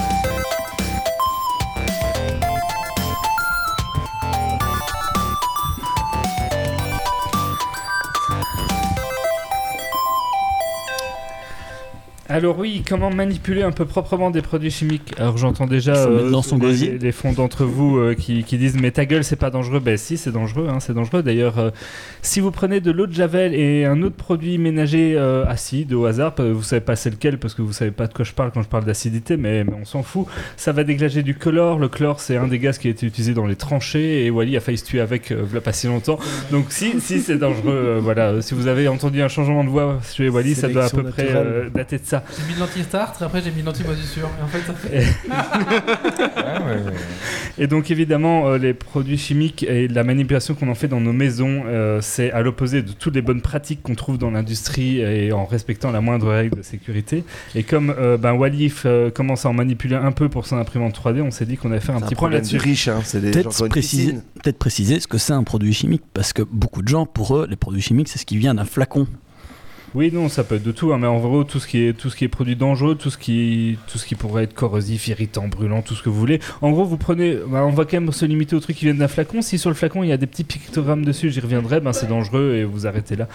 F: Alors oui, comment manipuler un peu proprement des produits chimiques Alors j'entends déjà euh,
D: Faut mettre dans son
F: les-
D: gosier.
F: les, les fonds d'entre vous euh, qui, qui disent mais ta gueule c'est pas dangereux. Ben si c'est dangereux, hein, c'est dangereux. D'ailleurs, euh, si vous prenez de l'eau de javel et un autre produit ménager euh, acide au hasard, euh, vous savez pas c'est lequel parce que vous savez pas de quoi je parle quand je parle d'acidité, mais, mais on s'en fout. Ça va dégager du color. Le chlore c'est un des gaz qui a été utilisé dans les tranchées et Wally a failli se tuer avec euh, voilà pas si longtemps. Donc si si c'est dangereux, euh, voilà. Euh, Si vous avez entendu un changement de voix chez Wally, ça doit à
I: Sélection
F: peu près
I: naturelle.
F: euh, dater de ça.
A: J'ai mis de l'anti-start, et après j'ai mis de l'anti-moisissure. Et en fait, ça
G: ouais,
A: fait.
F: Et donc évidemment, euh, les produits chimiques et la manipulation qu'on en fait dans nos maisons, euh, c'est à l'opposé de toutes les bonnes pratiques qu'on trouve dans l'industrie et en respectant la moindre règle de sécurité. Et comme euh, ben, Walif euh, commence à en manipuler un peu pour son imprimante 3D, on s'est dit qu'on allait faire un petit point là-dessus.
D: hein. Peut-être préciser, peut préciser ce que c'est un produit chimique, parce que beaucoup de gens, pour eux, les produits chimiques, c'est ce qui vient d'un flacon.
F: Oui, non, ça peut être de tout, hein, mais en gros, tout ce qui est tout ce qui est produit dangereux, tout ce qui tout ce qui pourrait être corrosif, irritant, brûlant, tout ce que vous voulez. En gros, vous prenez, bah, on va quand même se limiter aux trucs qui viennent d'un flacon. Si sur le flacon il y a des petits pictogrammes dessus, j'y reviendrai, ben c'est dangereux et vous arrêtez là.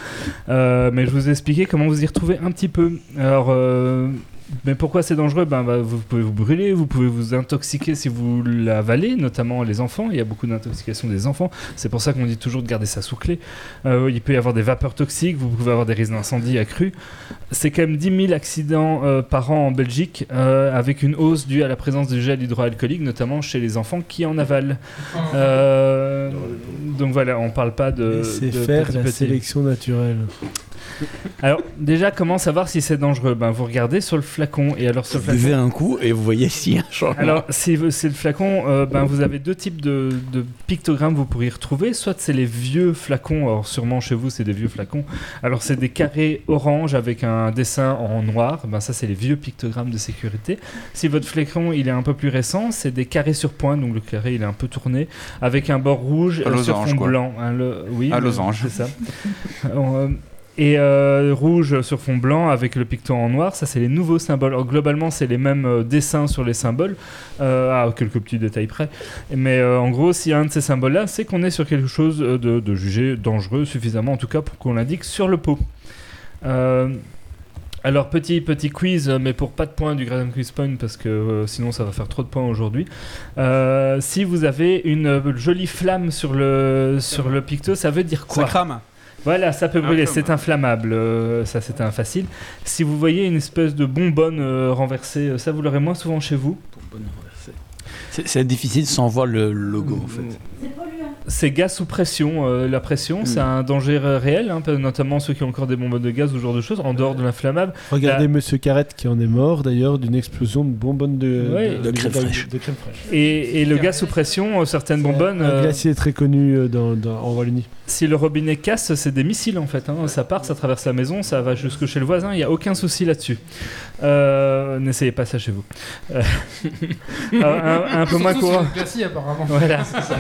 F: Euh, mais je vous ai expliqué comment vous y retrouver un petit peu. Alors. euh, mais pourquoi c'est dangereux ben, bah, Vous pouvez vous brûler, vous pouvez vous intoxiquer si vous l'avalez, notamment les enfants. Il y a beaucoup d'intoxication des enfants. C'est pour ça qu'on dit toujours de garder ça sous clé. Euh, il peut y avoir des vapeurs toxiques, vous pouvez avoir des risques d'incendie accrus. C'est quand même 10 000 accidents euh, par an en Belgique, euh, avec une hausse due à la présence du gel hydroalcoolique, notamment chez les enfants qui en avalent. Euh, donc voilà, on parle pas de.
I: C'est
F: de
I: faire
F: petits
I: la
F: petits.
I: sélection naturelle.
F: Alors, déjà, comment savoir si c'est dangereux Ben, vous regardez sur le flacon. Et alors, sur le flacon.
D: Buvez un coup et vous voyez s'il y a un changement.
F: Alors, si vous- c'est le flacon, euh, ben, vous avez deux types de, de pictogrammes que vous pourriez retrouver. Soit c'est les vieux flacons, alors sûrement chez vous c'est des vieux flacons. Alors c'est des carrés orange avec un dessin en noir. Ben, ça c'est les vieux pictogrammes de sécurité. Si votre flacon il est un peu plus récent, c'est des carrés sur pointe, donc le carré il est un peu tourné avec un bord rouge
N: Un
F: euh, sur
N: losange,
F: fond
N: quoi.
F: blanc. hein, le- oui,
N: Un
F: le-
N: losange.
F: C'est ça. Euh, et euh, rouge sur fond blanc avec le picto en noir, ça c'est les nouveaux symboles. Alors, globalement, c'est les mêmes euh, dessins sur les symboles, euh, à quelques petits détails près. Mais euh, en gros, s'il y a un de ces symboles-là, c'est qu'on est sur quelque chose euh, de, de jugé dangereux suffisamment, en tout cas pour qu'on l'indique sur le pot. Euh, alors petit petit quiz, euh, mais pour pas de points du Gradam Quiz Point parce que euh, sinon ça va faire trop de points aujourd'hui. Euh, si vous avez une euh, jolie flamme sur le sur le picto, ça veut dire quoi
E: Ça crame.
F: Voilà, ça peut
E: Ah,
F: brûler.
E: flamme.
F: C'est inflammable. euh, ça c'est un facile. Si vous voyez une espèce de bonbonne euh, renversée, euh, ça vous l'aurez moins souvent chez vous.
D: C'est c'est difficile sans voir le logo, en fait.
E: Mm.
F: C'est gaz sous pression. euh, la
E: Hmm.
F: pression, c'est un danger euh, réel, hein, notamment ceux qui ont encore des bonbonnes de gaz ou ce genre de choses, en dehors de l'inflammable.
I: Regardez Monsieur Carrette qui en est mort d'ailleurs d'une explosion de bonbonnes de,
F: Ouais. De crème fraîche.
I: de crème fraîche.
F: Et, et le gaz sous pression, euh, certaines bonbonnes.
I: Un
F: euh,
I: glacier très connu euh, dans, dans- en Wallonie.
F: Si le robinet casse, c'est des missiles en fait. hein. Ça part, ça traverse la maison, ça va jusque chez le voisin. Il n'y a aucun souci là-dessus. Euh, N'essayez pas ça chez vous. Euh, un, un peu
A: Surtout
F: moins
A: si
F: courant.
A: vous êtes glacis, apparemment.
F: Voilà.
A: C'est ça.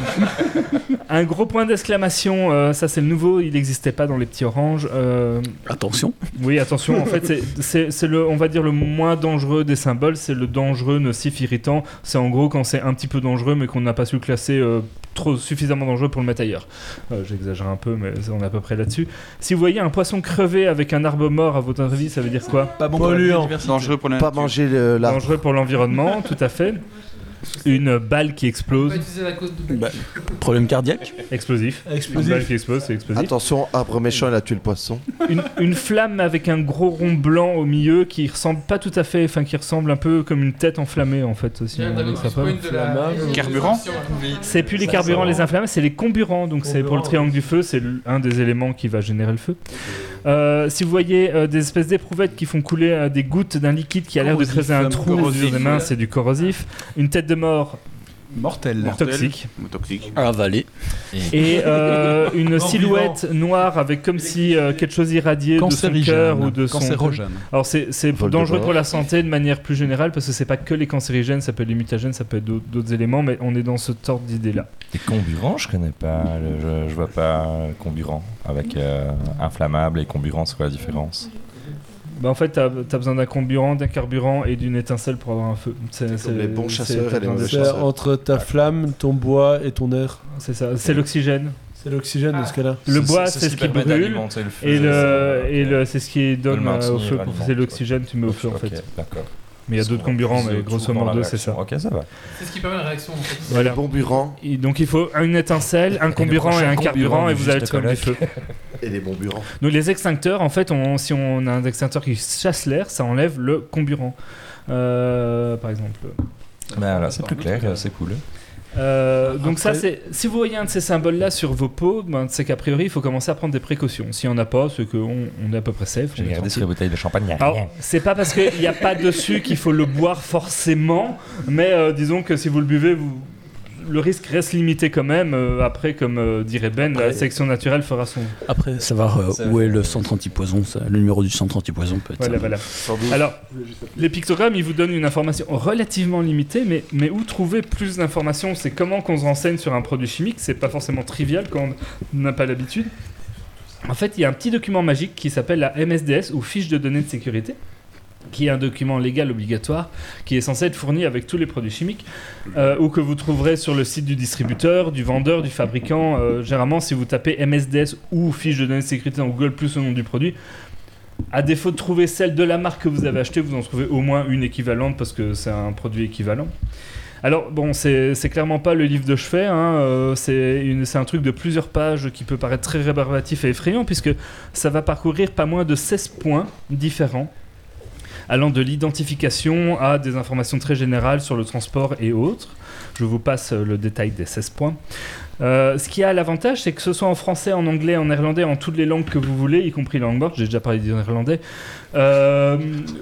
F: un gros point d'exclamation. euh, ça c'est le nouveau. Il n'existait pas dans les petits oranges. euh,
D: Attention.
F: Oui, attention. En fait, c'est- c'est c'est le, on va dire le moins dangereux des symboles. C'est le dangereux, nocif, irritant. C'est en gros quand c'est un petit peu dangereux, mais qu'on n'a pas su le classer euh, trop suffisamment dangereux pour le mettre ailleurs. Euh, J'exagère un peu, mais on est à peu près là-dessus. Si vous voyez un poisson crevé avec un arbre mort, à votre avis, ça veut dire quoi
N: Pas bon pour la Polluant. biodiversité. Dangereux pour la Pas nature. manger le- l'arbre.
F: Dangereux pour l'environnement, tout à fait. Une balle qui explose.
A: Pas utiliser la cause de
N: Bah,
D: problème cardiaque
F: Explosif. Une balle qui explose, c'est explosif.
B: Attention, arbre méchant, il a tué le poisson.
F: une, une flamme avec un gros rond blanc au milieu qui ressemble pas tout à fait, enfin qui ressemble un peu comme une tête enflammée en fait. Si
A: Il y a
F: on
A: un Dragon
F: dit ça
A: Quest Point
F: pas.
A: de la- Flammable. Carburant
F: C'est plus les
A: Ça,
F: carburants,
A: ça.
F: les inflammables, c'est les comburants. Donc c'est pour le triangle du feu, c'est l- un des éléments qui va générer le feu. Euh, si vous voyez euh, des espèces d'éprouvettes qui font couler euh, des gouttes d'un liquide qui a l'air de
E: Corrosif,
F: creuser un
E: flamme
F: trou au
E: corrosif.
F: des mains, c'est du corrosif. Une tête de mort.
E: Mortel.
F: Toxique.
N: Toxique.
D: Avalé.
F: euh, Et euh, une
E: Mort
F: silhouette noire avec comme si euh, quelque chose irradié de son
E: Cancérigène.
F: cœur ou de son.
E: Cancérogène.
F: Alors c'est c'est
E: Voldemort.
F: dangereux pour la santé de manière plus générale parce que c'est pas que les cancérigènes, ça peut être les mutagènes, ça peut être d'autres- d'autres éléments, mais on est dans ce tort d'idée là.
G: Des comburants, je connais pas. le- je, je vois pas euh, comburant avec euh, inflammable et comburant, c'est quoi la différence
F: Bah en fait, t'as as besoin d'un comburant, d'un carburant et d'une étincelle pour avoir un feu. C'est c'est-
B: les bons
F: c'est-
B: chasseurs
F: t'as
B: et les
F: besoin de
B: mauvais
F: ça.
B: chasseurs.
I: C'est entre ta flamme, ton bois et ton air.
F: C'est ça, c'est l'oxygène.
I: C'est l'oxygène
A: Ah.
I: dans ce cas-là.
F: Le bois, c'est ce qui brûle. Et le, et le, c'est ce qui donne euh, au feu. pour- C'est l'oxygène, tu mets au feu en fait.
G: D'accord.
F: Mais il y a d'autres comburants, mais grosso modo, c'est ça.
G: Ok, ça va.
A: C'est ce qui permet la réaction. En fait.
F: Voilà.
B: Comburant.
F: Et donc il faut une étincelle, un comburant et
B: prochain
F: un carburant
B: comburant
F: et
B: du
F: vous avez le
B: juste
F: triangle du feu.
B: colloque. Et les comburants.
F: Donc les extincteurs, en fait, on- si on a un extincteur qui chasse l'air, ça enlève le comburant, Euh, par exemple.
G: Ben voilà, c'est plus clair, euh, c'est cool.
F: Euh, donc ça,
O: Après-
F: c'est si vous voyez un de ces symboles-là sur vos peaux, ben, c'est qu'a priori, il faut commencer à prendre des précautions. S'il n'y en a pas, c'est qu'on on est à peu près safe.
G: J'ai
F: on est
G: regardé sur les
F: tranquille.
G: bouteilles de champagne, il n'y a
F: Alors,
G: rien.
F: c'est pas parce qu'il n'y a pas dessus qu'il faut le boire forcément, mais euh, disons que si vous le buvez, vous- le risque reste limité quand même. Euh, après, comme euh, dirait Ben, la section naturelle fera son.
D: Après, savoir euh,
F: Ça
D: où est le centre anti-poison, ça, le numéro du centre anti-poison peut être.
F: Voilà, voilà. Alors, les pictogrammes, ils vous donnent une information relativement limitée, mais, mais où trouver plus d'informations C'est comment qu'on se renseigne sur un produit chimique C'est pas forcément trivial quand on n'a pas l'habitude. En fait, il y a un petit document magique qui s'appelle la MSDS ou fiche de données de sécurité qui est un document légal obligatoire qui est censé être fourni avec tous les produits chimiques euh, ou que vous trouverez sur le site du distributeur, du vendeur, du fabricant. Euh, généralement, si vous tapez MSDS ou fiche de données de sécurité dans Google plus au nom du produit, à défaut de trouver celle de la marque que vous avez achetée, vous en trouvez au moins une équivalente parce que c'est un produit équivalent. Alors bon, c'est c'est clairement pas le livre de chevet. hein, euh, c'est une- c'est un truc de plusieurs pages qui peut paraître très rébarbatif et effrayant puisque ça va parcourir pas moins de 16 points différents allant de l'identification à des informations très générales sur le transport et autres. Je vous passe euh, le détail des 16 points. Euh, ce qui a l'avantage, c'est que ce soit en français, en anglais, en néerlandais, en toutes les langues que vous voulez, y compris la langue morte, j'ai déjà parlé du néerlandais, euh,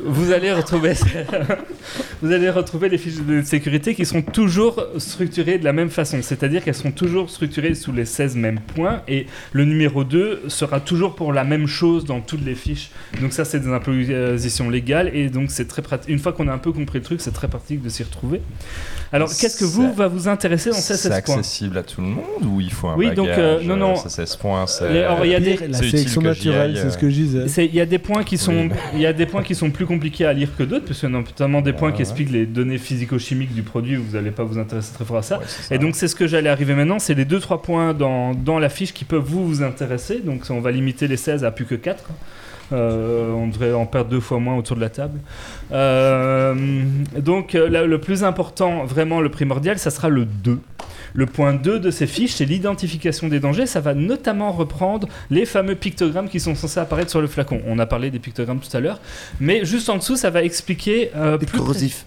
F: vous, allez retrouver, vous allez retrouver les fiches de données de sécurité qui sont toujours structurées de la même façon, c'est-à-dire qu'elles sont toujours structurées sous les 16 mêmes points, et le numéro 2 sera toujours pour la même chose dans toutes les fiches. Donc ça, c'est des impositions légales, et donc c'est très pratique. Une fois qu'on a un peu compris le truc, c'est très pratique de s'y retrouver. Alors, qu'est-ce que vous va vous intéresser dans ces
G: C'est
F: 16 points
G: accessible à tout le monde ou il faut un
F: Oui,
G: bagage
F: donc, euh, non, non.
G: C'est 16 points, c'est.
F: Les- alors, il y a des-
G: c'est
F: La
G: utile
F: sélection
G: que j'y aille,
F: naturelle, c'est ce
G: euh,
F: que je C'est- Il y a des points qui sont, il y a des points qui sont plus compliqués à lire que d'autres, parce qu'il y en a notamment des points
G: Ouais,
F: qui
G: Ah ouais.
F: expliquent les données physico-chimiques du produit. Vous n'allez pas vous intéresser très fort à ça. Et donc c'est ce que j'allais arriver maintenant, c'est les deux trois points dans, dans la fiche qui peuvent vous vous intéresser. Donc on va limiter les 16 à plus que 4. on devrait en perdre deux fois moins autour de la table. Euh, donc euh, là, le plus important, vraiment le primordial, ça sera le 2. Le point 2 de ces fiches, c'est l'identification des dangers. Ça va notamment reprendre les fameux pictogrammes qui sont censés apparaître sur le flacon. On a parlé des pictogrammes tout à l'heure, mais juste en dessous, ça va expliquer... Euh, plus
B: corrosif.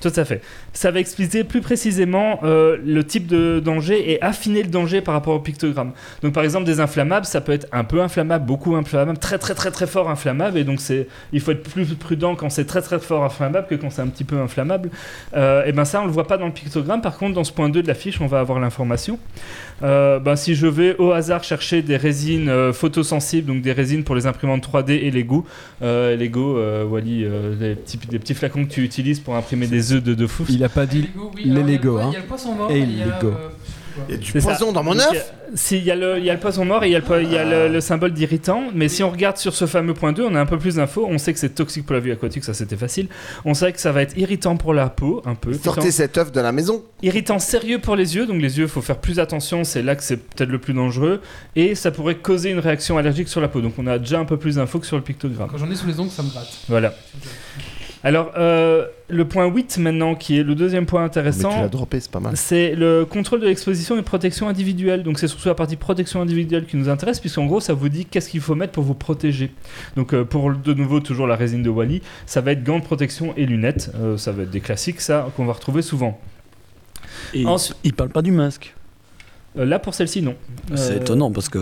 F: Tout à fait. Ça va expliquer plus précisément euh, le type de danger et affiner le danger par rapport au pictogramme. Donc par exemple des inflammables, ça peut être un peu inflammable, beaucoup inflammable, très très très très fort inflammable et donc c'est il faut être plus prudent quand c'est très très fort inflammable que quand c'est un petit peu inflammable. Euh, et ben ça on le voit pas dans le pictogramme. Par contre dans ce point 2 de la fiche, on va avoir l'information. Euh, ben, si je vais au hasard chercher des résines euh, photosensibles, donc des résines pour les imprimantes 3D et les goûts, euh, les goûts, euh, Wally, euh, les petits les petits flacons que tu utilises pour imprimer des œufs de, de fou.
P: Il a pas dit les Lego, hein. Et les Lego.
B: Il y a du
F: C'est
B: poison
F: ça.
B: dans mon
F: Donc, il y a-
B: œuf
F: si, Il y, a le- il y a le poison mort et il y a le, po- il y a le- le symbole d'irritant, mais si on regarde sur ce fameux point 2, on a un peu plus d'infos. On sait que c'est toxique pour la vue aquatique, ça c'était facile. On sait que ça va être irritant pour la peau, un peu.
B: Sortez
F: Irritant-
B: cet œuf de la maison.
F: Irritant sérieux pour les yeux, donc les yeux, faut faire plus attention, c'est là que c'est peut-être le plus dangereux. Et ça pourrait causer une réaction allergique sur la peau, donc on a déjà un peu plus d'infos que sur le pictogramme.
A: Quand j'en ai sous les ongles, ça me gratte.
F: Voilà. Alors, euh, le point 8 maintenant, qui est le deuxième point
B: Oh,
F: intéressant.
B: Mais tu l'as droppé, c'est pas mal.
F: C'est le contrôle de l'exposition et protection individuelle. Donc, c'est surtout la partie protection individuelle qui nous intéresse, puisqu'en gros, ça vous dit qu'est-ce qu'il faut mettre pour vous protéger. Donc, euh, pour de nouveau, toujours la résine de Wally, ça va être gants de protection et lunettes. Euh, ça va être des classiques, ça, qu'on va retrouver souvent.
D: Et il parle pas du masque.
F: Euh, là, pour celle-ci, non.
D: C'est
F: Euh,
D: étonnant parce que.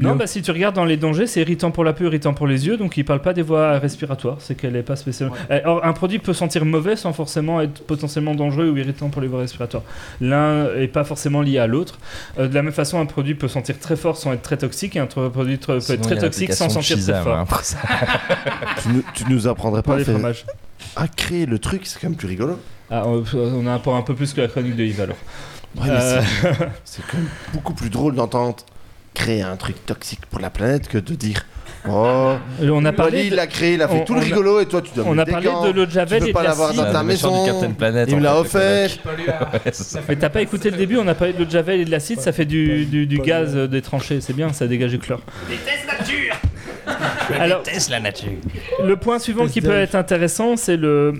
F: non, bah, si tu regardes dans les dangers, c'est irritant pour la peau, irritant pour les yeux, donc il parle pas des voies respiratoires, c'est qu'elle est pas spécialement. Eh, Or, un produit peut sentir mauvais sans forcément être potentiellement dangereux ou irritant pour les voies respiratoires. L'un est pas forcément lié à l'autre. Euh, de la même façon, un produit peut sentir très fort sans être très toxique, et un autre produit tr- peut
G: Sinon,
F: être
G: il y
F: très
G: a
F: toxique sans
G: l'application
F: sentir très
G: Shazam,
F: fort.
G: hein, pour ça.
B: tu, nous, tu nous apprendrais
F: Pour
B: pas
F: les
B: à, faire...
F: fromages.
B: à créer le truc, c'est quand même plus rigolo.
F: Ah, on on a un point un peu plus que la chronique de Yves alors.
B: Ouais, mais
F: Euh,
B: c'est- C'est quand même beaucoup plus drôle d'entendre créer un truc toxique pour la planète que de dire oh
F: on a parlé
B: Wally,
F: de-
B: il a créé il a fait
F: on-
B: tout le
F: on a-
B: rigolo et toi tu dois
F: on
B: mettre
F: a
B: des
F: parlé
B: gants,
F: de l'eau de Javel
B: tu peux
F: et de
B: pas
F: la
B: l'avoir dans
F: scie.
B: ta
F: Ah, Le méchant du
B: maison
F: Captain Planet,
B: il
F: en
B: me
F: fait,
B: l'a
F: le
B: offert
F: Mais t'as pas écouté le début, on a parlé de l'eau de Javel et de l'acide, ça fait du, du- du gaz euh, des tranchées, c'est bien, ça dégage du chlore.
M: Déteste nature
F: Alors-
G: déteste la nature.
F: Le point suivant qui peut être intéressant, c'est le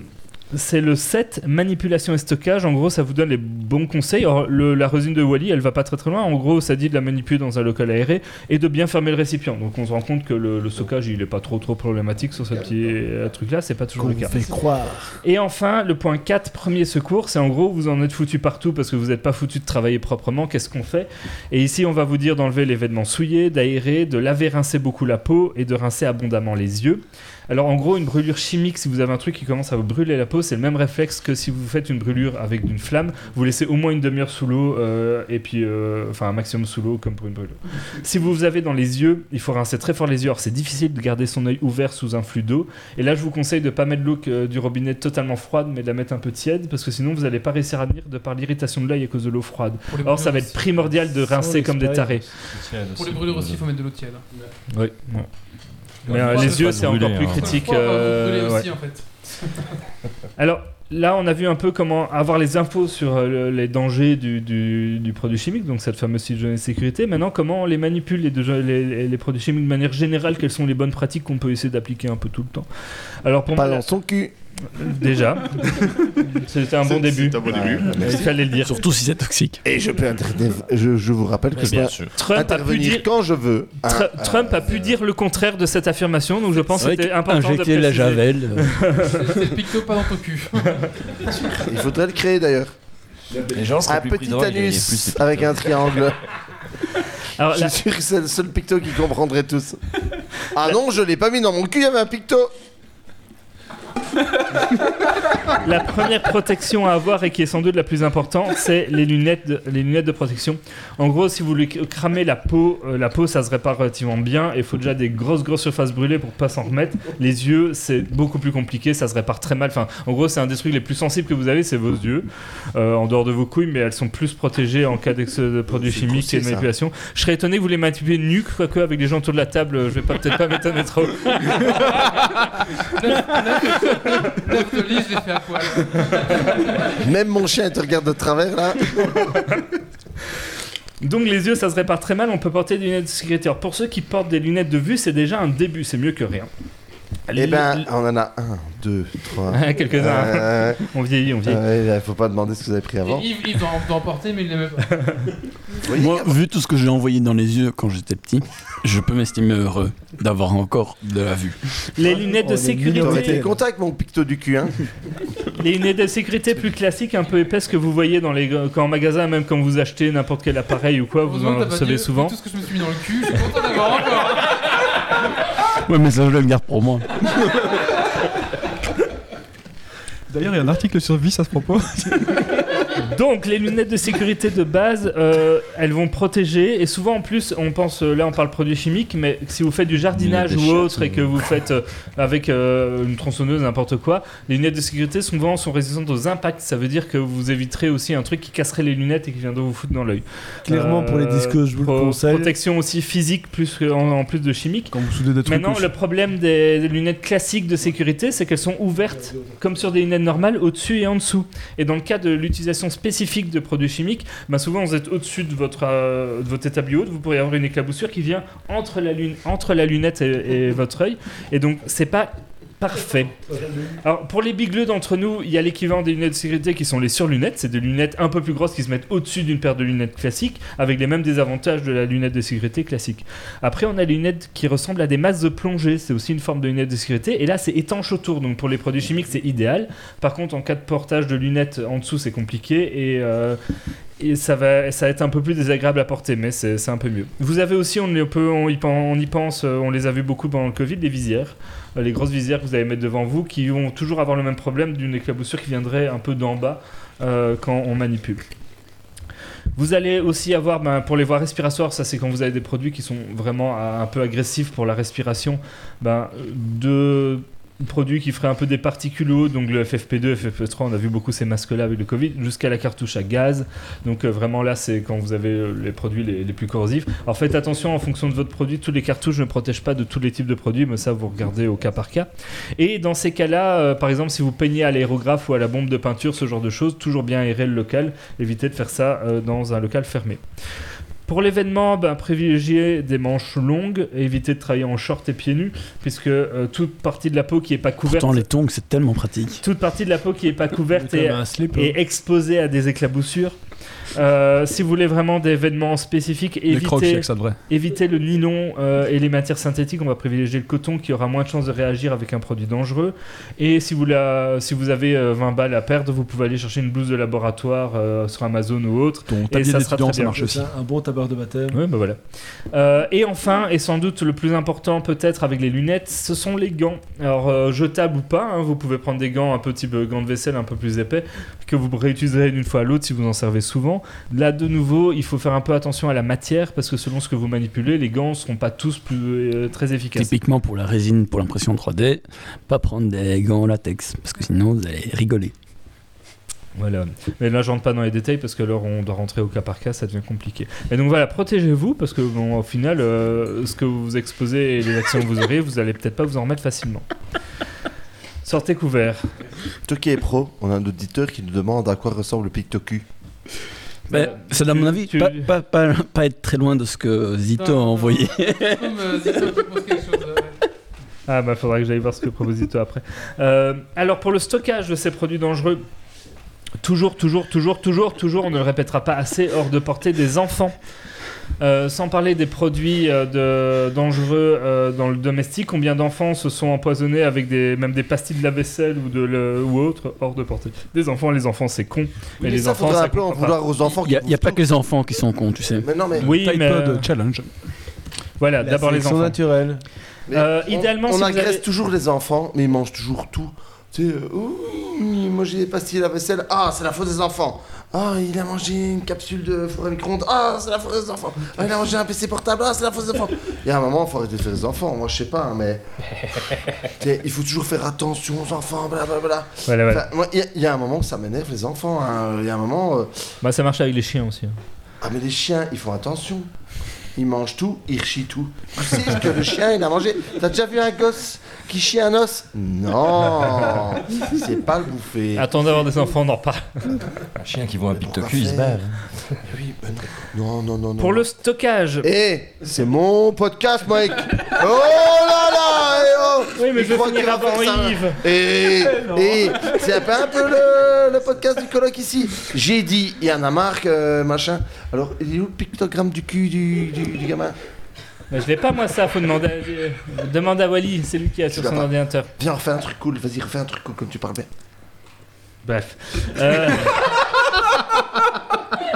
F: C'est le 7, manipulation et stockage. En gros, ça vous donne les bons conseils. Or, le- la résine de Wally, elle va pas très très loin. En gros, ça dit de la manipuler dans un local aéré et de bien fermer le récipient. Donc, on se rend compte que le, le stockage, il est pas trop trop problématique sur ce petit euh, truc-là. C'est pas toujours le
P: Qu'on
F: cas.
P: fait croire.
F: Et enfin, le point 4, premier secours, c'est en gros, vous en êtes foutu partout parce que vous n'êtes pas foutu de travailler proprement, qu'est-ce qu'on fait Et ici, on va vous dire d'enlever les vêtements souillés, d'aérer, de laver, rincer beaucoup la peau et de rincer abondamment les yeux. Alors en gros, une brûlure chimique, si vous avez un truc qui commence à vous brûler la peau, c'est le même réflexe que si vous faites une brûlure avec une flamme, vous laissez au moins une demi-heure sous l'eau euh, et puis euh, enfin un maximum sous l'eau comme pour une brûlure. Si vous avez dans les yeux, il faut rincer très fort les yeux. Alors c'est difficile de garder son œil ouvert sous un flux d'eau. Et là, je vous conseille de pas mettre l'eau que- du robinet totalement froide, mais de la mettre un peu tiède, parce que sinon vous n'allez pas réussir à venir de par l'irritation de l'œil à cause de l'eau froide.
A: Pour les
F: Or, ça va
A: brûlures,
F: être primordial de
A: sans
F: rincer comme des tarés.
A: Pour les brûlures aussi, il faut mettre de l'eau tiède.
F: Oui. Mais euh, les yeux, c'est encore plus critique.
A: Parfois,
F: euh,
A: brûler aussi,
F: ouais.
A: en fait.
F: Alors là, on a vu un peu comment avoir les infos sur euh, le- les dangers du, du- du produit chimique, donc cette fameuse site de sécurité. Maintenant, comment on les manipule, les, deux- les- les produits chimiques de manière générale Quelles sont les bonnes pratiques qu'on peut essayer d'appliquer un peu tout le temps Alors pour
B: Pas
F: moi,
B: dans son cul.
F: Déjà, c'était un bon début.
B: un bon début.
F: Il
B: Merci.
F: fallait le dire. Surtout
D: si c'est toxique.
B: Et je peux intervenir. Je, je vous rappelle que
F: Mais
B: je
F: bien
B: peux
F: sûr. Trump a pu
B: intervenir
F: dire-
B: quand je veux. hein.
F: Tru- Trump a pu dire le contraire de cette affirmation, donc je pense que
B: C'est vrai
F: c'était
B: que
F: important de
D: injecter de la
F: préciser.
D: javel, euh.
A: C'est le picto pas dans ton cul.
B: Il faudrait le créer d'ailleurs.
G: Les gens seraient
B: un
G: plus
B: petit
G: prudents, il y a- il y a plus de
B: anus
G: pictos.
B: avec un triangle.
F: Alors,
B: je suis sûr que c'est le seul picto qui comprendrait tous. Ah non, je l'ai pas mis dans mon cul, il y avait un picto.
F: La première protection à avoir et qui est sans doute la plus importante, c'est les lunettes, de, les lunettes de protection. En gros, si vous lui cramez la peau, euh, la peau ça se répare relativement bien. Il faut déjà des grosses grosses surfaces brûlées pour pas s'en remettre. Les yeux, c'est beaucoup plus compliqué, ça se répare très mal. Enfin, en gros, c'est un des trucs les plus sensibles que vous avez, c'est vos yeux, euh, en dehors de vos couilles, mais elles sont plus protégées en cas d'ex- de produits chimiques
B: croustillant,
F: et de
B: ça.
F: manipulation. Je serais étonné que vous les manipuliez nus, quoique avec les gens autour de la table, euh, je vais pas peut-être pas m'étonner trop.
A: L'applaudis, je l'ai fait à poil.
B: Même mon chien il te regarde de travers là.
F: Donc les yeux, ça se répare très mal, on peut porter des lunettes de sécurité. Alors, pour ceux qui portent des lunettes de vue, c'est déjà un début, c'est mieux que rien.
B: Eh
F: Les-
B: ben, on en a un, deux, trois.
F: Quelques-uns. On vieillit, on vieillit.
B: Euh, faut pas demander ce que vous avez pris avant.
A: Et Yves, Yves doit en- doit en porter, mais il l'aimait pas.
D: Moi, vu tout ce que j'ai envoyé dans les yeux quand j'étais petit, je peux m'estimer heureux d'avoir encore de la vue.
F: oh, Les lunettes de
B: T'aurais été
F: sécurité.
B: content avec mon picto du cul, hein.
F: Les lunettes de sécurité plus classiques, un peu épaisses que vous voyez dans les quand en magasin, même quand vous achetez n'importe quel appareil ou quoi, vous
A: Heureusement
F: en
A: que t'as pas
F: recevez
A: dit
F: souvent.
A: Tout ce que je me suis mis dans le cul, je suis content d'avoir encore.
D: Ouais, mais ça, je le garde pour moi.
E: D'ailleurs, il y a un article sur Vice à ce propos.
F: Donc les lunettes de sécurité de base, euh, elles vont protéger et souvent en plus on pense euh, là on parle produits chimiques mais si vous faites du jardinage
D: Lunettes de
F: ou
D: chat,
F: autre et que
D: euh.
F: vous faites euh, avec euh, une tronçonneuse n'importe quoi, les lunettes de sécurité souvent sont résistantes aux impacts, ça veut dire que vous éviterez aussi un truc qui casserait les lunettes et qui viendrait vous foutre dans l'œil. Euh,
I: Clairement, pour les disqueuses, je vous le conseille.
F: Protection aussi physique plus que- en, en plus de chimique.
I: Quand vous soudez des trucs
F: Maintenant
I: aussi.
F: le problème des, des lunettes classiques de sécurité, c'est qu'elles sont ouvertes, comme sur des lunettes normales, au-dessus et en dessous. Et dans le cas de l'utilisation spécifique de produits chimiques, bah souvent vous êtes au-dessus de votre, euh, de votre établi haute, vous pourrez avoir une éclaboussure qui vient entre la, lune, entre la lunette et, et votre œil. Et donc, c'est pas parfait. Alors, pour les bigleux d'entre nous, il y a l'équivalent des lunettes de sécurité qui sont les surlunettes. C'est des lunettes un peu plus grosses qui se mettent au-dessus d'une paire de lunettes classiques, avec les mêmes désavantages de la lunette de sécurité classique. Après, on a les lunettes qui ressemblent à des masses de plongée. C'est aussi une forme de lunette de sécurité. Et là, c'est étanche autour. Donc, pour les produits chimiques, c'est idéal. Par contre, en cas de portage de lunettes en dessous, c'est compliqué. Et. euh, et ça va, ça va être un peu plus désagréable à porter, mais c'est c'est un peu mieux. Vous avez aussi, on, les peut- on, y, pen- on y pense, euh, on les a vus beaucoup pendant le Covid, les visières. Euh, Les grosses visières que vous allez mettre devant vous, qui vont toujours avoir le même problème d'une éclaboussure qui viendrait un peu d'en bas euh, quand on manipule. Vous allez aussi avoir, ben, pour les voies respiratoires, ça c'est quand vous avez des produits qui sont vraiment euh, un peu agressifs pour la respiration, ben, euh, deux produits qui feraient un peu des particules hautes, donc le FFP2, FFP3, on a vu beaucoup ces masques-là avec le Covid, jusqu'à la cartouche à gaz. Donc euh, vraiment là, c'est quand vous avez euh, les produits les, les plus corrosifs. Alors faites attention en fonction de votre produit, toutes les cartouches ne protègent pas de tous les types de produits, mais ça vous regardez au cas par cas. Et dans ces cas-là, euh, par exemple, si vous peignez à l'aérographe ou à la bombe de peinture, ce genre de choses, toujours bien aérer le local, évitez de faire ça euh, dans un local fermé. Pour l'événement, ben, privilégiez des manches longues et évitez de travailler en short et pieds nus, puisque euh, toute partie de la peau qui n'est pas couverte.
D: Pourtant, les tongs, c'est tellement pratique.
F: Toute partie de la peau qui n'est pas couverte
D: Comme
F: et,
D: un slip,
F: et
D: hein.
F: exposée à des éclaboussures. Euh, si vous voulez vraiment des vêtements spécifiques,
E: crocs, je sais
F: évitez,
E: que ça devrait.
F: évitez le nylon euh, et les matières synthétiques. On va privilégier le coton qui aura moins de chances de réagir avec un produit dangereux. Et si vous, la- si vous avez euh, 20 balles à perdre, vous pouvez aller chercher une blouse de laboratoire euh, sur Amazon ou autre.
P: Ton
F: et
P: tablier
F: ça sera
P: d'étudiant,
F: très
P: ça
F: bien.
P: marche aussi. Un bon tabard de baptême.
F: Ouais, bah voilà. Euh, et enfin, et sans doute le plus important peut-être avec les lunettes, ce sont les gants. Alors euh, jetables ou pas, hein, vous pouvez prendre des gants un peu type euh, gants de vaisselle un peu plus épais que vous réutiliserez d'une fois à l'autre si vous en servez souvent. Là de nouveau, il faut faire un peu attention à la matière parce que selon ce que vous manipulez, les gants ne seront pas tous plus euh, très efficaces.
D: Typiquement pour la résine, pour l'impression 3D, pas prendre des gants en latex, parce que sinon vous allez rigoler.
F: Voilà. Mais là, je rentre pas dans les détails parce que alors on doit rentrer au cas par cas, ça devient compliqué. Et donc voilà, protégez-vous parce que bon, au final, euh, ce que vous vous exposez et les actions que vous aurez, vous allez peut-être pas vous en remettre facilement. Sortez couvert.
B: Toi qui es pro, on a un auditeur qui nous demande à quoi ressemble le Pictocu.
D: Ben, c'est à mon avis, pas, pas- pas- pas être très loin de ce que Zito a envoyé.
F: Ah bah faudra que j'aille voir ce que propose Zito après. Euh, alors pour le stockage de ces produits dangereux, toujours, toujours, toujours, toujours, toujours, on ne le répétera pas assez, hors de portée des enfants. Euh, sans parler des produits euh, de- dangereux euh, dans le domestique, combien d'enfants se sont empoisonnés avec des, même des pastilles de la vaisselle ou, de le- ou autre hors de portée des enfants Les enfants, c'est con.
D: mais
F: les
D: ça,
F: enfants,
D: faudrait
F: ça
D: un peu en
F: comprend pas.
D: vouloir aux enfants Il y a- qui il y a pas bouffent que les tout. enfants qui sont cons, tu sais. Mais non, mais-
F: Oui,
D: Tide
F: mais-
D: Pod
P: challenge.
F: Voilà, d'abord les enfants.
P: naturelle.
F: Euh,
B: on-
F: idéalement,
B: on
F: si vous
B: agresse
F: avez-
B: toujours les enfants, mais ils mangent toujours tout. Tu sais, euh, oui, moi j'ai pastilles à la vaisselle. Ah, c'est la faute des enfants. Ah, il a mangé une capsule de four à micro-ondes. Ah, c'est la faute des enfants. Ah, il a mangé un PC portable. Ah, c'est la faute des enfants. Il y a un moment, il faut arrêter de faire les enfants. Moi, je sais pas, hein, mais. Tu sais, il faut toujours faire attention aux enfants, blablabla.
F: Voilà, voilà.
B: Enfin, moi, Il y a- il y, a un moment où ça m'énerve, les enfants. hein. Il y a un moment. euh,
F: Bah, ça marche avec les chiens aussi. hein.
B: ah mais les chiens, ils font attention. Ils mangent tout, ils rechient tout. Tu sais ce que le chien, il a mangé. T'as déjà vu un gosse qui chie un os Non C'est pas le bouffer.
F: Attends d'avoir des enfants, on en parle.
G: Un chien qui voit un pictocus,
B: il
G: il se bave.
B: Oui, ben non. Non, non, non, non.
F: Pour le stockage.
B: Eh C'est mon podcast, Mike Oh là là eh oh
F: Oui, mais je vais finir avant Yves.
B: Et,
F: Non.
B: Eh, c'est un peu, un peu le, le podcast du colloque ici. J'ai dit, il y en a marre, que, machin. Alors, il est où le pictogramme du cul du- du- du gamin
F: Bah, je l'ai pas moi ça, faut demander à, euh, demande à Wally, c'est lui qui a sur
B: l'as
F: son
B: pas.
F: ordinateur.
B: Viens, refais un truc cool, vas-y, refais un truc cool comme tu parles bien.
F: Bref. Euh,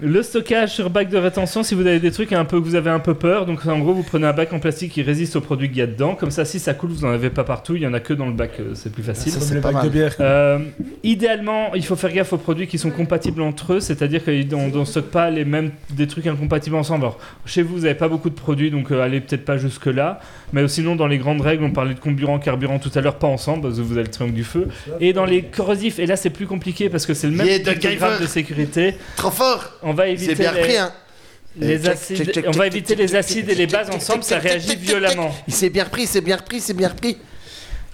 F: le stockage sur bac de rétention, si vous avez des trucs un peu que vous avez un peu peur, donc en gros vous prenez un bac en plastique qui résiste aux produits qu'il y a dedans, comme ça si ça coule vous en avez pas partout, il y en a que dans le bac, euh, c'est plus facile.
P: Ça, c'est Comme le pas bac mal. de bière, quoi.
F: Euh, idéalement, il faut faire gaffe aux produits qui sont compatibles entre eux, c'est-à-dire qu'on ne stocke pas les mêmes des trucs incompatibles ensemble. Alors, chez vous, vous n'avez pas beaucoup de produits, donc euh, allez peut-être pas jusque là. Mais sinon, dans les grandes règles, on parlait de comburant, carburant tout à l'heure, pas ensemble, parce que vous avez le triangle du feu. Et dans les corrosifs, et là c'est plus compliqué parce que c'est le même
B: Yeah, Doc
F: pictogramme
B: Giver.
F: de sécurité.
B: Trop fort.
F: On va éviter
B: C'est bien
F: les,
B: repris, hein.
F: les
B: Euh, check,
F: acides.
B: check, check,
F: on va
B: check,
F: éviter les acides et les bases ensemble, ça réagit violemment.
B: Il s'est bien repris, c'est bien repris, c'est bien repris.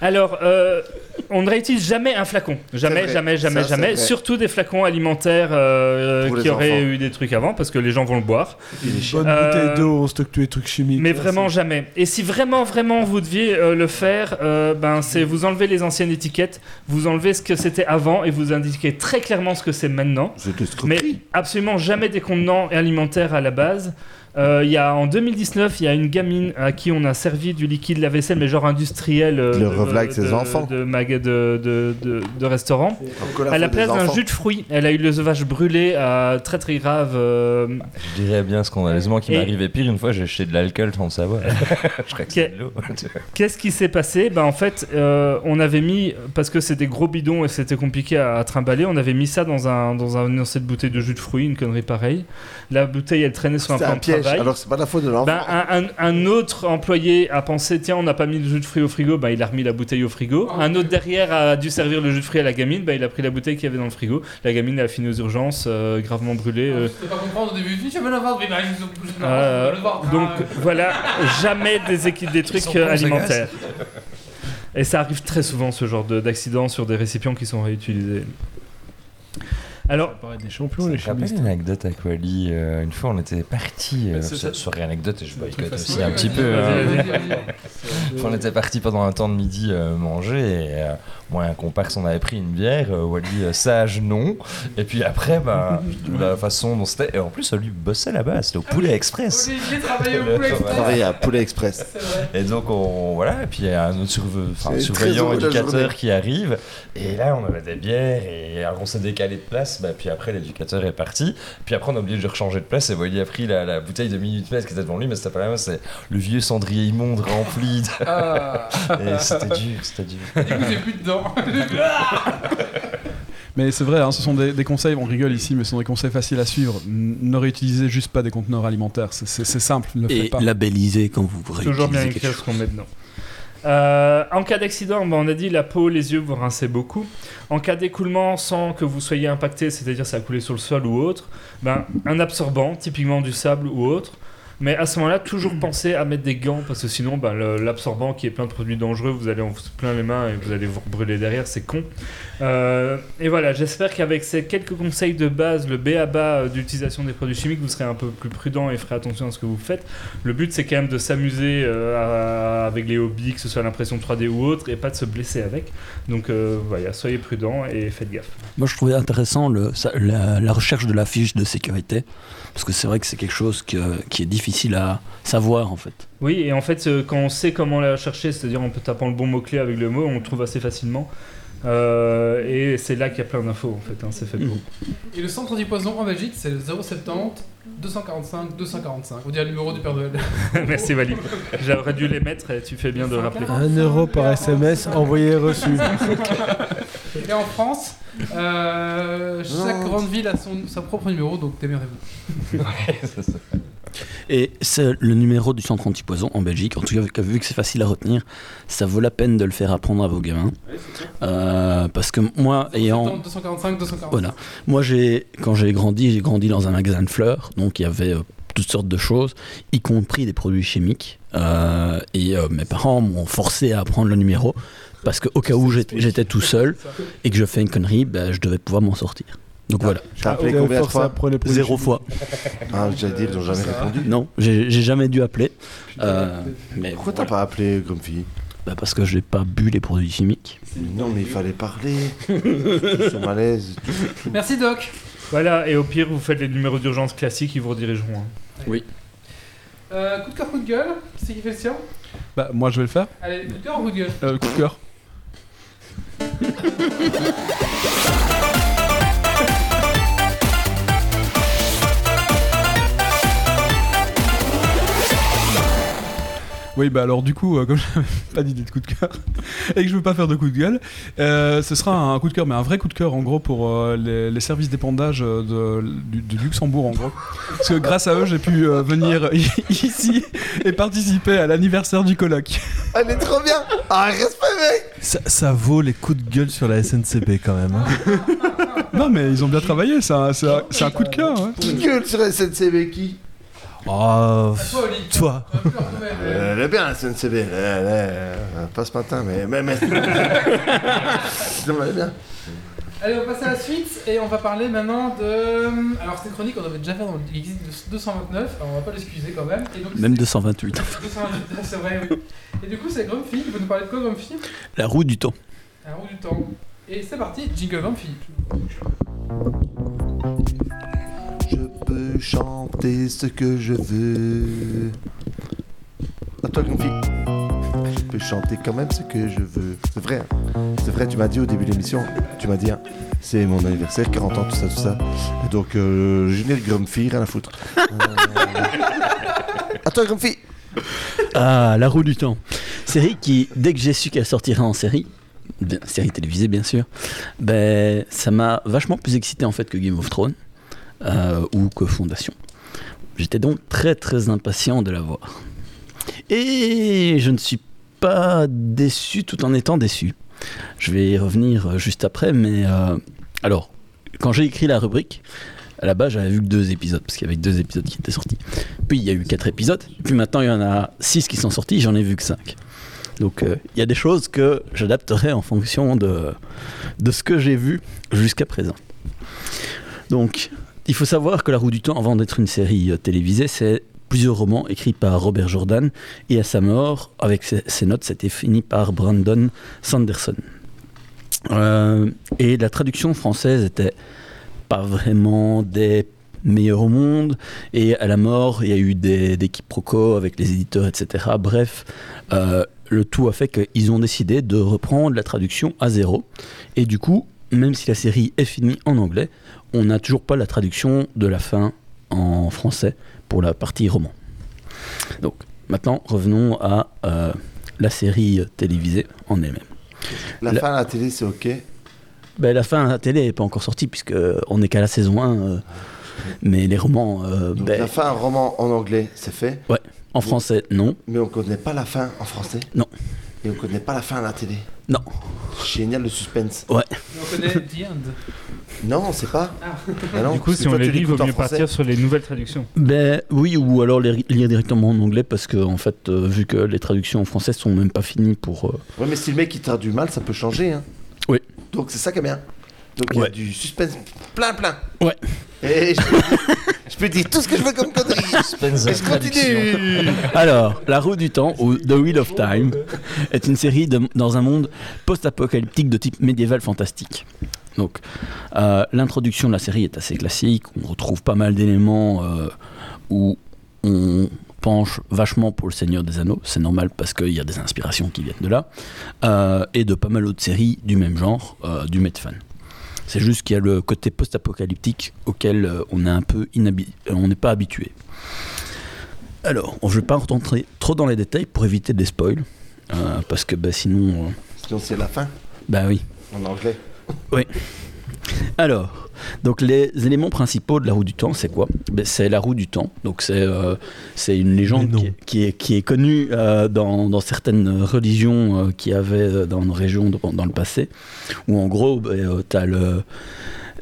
F: Alors, euh, on ne réutilise jamais un flacon. Jamais,
B: C'est vrai.
F: jamais, jamais,
B: Ça, c'est
F: jamais.
B: vrai.
F: Surtout des flacons alimentaires euh,
P: Pour les
F: qui auraient
P: enfants.
F: eu des trucs avant, parce que les gens vont le boire.
P: Bonne
F: Euh,
P: bouteille d'eau, on stocke tous les trucs chimiques.
F: Mais vraiment jamais. Et si vraiment, vraiment vous deviez euh, le faire, euh, ben, c'est vous enlevez les anciennes étiquettes, vous enlevez ce que c'était avant et vous indiquez très clairement ce que c'est maintenant. Mais absolument jamais des contenants alimentaires à la base. Euh, il y a, en 2019, il y a une gamine à qui on a servi du liquide la vaisselle, mais genre industriel. euh,
B: Le revelac de ses
F: de-
B: enfants.
F: De, maga- de, de, de- de restaurant.
B: Encore la
F: À la
B: faute des
F: place d'un
B: enfants.
F: jus de fruits, elle a eu le veuvage brûlé, euh, très très grave. euh,
G: Je dirais bien scandaleusement qu'il
F: Et-
G: m'est arrivé pire une fois, j'ai acheté de l'alcool sans le savoir. je crois que c'est de l'eau.
F: Qu'est-ce qui s'est passé ben, En fait, euh, on avait mis, parce que c'est des gros bidons et c'était compliqué à, à trimballer, on avait mis ça dans, un, dans, un, dans cette bouteille de jus de fruits, une connerie pareille. La bouteille, elle traînait sur un
B: C'est
F: plan
B: un
F: de
B: piège,
F: travail.
B: alors c'est pas la faute de l'enfant.
F: Ben, un, un- un autre employé a pensé tiens on n'a pas mis le jus de fruits au frigo ben, il a remis la bouteille au frigo un autre derrière a dû servir le jus de fruits à la gamine ben, il a pris la bouteille qu'il y avait dans le frigo la gamine a fini aux urgences euh, gravement brûlée euh,
A: Je peux pas comprendre au début, je vais l'avoir, mais bah, ils ont- je vais
F: euh,
A: le voir.
F: donc voilà jamais des, équipes, des trucs
A: sont
F: euh,
A: cons, ces
F: alimentaires
A: gars.
F: et ça arrive très souvent ce genre de- d'accident sur des récipients qui sont réutilisés Alors,
P: des champions, les
G: Je me rappelle
P: chimistes.
G: une anecdote avec Wally. euh, une fois, on était parti.
P: Bah,
G: Euh,
P: c'est ça.
G: so- soirée anecdote et je
P: C'est un
G: boycotte
P: truc
G: aussi
P: facile.
G: un petit peu.
P: Vas-y,
G: hein.
P: vas-y, vas-y.
G: Une fois, on était parti pendant un temps de midi euh, manger et euh, moi, un comparse, on avait pris une bière. euh, Wally, euh, sage, non. Et puis après, bah, la façon dont c'était. Et en plus, lui bossait là-bas. C'était au
P: Ah
G: Poulet Express.
A: Olivier travaillait au Poulet Express.
B: Travaillait à Poulet Express.
G: Et donc, on, voilà, et puis il y a un autre surve- enfin,
B: C'est
G: surveillant
B: très heureux de la
G: éducateur
B: journée.
G: qui arrive. Et là, on avait des bières, et alors on s'est décalé de place. Bah, puis après, l'éducateur est parti. Puis après, on a oublié de rechanger de place. Et voilà, il a pris la, la bouteille de Minute Maid qui était devant lui, mais c'était pas la même. C'est le vieux cendrier immonde rempli. de-
A: Ah.
G: et c'était dur, c'était dur.
A: Du coup, j'ai plus dedans.
E: Mais c'est vrai, hein, ce sont des, des conseils, on rigole ici, mais ce sont des conseils faciles à suivre. N- Ne réutilisez juste pas des conteneurs alimentaires, c'est- c'est c'est simple, ne le
D: Et
E: faites pas.
D: labelliser quand vous
F: Toujours bien
D: réutilisez quelque
F: écrire ce
D: chose.
F: qu'on met dedans. Euh, en cas d'accident, bah, on a dit la peau, les yeux, vous rincez beaucoup. En cas d'écoulement, sans que vous soyez impacté, c'est-à-dire ça a coulé sur le sol ou autre, ben, un absorbant, typiquement du sable ou autre. Mais à ce moment-là, toujours penser à mettre des gants parce que sinon, ben, le- l'absorbant qui est plein de produits dangereux, vous allez en vous plein les mains et vous allez vous brûler derrière, c'est con. Euh, et voilà, j'espère qu'avec ces quelques conseils de base, le B à bas d'utilisation des produits chimiques, vous serez un peu plus prudent et ferez attention à ce que vous faites. Le but, c'est quand même de s'amuser euh, à- avec les hobbies, que ce soit l'impression 3D ou autre, et pas de se blesser avec. Donc euh, voilà, soyez prudent et faites gaffe.
D: Moi, je trouvais intéressant le- ça- la, la recherche de la fiche de sécurité, parce que c'est vrai que c'est quelque chose que- qui est difficile à savoir en fait.
F: Oui, et en fait, euh, quand on sait comment la chercher, c'est-à-dire en tapant le bon mot-clé avec le mot, on le trouve assez facilement. Euh, et c'est là qu'il y a plein d'infos, en fait, hein, c'est fait pour.
A: Et le centre anti-poison en Belgique, c'est le 070 245 245. On dirait le numéro du Père Noël.
F: Merci Wally. J'aurais dû les mettre et tu fais bien de le rappeler.
P: Un euro par SMS envoyé et reçu.
A: Et en France, euh, chaque
B: Non.
A: grande ville a son, son propre numéro, donc démerdez-vous.
D: Et c'est le numéro du centre antipoison en Belgique. En tout cas, vu que c'est facile à retenir, ça vaut la peine de le faire apprendre à vos gamins. Euh, parce que moi, ayant
A: 245 245.
D: Voilà. Moi, j'ai, quand j'ai grandi, j'ai grandi dans un magasin de fleurs, donc il y avait euh, toutes sortes de choses, y compris des produits chimiques. Euh, et euh, mes parents m'ont forcé à apprendre le numéro parce que au cas où j'étais j'étais tout seul et que je fais une connerie, bah, je devais pouvoir m'en sortir. Donc voilà.
B: T'as Ah. appelé combien de fois
D: Zéro fois.
B: Ah, j'allais dire, ils n'ont jamais répondu.
D: Non, j'ai j'ai jamais dû appeler. Euh, mais
B: Pourquoi
D: voilà.
B: t'as pas appelé Grumpy
D: Bah, parce que j'ai pas bu les produits chimiques.
B: Non, mais il fallait parler. Je suis mal à l'aise.
A: Merci Doc.
F: Voilà, et au pire, vous faites les numéros d'urgence classiques, ils vous redirigeront. hein.
D: Oui.
A: Euh, coup de cœur, coup de gueule, c'est qui fait le sien
E: Bah, moi, je vais le faire.
A: Allez, coup de cœur ou coup de gueule
E: Euh, coup de cœur. Oui, bah alors du coup, euh, comme j'avais pas d'idée de coup de cœur et que je veux pas faire de coup de gueule, euh, ce sera un coup de cœur, mais un vrai coup de cœur en gros pour euh, les, les services d'épandage euh, de, du, du Luxembourg en gros. Parce que grâce à eux, j'ai pu euh, venir ici et participer à l'anniversaire du colloque.
B: Elle est trop bien Ah, respect, mec
O: Ça, ça vaut les coups de gueule sur la SNCB quand même. hein.
E: Non, mais ils ont bien travaillé, c'est un, c'est un- c'est un coup de cœur. hein. ouais.
B: Qui gueule sur la SNCB qui
O: Oh, toi
B: Euh, Elle est bien la SNCB. Euh, Elle, elle, elle, pas ce matin, mais. mais, mais... Non, mais elle est bien.
A: Allez, on passe à la suite et on va parler maintenant de. euh, Alors, cette chronique, on avait déjà fait dans l'existe de 229, alors on va pas l'excuser quand même. Et donc,
D: Même
A: c'est-
D: 228.
A: 228, c'est vrai, oui. Et du coup, c'est Grumpy qui va nous parler de quoi, Grumpy
D: La roue du temps.
A: Un roue du temps. Et c'est parti, jingle Grumpy.
B: Je peux chanter ce que je veux. À toi, Grumpy. Je peux chanter quand même ce que je veux. C'est vrai. hein. C'est vrai, tu m'as dit au début de l'émission. Tu m'as dit, hein, c'est mon anniversaire, 40 ans, tout ça, tout ça. Et donc, euh, je n'ai le Grumpy, rien à foutre. À toi, Grumpy
D: Ah, La roue du temps. Série qui, dès que j'ai su qu'elle sortirait en série, bien- série télévisée bien sûr, ben, ça m'a vachement plus excité en fait que Game of Thrones euh, ou que Fondation. J'étais donc très très impatient de la voir. Et je ne suis pas déçu tout en étant déçu. Je vais y revenir euh, juste après, mais euh, alors, quand j'ai écrit la rubrique, à la base j'avais vu que deux épisodes, parce qu'il y avait que deux épisodes qui étaient sortis. Puis il y a eu quatre épisodes, puis maintenant il y en a six qui sont sortis, j'en ai vu que cinq. Donc euh, il y a des choses que j'adapterai en fonction de, de ce que j'ai vu jusqu'à présent. Donc, il faut savoir que La Roue du Temps, avant d'être une série euh, télévisée, c'est plusieurs romans écrits par Robert Jordan. Et à sa mort, avec ses, ses notes, c'était fini par Brandon Sanderson. Euh, et la traduction française était pas vraiment des meilleurs au monde. Et à la mort, il y a eu des, des quiproquos avec les éditeurs, etc. Bref, euh, le tout a fait qu'ils ont décidé de reprendre la traduction à zéro. Et du coup, même si la série est finie en anglais, on n'a toujours pas la traduction de la fin en français pour la partie roman. Donc, maintenant, revenons à euh, la série télévisée en elle-même.
B: La, fin à la télé, c'est OK.
D: Ben, la fin à la télé n'est pas encore sortie, puisque on n'est qu'à la saison 1. euh, mais les romans. euh,
B: Donc,
D: ben,
B: la fin, un roman en anglais, c'est fait.
D: Ouais, en français, non.
B: Mais on connaît pas la fin en français.
D: Non.
B: Et on connaît pas la fin à la télé.
D: Non.
B: Génial le suspense.
D: Ouais.
A: On connaît The End.
B: Non, on sait pas.
A: Ah.
B: Bah non,
F: Du coup,
B: parce que
F: si on
B: toi,
F: les
B: tu
F: lit, il vaut
B: l'écoutes en
F: mieux
B: français.
F: partir sur les nouvelles traductions.
D: Ben oui, ou alors les ri- lire directement en anglais, parce que, en fait, euh, vu que les traductions en français sont même pas finies pour. euh,
B: Ouais, mais si le mec il traduit mal, ça peut changer. Hein.
D: Oui.
B: Donc c'est ça qui est bien. Donc il y a du suspense plein plein.
D: Ouais.
B: Et je, peux dire, je peux dire tout ce que je veux comme connerie.
G: Suspense
B: Et je continue.
D: Alors, La Roue du Temps, ou The Wheel of Time, est une série de- dans un monde post-apocalyptique de type médiéval fantastique. Donc, euh, l'introduction de la série est assez classique. On retrouve pas mal d'éléments euh, où on penche vachement pour le Seigneur des Anneaux. C'est normal parce qu'il y a des inspirations qui viennent de là. Euh, et de pas mal d'autres séries du même genre, euh, du Medfan. C'est juste qu'il y a le côté post-apocalyptique auquel euh, on est un peu inhabi- euh, on n'est pas habitué. Alors, on- je ne vais pas rentrer trop dans les détails pour éviter des spoils, euh, parce que bah, sinon, euh,
B: Sinon c'est la fin
D: bah oui.
B: en anglais.
D: Oui. Alors, donc les éléments principaux de la roue du temps, c'est quoi Ben, C'est la roue du temps. Donc c'est euh, c'est une légende qui est, qui est- qui est connue euh, dans, dans certaines religions qui avaient euh, dans nos régions de- dans le passé, où en gros, tu as le,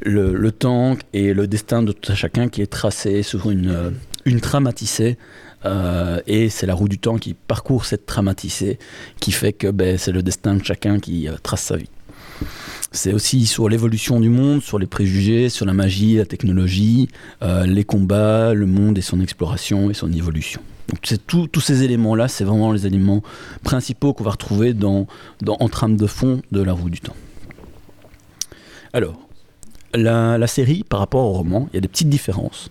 D: le, le temps et le destin de tout à chacun qui est tracé sur une, euh, une trame à tisser. Euh, et c'est la roue du temps qui parcourt cette trame à tisser, qui fait que ben, c'est le destin de chacun qui euh, trace sa vie. C'est aussi sur l'évolution du monde, sur les préjugés, sur la magie, la technologie, euh, les combats, le monde et son exploration et son évolution. Donc c'est tout- tous ces éléments-là, c'est vraiment les éléments principaux qu'on va retrouver dans, dans- en trame de fond de la roue du temps. Alors, la, la série par rapport au roman, il y a des petites différences.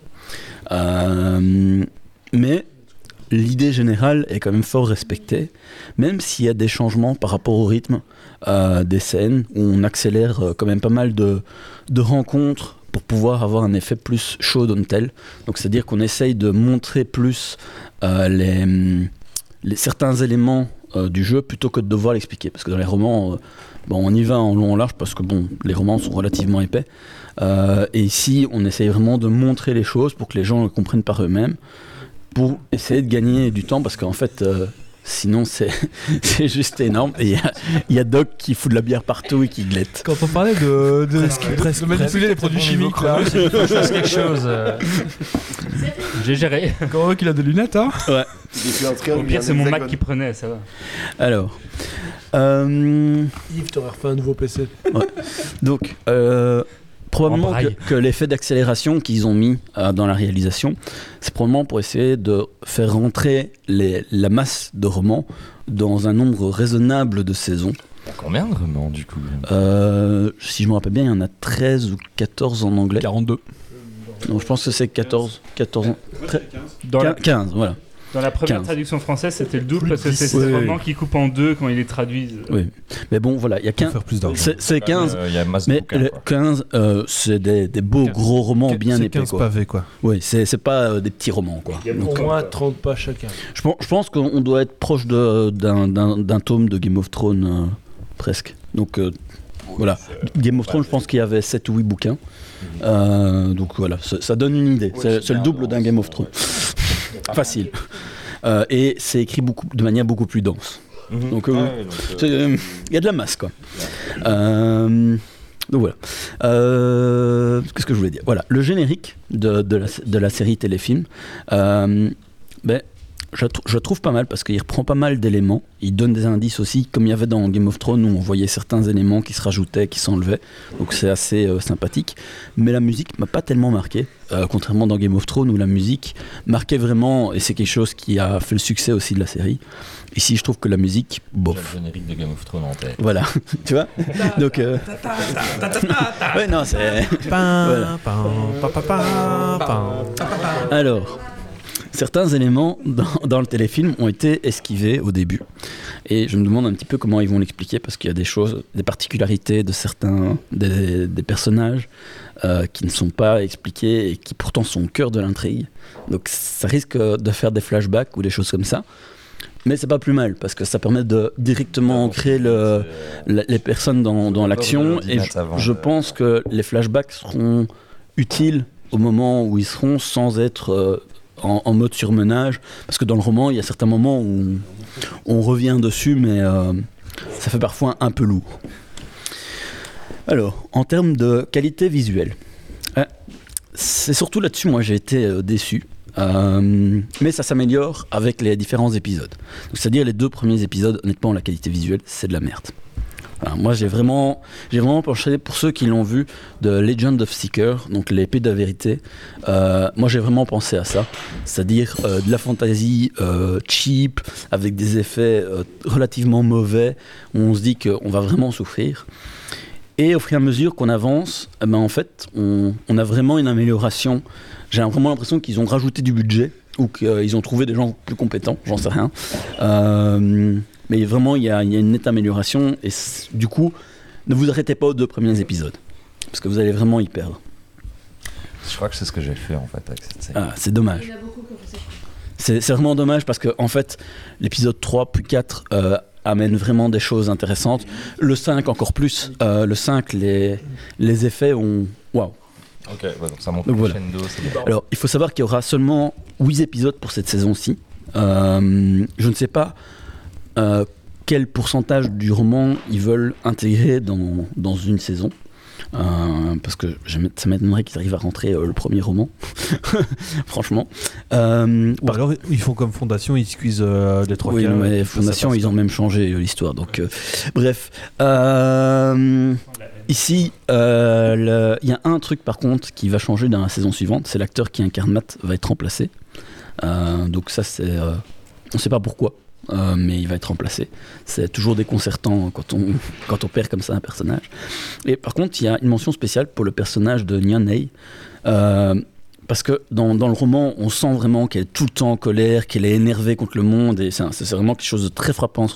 D: Euh, mais l'idée générale est quand même fort respectée, même s'il y a des changements par rapport au rythme euh, des scènes, où on accélère euh, quand même pas mal de, de rencontres pour pouvoir avoir un effet plus show don't tell. Donc c'est-à-dire qu'on essaye de montrer plus euh, les, hum, les- certains éléments euh, du jeu plutôt que de devoir l'expliquer. Parce que dans les romans, euh, bon, on y va en long en large parce que bon, les romans sont relativement épais. Euh, et ici, on essaye vraiment de montrer les choses pour que les gens le comprennent par eux-mêmes, pour essayer de gagner du temps parce qu'en fait. euh, Sinon, c'est c'est juste énorme. Et il y a- il y, a Doc qui fout de la bière partout et qui glette.
P: Quand on parlait de, de, de
I: manipuler les produits chimiques, là.
P: il faut que je fasse quelque chose. euh.
F: J'ai géré.
I: Encore heureux qu'il a des lunettes, hein
D: Ouais.
F: Au pire, c'est mon Mac qui prenait, ça va.
D: Alors. euh,
P: Yves, t'aurais refait un nouveau PC.
D: Ouais. Donc, euh, probablement
P: En
D: que,
P: braille.
D: que l'effet d'accélération qu'ils ont mis euh, dans la réalisation, c'est probablement pour essayer de faire rentrer les- la masse de romans dans un nombre raisonnable de saisons.
G: Combien de romans du coup
D: Euh, si je me rappelle bien, il y en a 13 ou 14 en anglais. 42. Donc je pense que c'est 14. 14 en- tre-
F: Dans la-
D: 15, voilà.
F: Dans la première
D: 15.
F: traduction française, c'était le double parce que c'est
D: Oui,
F: ces
D: oui.
F: romans qui coupent en deux quand ils les traduisent.
D: Oui. Mais bon, voilà, il y a 15.
F: faire plus d'argent.
D: C'est- C'est
F: Bah,
D: 15.
F: mais, euh, il y a masse de
D: mais
F: bouquins,
D: le
F: quoi.
D: 15, euh, c'est des, des beaux gros romans bien
O: c'est
D: épais.
O: 15 pavés, quoi.
D: Oui, c'est c'est pas euh, des petits romans, quoi.
P: Il y a
D: Donc, euh,
P: au moins 30 pages chacun.
D: je, pense, je pense qu'on doit être proche de- d'un- d'un d'un tome de Game of Thrones, euh, presque. Donc euh, voilà.
F: euh,
D: Game of Thrones, je pense qu'il y avait 7 ou 8 bouquins.
F: Mhm.
D: Euh, donc voilà, ça ça donne une idée. C'est c'est le double d'un Game of Thrones. Facile. Euh, et c'est écrit beaucoup, de manière beaucoup plus dense.
G: Mhm.
D: Donc euh,
G: Ouais, donc, euh,
D: c'est, euh, il y a de la masse, quoi. Euh, donc voilà. Euh, Qu'est-ce que je voulais dire Voilà, le générique de, de la, de la série téléfilm. euh, ben, je, tr- je trouve pas mal parce qu'il reprend pas mal d'éléments. Il donne des indices aussi, comme il y avait dans Game of Thrones où on voyait certains éléments qui se rajoutaient, qui s'enlevaient. Donc c'est assez euh, sympathique. Mais la musique m'a pas tellement marqué, Euh, contrairement dans Game of Thrones où la musique marquait vraiment, et c'est quelque chose qui a fait le succès aussi de la série. Ici, je trouve que la musique, bof.
G: Le générique de Game of Thrones en tête.
D: Voilà, tu vois Donc. euh, ouais, non, c'est. Voilà. Alors, certains éléments dans, dans le téléfilm ont été esquivés au début. Et je me demande un petit peu comment ils vont l'expliquer, parce qu'il y a des choses, des particularités de certains des, des personnages euh, qui ne sont pas expliquées et qui pourtant sont au cœur de l'intrigue. Donc ça risque euh, de faire des flashbacks ou des choses comme ça. Mais c'est pas plus mal parce que ça permet de directement ancrer le, la- les personnes dans, dans
G: de
D: l'action et
G: l'ordinateur
D: je,
G: avant
D: je
G: de-
D: pense que les flashbacks seront utiles au moment où ils seront sans être euh, en, en mode surmenage parce que dans le roman il y a certains moments où on revient dessus mais euh, ça fait parfois un peu lourd. Alors, en termes de qualité visuelle, euh, c'est surtout là-dessus, moi, j'ai été euh, déçu. Euh, mais ça s'améliore avec les différents épisodes. Donc, C'est-à-dire les deux premiers épisodes, honnêtement, la qualité visuelle, c'est de la merde. Voilà, moi, j'ai vraiment, j'ai vraiment penché pour ceux qui l'ont vu de Legend of Seeker, donc l'épée de la vérité. Euh, moi, j'ai vraiment pensé à ça, c'est-à-dire euh, de la fantasy euh, cheap avec des effets euh, relativement mauvais où on se dit qu'on va vraiment souffrir. Et au fur et à mesure qu'on avance, eh ben en fait, on, on a vraiment une amélioration. J'ai vraiment l'impression qu'ils ont rajouté du budget ou qu'ils ont trouvé des gens plus compétents, j'en sais rien. Euh, mais vraiment, il y, a il y a une nette amélioration. Et c- du coup, ne vous arrêtez pas aux deux premiers épisodes, parce que vous allez vraiment y perdre.
G: Je crois que c'est ce que j'ai fait en fait avec cette série.
D: Ah, c'est dommage. C'est c'est vraiment dommage parce que, en fait, l'épisode 3 puis 4 euh, amène vraiment des choses intéressantes. Le 5 encore plus. Euh, le 5, les, les effets ont. Waouh!
G: Ok, ouais, donc ça monte
D: Donc voilà.
G: crescendo. c'est bien.
D: Alors, il faut savoir qu'il y aura seulement 8 épisodes pour cette saison-ci. Euh, je ne sais pas euh, quel pourcentage du roman ils veulent intégrer dans, dans une saison. Euh, parce que j'aime- ça m'étonnerait qu'ils arrivent à rentrer euh, le premier roman, franchement. Euh,
O: Ou alors ils font comme fondation, ils squeezent euh, les trois
D: oui,
O: quarts,
D: mais
O: ça, ça
D: Fondation,
O: passe.
D: ils ont même changé euh, l'histoire. Donc, euh, bref. Euh, ici, euh, le- il y a un truc par contre qui va changer dans la saison suivante c'est l'acteur qui incarne Matt va être remplacé. Euh, donc, ça, c'est. euh, on sait pas pourquoi. euh, mais il va être remplacé. C'est toujours déconcertant quand on, quand on perd comme ça un personnage. Et par contre, il y a une mention spéciale pour le personnage de Nyanei. Euh, parce que dans, dans le roman, on sent vraiment qu'elle est tout le temps en colère, qu'elle est énervée contre le monde, et c'est un- c'est vraiment quelque chose de très frappant.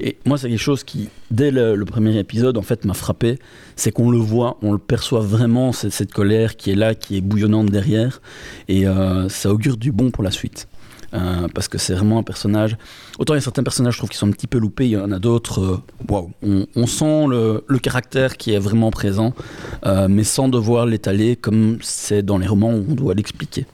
D: Et moi, c'est quelque chose qui, dès le, le premier épisode, en fait, m'a frappé. C'est qu'on le voit, on le perçoit vraiment, c'est- cette colère qui est là, qui est bouillonnante derrière, et euh, ça augure du bon pour la suite. Euh, parce que c'est vraiment un personnage. Autant il y a certains personnages, je trouve, qui sont un petit peu loupés, il y en a d'autres. euh, Waouh! On, on sent le, le caractère qui est vraiment présent, euh, mais sans devoir l'étaler comme c'est dans les romans où on doit l'expliquer.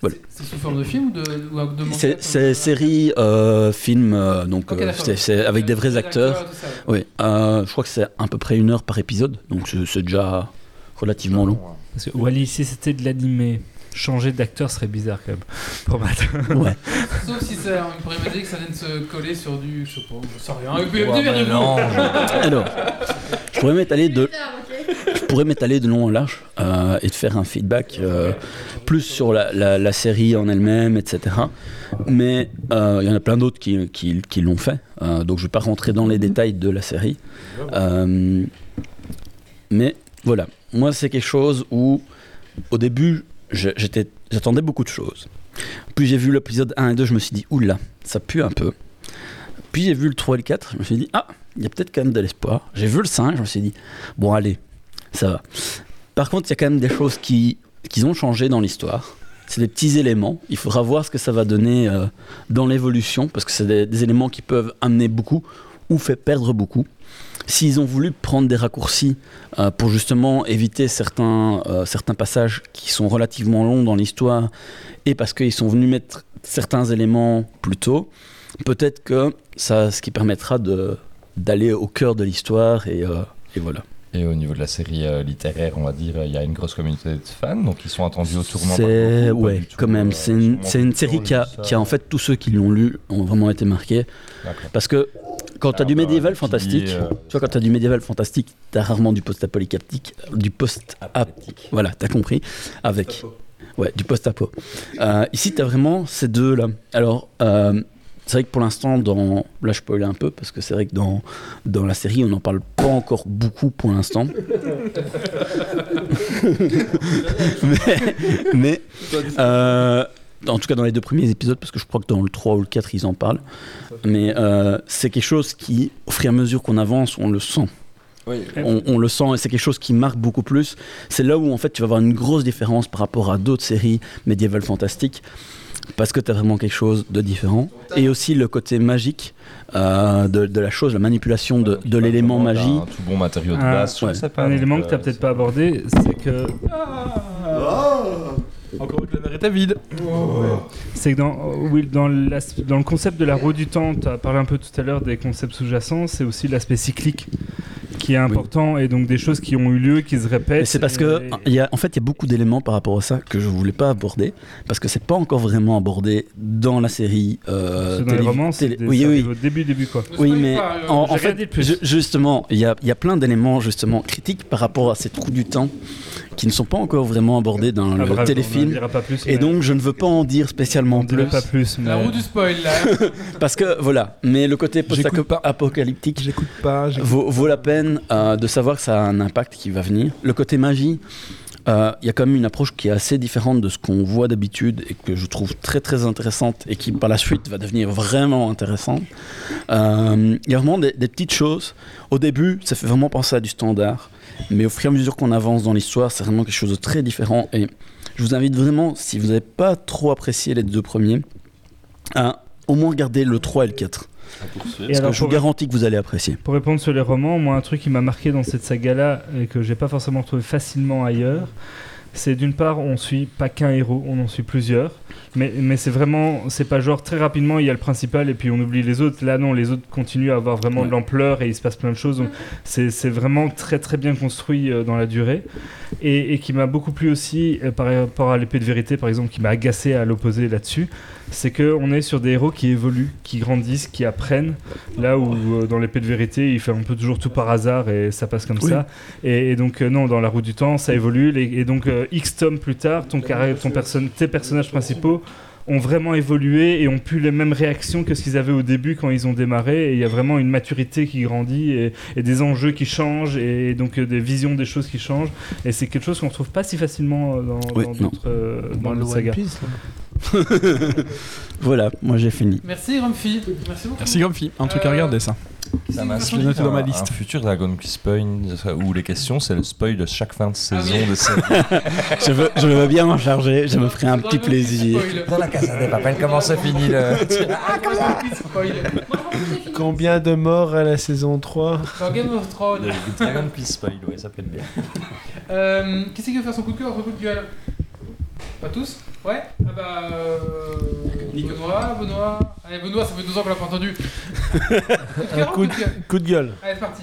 D: Voilà.
A: C'est sous forme de film ou de, ou de manga
D: C'est- C'est série, euh, film, euh, donc
A: Ok,
D: euh,
A: d'accord.
D: c'est- c'est avec des vrais
A: Des acteurs,
D: acteurs.
A: tout ça,
D: Oui, euh, je crois que c'est à peu près une heure par épisode, donc c'est c'est déjà relativement long.
F: Parce que Wally, si c'était de l'animé, changer d'acteur serait bizarre quand même. Pour Matt.
D: Ouais.
A: Sauf si ça, on pourrait imaginer que ça vienne se coller sur du. Je sais pas, je sais rien.
D: Ouais,
A: Et puis,
D: mais
A: verrez-vous.
D: non, je- Alors, je pourrais m'étaler de, je pourrais m'étaler de long en large euh, et de faire un feedback euh, plus sur la, la- la série en elle-même, etc. Mais euh, il y en a plein d'autres qui, qui- qui l'ont fait, euh, donc je vais pas rentrer dans les détails de la série. Euh, mais voilà, moi c'est quelque chose où au début je- j'étais- j'attendais beaucoup de choses. Puis j'ai vu l'épisode 1 et 2, je me suis dit oula, ça pue un peu. Puis j'ai vu le 3 et le 4, je me suis dit, ah, il y a peut-être quand même de l'espoir. J'ai vu le 5, je me suis dit, bon, allez, ça va. Par contre, il y a quand même des choses qui, qui ont changé dans l'histoire. C'est des petits éléments. Il faudra voir ce que ça va donner euh, dans l'évolution, parce que c'est des, des éléments qui peuvent amener beaucoup ou faire perdre beaucoup. S'ils ont voulu prendre des raccourcis euh, pour justement éviter certains, euh, certains passages qui sont relativement longs dans l'histoire, et parce qu'ils sont venus mettre certains éléments plus tôt, peut-être que ça, ce qui permettra de d'aller au cœur de l'histoire et, euh, et voilà.
G: Et au niveau de la série euh, littéraire, on va dire, il y a une grosse communauté de fans, donc ils sont attendus au tournant. par
D: C'est
G: beaucoup, pas
D: ouais,
G: du tout,
D: quand même.
G: euh,
D: C'est une, c'est une série qui a,
G: ça.
D: qui a en fait tous ceux qui l'ont lu ont vraiment été marqués.
G: D'accord. Ah bah,
D: Parce que quand t'as du médiéval fantastique,
G: euh,
D: tu vois, quand t'as du médiéval fantastique, t'as rarement du post-apocalyptique, euh, du post-apocalyptique. Voilà, t'as compris. Avec. Ouais, du post-apo. Euh, ici, t'as vraiment ces deux-là. Alors, euh, c'est vrai que pour l'instant, dans. Là, je peux aller un peu, parce que c'est vrai que dans, dans la série, on n'en parle pas encore beaucoup pour l'instant. mais, mais, euh, en tout cas dans les deux premiers épisodes, parce que je crois que dans le 3 ou le 4, ils en parlent. Mais euh, c'est quelque chose qui, au fur et à mesure qu'on avance, on le sent.
G: Oui.
D: On, on le sent et c'est quelque chose qui marque beaucoup plus. C'est là où en fait tu vas avoir une grosse différence par rapport à d'autres séries médiévales fantastiques parce que tu as vraiment quelque chose de différent. Et aussi le côté magique euh, de, de la chose, la manipulation de, de l'élément
G: vraiment d'un
D: magie.
G: tout bon matériau de
F: Un-
G: base, je
F: Ah, ouais.
G: sais pas,
F: un
G: donc,
F: élément que
G: euh,
F: t'as peut-être pas abordé, c'est que
E: Encore que la verre était vide.
F: C'est que dans, euh, oui, dans, l'as- dans le concept de la roue du temps, tu as parlé un peu tout à l'heure des concepts sous-jacents, c'est aussi l'aspect cyclique qui est important et donc des choses qui ont eu lieu, qui se
D: Mais
F: répètent.
D: c'est parce
F: euh,
D: que il y a, en fait il y a beaucoup d'éléments par rapport à ça que je voulais pas aborder parce que c'est pas encore vraiment abordé dans la série. euh,
F: Parce que dans les
D: télévi-
F: romans, c'est
D: télé-
F: des-
D: oui
F: ça
D: oui.
F: arrive au début début quoi.
D: Oui, mais en,
F: euh, j'ai
D: en
F: rien
D: fait, ju- justement, il y a, il y a plein d'éléments justement critiques par rapport à ces trous du temps qui ne sont pas encore vraiment abordés dans
F: Ah,
D: le
F: bref, on en
D: téléfilm.
F: dira pas plus,
D: et
F: mais-
D: donc, je ne veux pas en dire spécialement plus.
F: pas plus.
A: La roue du spoil là.
D: Parce que voilà, mais le côté post-apocalyptique, j'écoute pas, vaut, vaut la peine euh, de savoir que ça a un impact qui va venir. Le côté magie, euh, il y a quand même une approche qui est assez différente de ce qu'on voit d'habitude et que je trouve très très intéressante et qui par la suite va devenir vraiment intéressante. Euh, Il y a vraiment des, des petites choses. Au début, ça fait vraiment penser à du standard, mais au fur et à mesure qu'on avance dans l'histoire, c'est vraiment quelque chose de très différent. Et je vous invite vraiment, si vous n'avez pas trop apprécié les deux premiers, à au moins garder le 3 et le 4.
F: Et
D: Parce que
F: alors,
D: je vous
F: pour-
D: garantis que vous allez apprécier.
F: Pour répondre sur les romans, moi un truc qui m'a marqué dans cette saga-là et que j'ai pas forcément trouvé facilement ailleurs, c'est d'une part on suit pas qu'un héros, on en suit plusieurs, mais, mais c'est vraiment, c'est pas genre très rapidement il y a le principal et puis on oublie les autres. Là non, les autres continuent à avoir vraiment de l'ampleur et il se passe plein de choses. Donc c'est c'est vraiment très très bien construit euh, dans la durée et, et qui m'a beaucoup plu aussi euh, par rapport à l'épée de vérité par exemple qui m'a agacé à l'opposé là-dessus c'est que on est sur des héros qui évoluent, qui grandissent, qui apprennent. Là où euh, dans l'épée de vérité, il fait un peu toujours tout par hasard et ça passe comme
D: Oui.
F: ça. Et, et donc euh, non, dans la roue du temps, ça évolue. Les- et donc euh, X tomes plus tard, ton carré- ton perso- tes personnages principaux ont vraiment évolué et ont pu les mêmes réactions que ce qu'ils avaient au début quand ils ont démarré. Et il y a vraiment une maturité qui grandit et, et des enjeux qui changent et donc euh, des visions des choses qui changent. Et c'est quelque chose qu'on retrouve pas si facilement euh, dans,
D: Oui,
F: dans
D: non.
F: d'autres euh, dans
D: Dans le
F: d'autres
D: One
F: sagas.
D: Piece, voilà, moi j'ai fini.
A: Merci Grumpy. Merci beaucoup. Euh,
E: Merci Grumpy. Un truc à regarder ça.
G: Ça
A: m'a
G: m'inspire
E: noté dans ma
G: un-
E: liste.
G: Un futur Dragon Quest spoil où les questions c'est le spoil de chaque fin de saison
D: oui.
G: de série.
D: je, veux, je veux bien m'en charger, je me ferai un petit plaisir.
G: Dans la Casa de Papel, comment ça finit le.
P: Combien de morts à la saison 3
A: Dans Game of Thrones.
G: Le Dragon Quest spoil, ouais, ça peut être bien.
A: Euh, Qu'est-ce qui veut faire son coup de cœur, son coup de gueule Pas tous Ouais Ah bah. euh, Benoît, Benoît. Allez, Benoît, ça fait deux ans qu'on l'a pas entendu.
P: Un coup de,
A: gueule
P: coup de gueule.
A: Allez, c'est parti.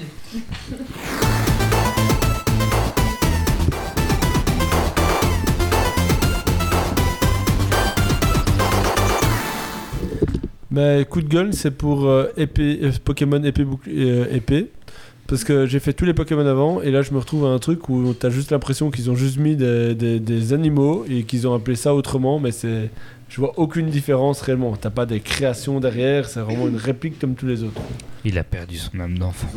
P: Mais Bah, coup de gueule, c'est pour euh, épée- euh, Pokémon épée, bouclier- euh, épée. Parce que j'ai fait tous les Pokémon avant, et là je me retrouve à un truc où t'as juste l'impression qu'ils ont juste mis des, des- des animaux et qu'ils ont appelé ça autrement, mais c'est. Je vois aucune différence réellement. T'as pas des créations derrière, c'est vraiment une réplique comme tous les autres.
F: Il a perdu son âme d'enfant.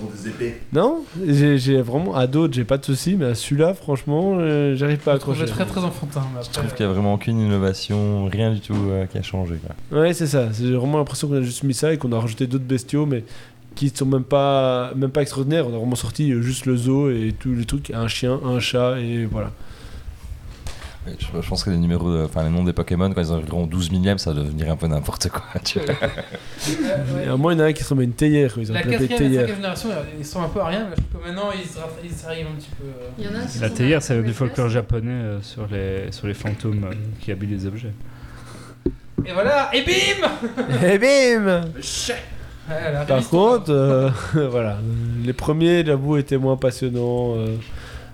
P: Non, j'ai j'ai vraiment à d'autres, j'ai pas de soucis, mais à celui-là, franchement, euh, j'arrive pas à
A: On est
P: accrocher.
A: très très enfantin. mais après, euh,
G: Je trouve qu'il n'y a vraiment aucune innovation, rien du tout euh, qui a changé. quoi.
P: Ouais, c'est ça. C'est- J'ai vraiment l'impression qu'on a juste mis ça et qu'on a rajouté d'autres bestiaux, mais qui sont même pas, même pas extraordinaires. On a vraiment sorti euh, juste le zoo et tous les trucs, un chien, un chat, et voilà.
G: Ouais, Je, je pense que les numéros, de- enfin les noms des Pokémon, quand ils arriveront au 12 millième, ça va devenir un peu n'importe quoi. Tu vois.
P: Et à moins, il y en a un qui se remet une théière. Ils ont
A: La
P: appelé
A: quatrième
P: des
A: et la cinquième
P: théières.
A: génération, ils sont un peu à rien, mais je trouve que maintenant ils se rattra- ils s'arrivent un petit peu. euh.
J: Il y en a
F: La théière, c'est du folklore japonais euh, sur, les, sur les fantômes euh, qui habitent les objets.
A: Et voilà, et bim
P: Et bim
A: Chais. Ouais, elle a
P: Par
A: révisé.
P: contre, euh, voilà, les premiers, j'avoue, étaient moins passionnants. euh.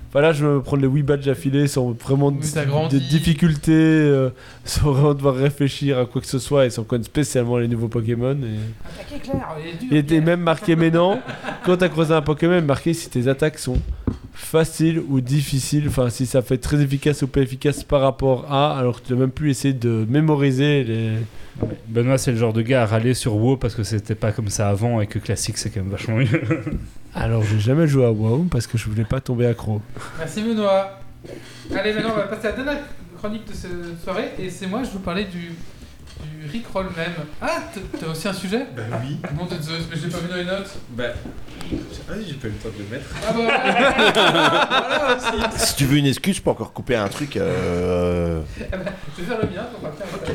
P: Enfin, là, je vais me prendre les 8 badges affilés sans vraiment
A: Oui, t'as
P: d-
A: grandi.
P: des difficultés, euh, sans vraiment devoir réfléchir à quoi que ce soit, et sans connaître spécialement les nouveaux Pokémon. et-
A: Attaquer Claire, elle est dure.
P: Il était même marqué maintenant, quand t'as croisé un Pokémon, il est marqué si tes attaques sont faciles ou difficiles, enfin si ça fait très efficace ou pas efficace par rapport à, alors que tu n'as même plus essayé de mémoriser les...
F: Benoît, c'est le genre de gars à râler sur WoW parce que c'était pas comme ça avant et que classique, c'est quand même vachement mieux.
P: Alors j'ai jamais joué à WoW parce que je voulais pas tomber accro.
A: Merci Benoît. Allez, maintenant on va passer à la dernière chronique de cette soirée et c'est moi, je vous parlais du, du Rickroll même. Ah, t- t'as aussi un sujet Bah oui. Mon de Zeus, mais je l'ai pas vu dans les notes.
I: Bah. Ah, j'ai pas eu le temps de le mettre.
A: Ah bah
E: Ah
A: voilà, voilà
E: bah.
A: aussi.
B: Si tu veux une excuse, je peux encore couper un truc. euh,
A: Eh ben, je vais faire le bien, on va faire après.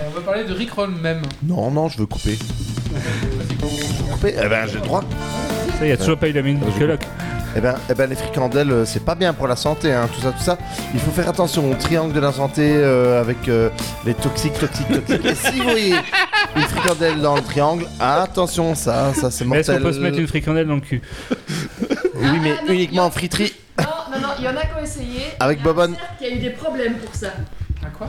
A: Alors, on va parler de Rickroll même.
B: Non, non, je veux couper. couper Eh ben, j'ai le droit.
F: Ça, il y a toujours pas eu la mine de coloc.
B: Eh ben, eh ben, les fricandelles, euh, c'est pas bien pour la santé, hein, tout ça, tout ça. Il faut faire attention au triangle de la santé euh, avec euh, les toxiques, toxiques, toxiques. Et si vous voyez une fricandelle dans le triangle, attention, ça, ça c'est
F: Mais est-ce
B: mortel.
F: qu'on peut se mettre une fricandelle dans le cul
B: Oui, mais uniquement en friterie
C: Non, non, non, il y en a qui ont essayé.
B: avec Bobonne.
C: Il y a eu des problèmes pour ça.
A: À quoi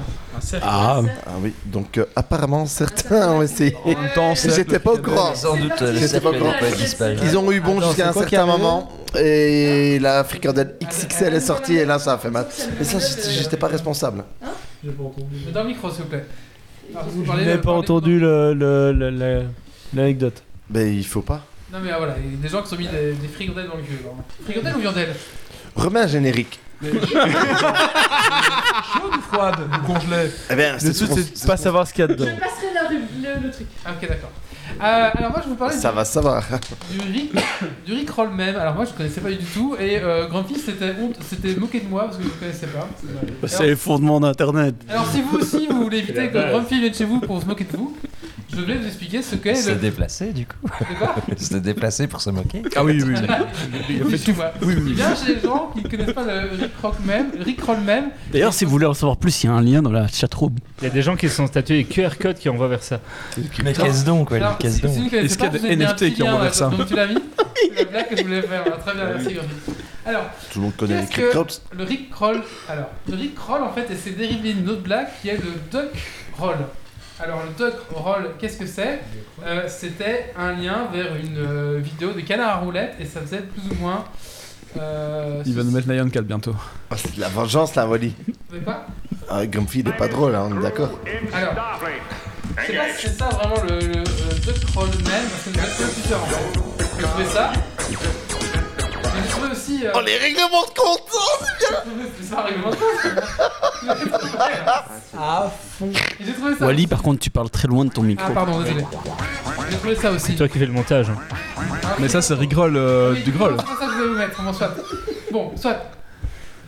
B: Ah. oui, donc euh, apparemment certains ont essayé.
G: En même temps, cercle,
B: J'étais pas au courant.
G: Sans doute, le
B: J'étais
G: cercle
B: pas au courant.
G: n'a pas disparu.
B: Ils ont eu bon
G: Attends,
B: jusqu'à un
G: c'est quoi qui
B: certain
G: est arrivé
B: moment et la fricandelle XXL est sortie et là ça a fait mal. Mais ça, j'étais j'étais pas responsable.
A: Mais dans le micro, s'il vous plaît. Alors, vous
P: Je
A: parlez-
P: n'avais pas
A: parlez-
P: entendu le- le- le- le- l'anecdote.
B: Mais Ben, il faut pas.
A: Non, mais ah, voilà, il y a des gens qui se sont mis des, des fricandelles dans le cul. alors. Fricandelles ou viandelles
B: Remets un générique.
A: Chaude
E: ou froide ou congelée
B: Eh bien,
P: Le
B: c'est
P: tout, c'est de pas savoir ce qu'il y a dedans.
A: passerai la rue, le, truc. Ah, ok, d'accord. Euh, alors, moi, je vous parlais
B: Ça va savoir.
A: du Rick, du Rick Roll même. Alors moi je connaissais pas du tout et euh, Grumpy s'était honte, s'était moqué de moi parce que je connaissais pas.
N: C'est
A: Alors,
N: les fondements d'Internet.
A: alors, si vous aussi vous voulez
N: La
A: éviter que
N: base.
A: Grumpy vienne chez vous pour se moquer de vous, je vais vous expliquer ce qu'est
G: Se
A: le.
G: déplacer, du coup.
A: De quoi
G: Se déplacer pour se moquer.
N: Ah oui, oui,
A: Oui, excuse-moi. Eh bien chez les gens qui ne connaissent pas le Rick Roll même, Rick Roll même,
D: D'ailleurs, si vous voulez en savoir plus, il y a un lien dans la chatroom.
F: Il y a des gens qui se sont statués les QR codes qui envoient vers ça.
G: Mais qu'est-ce donc, ouais,
A: Alors,
G: qu'est-ce
A: si-
G: donc
A: si vous connaissez
F: Est-ce qu'il y a
A: pas,
F: des
A: vous avez mis un
F: NFT
A: petit
F: qui ont
A: lien,
F: ouvert
A: là,
F: ça Ah
A: Donc tu l'as mis C'est la blague que je voulais faire. Alors, très bien, merci Grumpy. Alors,
B: Tout le monde connaît les
A: Qu'est-ce
B: Crypt
A: que
B: Cops.
A: Le Rick Roll. Alors, le Rick Roll, en fait, et c'est dérivé d'une autre blague qui est le Duck Roll. Alors, le Duck Roll, qu'est-ce que c'est Euh, C'était un lien vers une euh, vidéo de canard à roulette et ça faisait plus ou moins. Euh,
E: Il va nous mettre Lion Cat bientôt.
B: Ah, c'est de la vengeance, la Wally.
A: Mais pas
B: Ah, Grumpy, il est pas drôle, hein, on est d'accord.
A: Alors, je sais pas si c'est ça vraiment le, le, le duck roll même, parce que c'est une version différente. en fait. J'ai trouvé ça. Mais j'ai trouvé aussi. euh,
M: Oh, les règlements de compte, oh,
A: C'est pas un règlement de compte Ah, À fond J'ai trouvé ça.
D: Wally, par contre, tu parles très loin de ton micro.
A: Ah, pardon, désolé. J'ai trouvé ça aussi.
F: Toi qui fais le montage. hein.
A: hein,
E: Mais ça, c'est Rigroll euh,
A: Oui,
E: du Groll.
A: C'est pas ça que je voulais vous mettre, bon, soit. Bon, soit.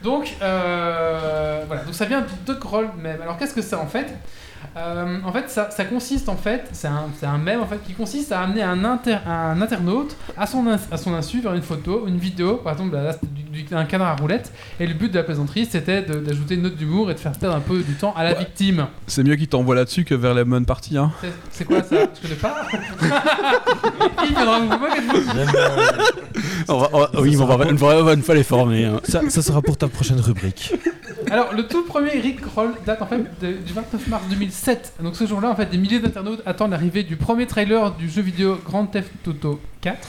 A: Donc, euh, voilà, donc ça vient de Groll même. Alors qu'est-ce que c'est en fait Euh, En fait, ça, ça consiste en fait, c'est un, c'est un mème en fait qui consiste à amener un, inter- un internaute à son, ins- à son insu vers une photo, une vidéo, par exemple là, c'était du- du- un canard à roulette. Et le but de la plaisanterie, c'était de- d'ajouter une note d'humour et de faire perdre un peu du temps à la victime.
E: C'est mieux qu'il t'envoie là-dessus que vers la bonne partie, hein.
A: C'est- C'est quoi ça Je connais pas. Il viendra vous moquer de vous.
D: On va- on va- oui, on va, on va- on va- il fallait former. hein.
O: Ça, ça sera pour ta prochaine rubrique.
A: Alors, le tout premier Rick Roll date en fait de- du 29 mars 2007. Donc, ce jour-là, en fait, des milliers d'internautes attendent l'arrivée du premier trailer du jeu vidéo Grand Theft Auto 4.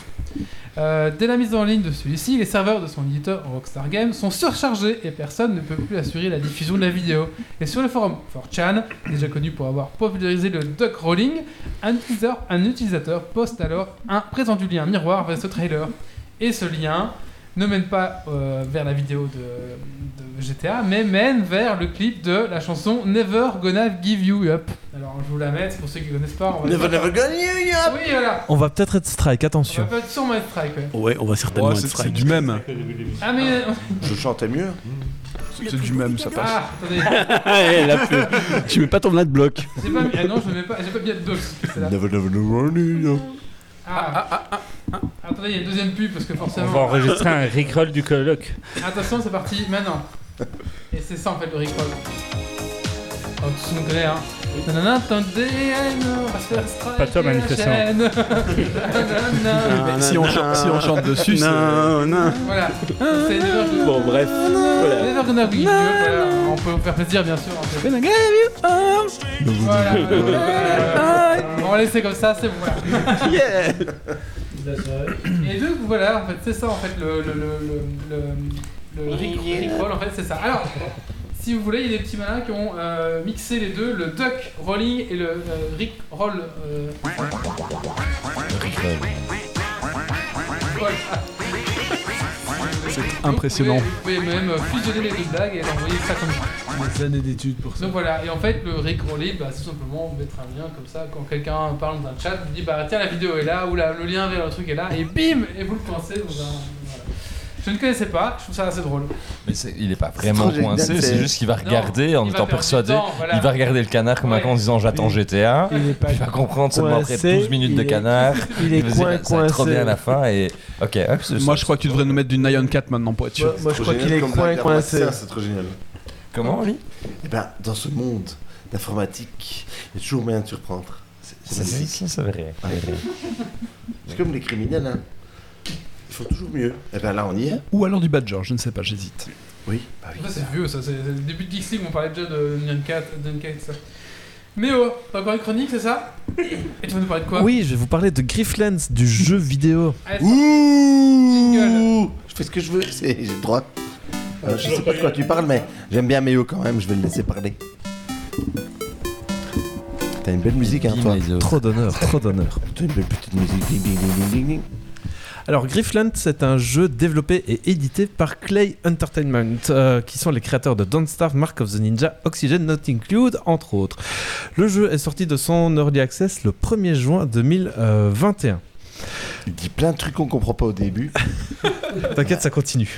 A: Euh, dès la mise en ligne de celui-ci, les serveurs de son éditeur Rockstar Games sont surchargés et personne ne peut plus assurer la diffusion de la vidéo. Et sur le forum 4chan, déjà connu pour avoir popularisé le duck rolling, un utilisateur, un utilisateur poste alors un présent du lien miroir vers ce trailer. Et ce lien ne mène pas euh, vers la vidéo de, de GTA, mais mène vers le clip de la chanson Never Gonna Give You Up. Alors je vous la mets, c'est pour ceux qui connaissent pas. on va-
B: Never, never gonna give you up.
A: Oui, voilà.
O: On va peut-être être strike,
A: On
O: attention.
A: peut être sûrement être strike. ouais.
D: Ouais, on va certainement
O: Ouais,
D: être
O: c'est-
D: strike.
O: c'est du même.
A: Ah mais
B: Je chantais mieux.
G: Hmm.
E: C'est du même, ça passe.
A: ah attendez,
D: Eh, la pub. tu mets pas ton de bloc.
A: j'ai pas mis. Ah non, je mets pas. J'ai pas mis de dogs. c'est là.
B: Never, never, never gonna give you up.
A: Ah, Attendez, il y a une deuxième pub parce que
F: On
A: forcément.
F: va enregistrer un Rickroll du colloque.
A: Attention, c'est parti, maintenant. Et c'est ça en fait le Rickroll. Oh, tout son gré, hein. Nanana, TDN, on va se faire striker
F: Pas toi,
A: la
F: manifestant.
A: chaîne. Nanana.
E: Mais si on chante- si on chante dessus, c'est-
N: Non, non.
A: Voilà, c'est Never
L: Bon, bref.
A: Gonna- Never Gonna Be You, voilà. On peut vous faire plaisir, bien sûr. en fait. Voilà, voilà. On va laisser comme ça, c'est bon. voilà. Et donc voilà, en fait, c'est ça en fait le le le le, le, le Rick- Rickroll, en fait, c'est ça. Alors, si vous voulez, il y a des petits malins qui ont euh, mixé les deux, le duck rolling et le euh, Rick roll. euh, voilà.
E: C'est
A: Donc,
E: impressionnant.
A: Vous pouvez, vous pouvez même fusionner les deux blagues et envoyer ça comme ça.
P: Des années d'études pour ça.
A: Donc voilà, et en fait, le Rick Rollé, bah, c'est tout simplement mettre un lien comme ça. Quand quelqu'un parle d'un chat, vous dit bah tiens, la vidéo est là, ou là, le lien vers le truc est là, et bim Et vous le coincez dans un. voilà. Je ne connaissais pas, je trouve ça assez drôle.
G: Mais c'est- il est pas vraiment
A: trop génial,
G: coincé,
A: c'est-
G: c'est juste qu'il va
A: Non,
G: regarder en
A: il va
G: étant
A: perdre du
G: persuadé.
A: temps, voilà.
G: Il va regarder le canard comme un con en disant j'attends GTA.
A: Il est
G: Il,
A: pas
G: va comprendre seulement après
E: coincé,
G: 12 minutes
E: il
G: de
E: est-
G: canard.
E: il est
G: va se dire, Ça va être trop
E: coincé.
G: bien à la fin et. Ok, hop, c'est
E: Moi, je crois que tu devrais nous mettre du Nyan 4 maintenant pour être sûr.
B: Moi- moi, je C'est crois trop qu'il génial est comme blague, coin- coincé. la matière, c'est trop génial.
G: Comment, Oli
B: Eh ben, dans ce monde d'informatique, il y a toujours moyen de surprendre.
G: Ça, ça, ça veut rien.
B: Ah, ouais. C'est comme les criminels, hein. Ils font toujours mieux. Eh ben là, on y est.
E: Ou alors du Badger, je ne sais pas, j'hésite.
B: Oui, bah oui.
A: Ça, c'est vieux, ça. C'est c'est le début de Geeks League, on parlait déjà de Nyan 4, Nyan 4, ça. Mais oh, t'as encore une chronique, c'est ça Et tu vas nous parler de quoi
O: Oui, je vais vous parler de Grifflands, du jeu vidéo.
B: Ouh Je fais ce que je veux, c'est- j'ai le droit. Euh, je sais pas de quoi tu parles, mais j'aime bien Méo quand même, je vais le laisser parler. T'as une belle musique, hein, toi.
O: Trop d'honneur, trop d'honneur.
B: T'as une belle petite musique. Ding, ding, ding, ding, ding.
O: Alors, Griffland, c'est un jeu développé et édité par Clay Entertainment, euh, qui sont les créateurs de Don't Starve, Mark of the Ninja, Oxygen Not Include, entre autres. Le jeu est sorti de son Early Access le 1er juin euh, 2021.
B: Il dit plein de trucs qu'on comprend pas au début.
O: T'inquiète, ça continue.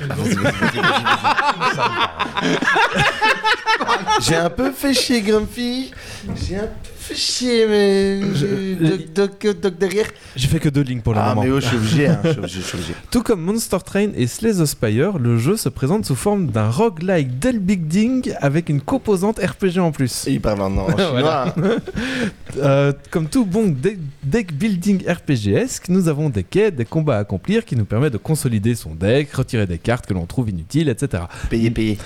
B: J'ai un peu fait chier, Grumpy. J'ai un peu fait chier, mais. Doc, doc, doc derrière.
O: J'ai fait que deux lignes pour le
B: Ah,
O: moment.
B: mais oh, je suis obligé, hein, je suis obligé, je suis obligé.
O: Tout comme Monster Train et Slay the Spire, le jeu se présente sous forme d'un roguelike Del Big Ding avec une composante RPG en plus.
B: Il parle en chinois.
O: Euh, comme tout bon de- deck building RPG-esque, nous avons des quêtes, des combats à accomplir qui nous permettent de consolider son deck, retirer des cartes que l'on trouve inutiles, etc.
B: Payer, payer.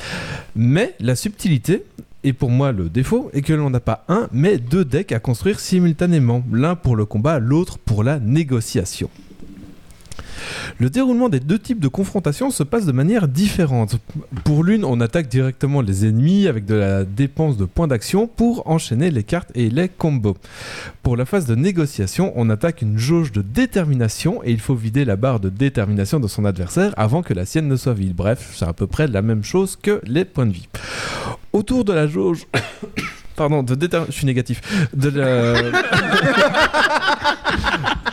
O: Mais la subtilité, et pour moi le défaut, est que l'on n'a pas un, mais deux decks à construire simultanément, l'un pour le combat, l'autre pour la négociation. Le déroulement des deux types de confrontations se passe de manière différente. Pour l'une, on attaque directement les ennemis avec de la dépense de points d'action pour enchaîner les cartes et les combos. Pour la phase de négociation, on attaque une jauge de détermination et il faut vider la barre de détermination de son adversaire avant que la sienne ne soit vide. Bref, c'est à peu près la même chose que les points de vie. Autour de la jauge... Pardon, de déter- je suis négatif. De la...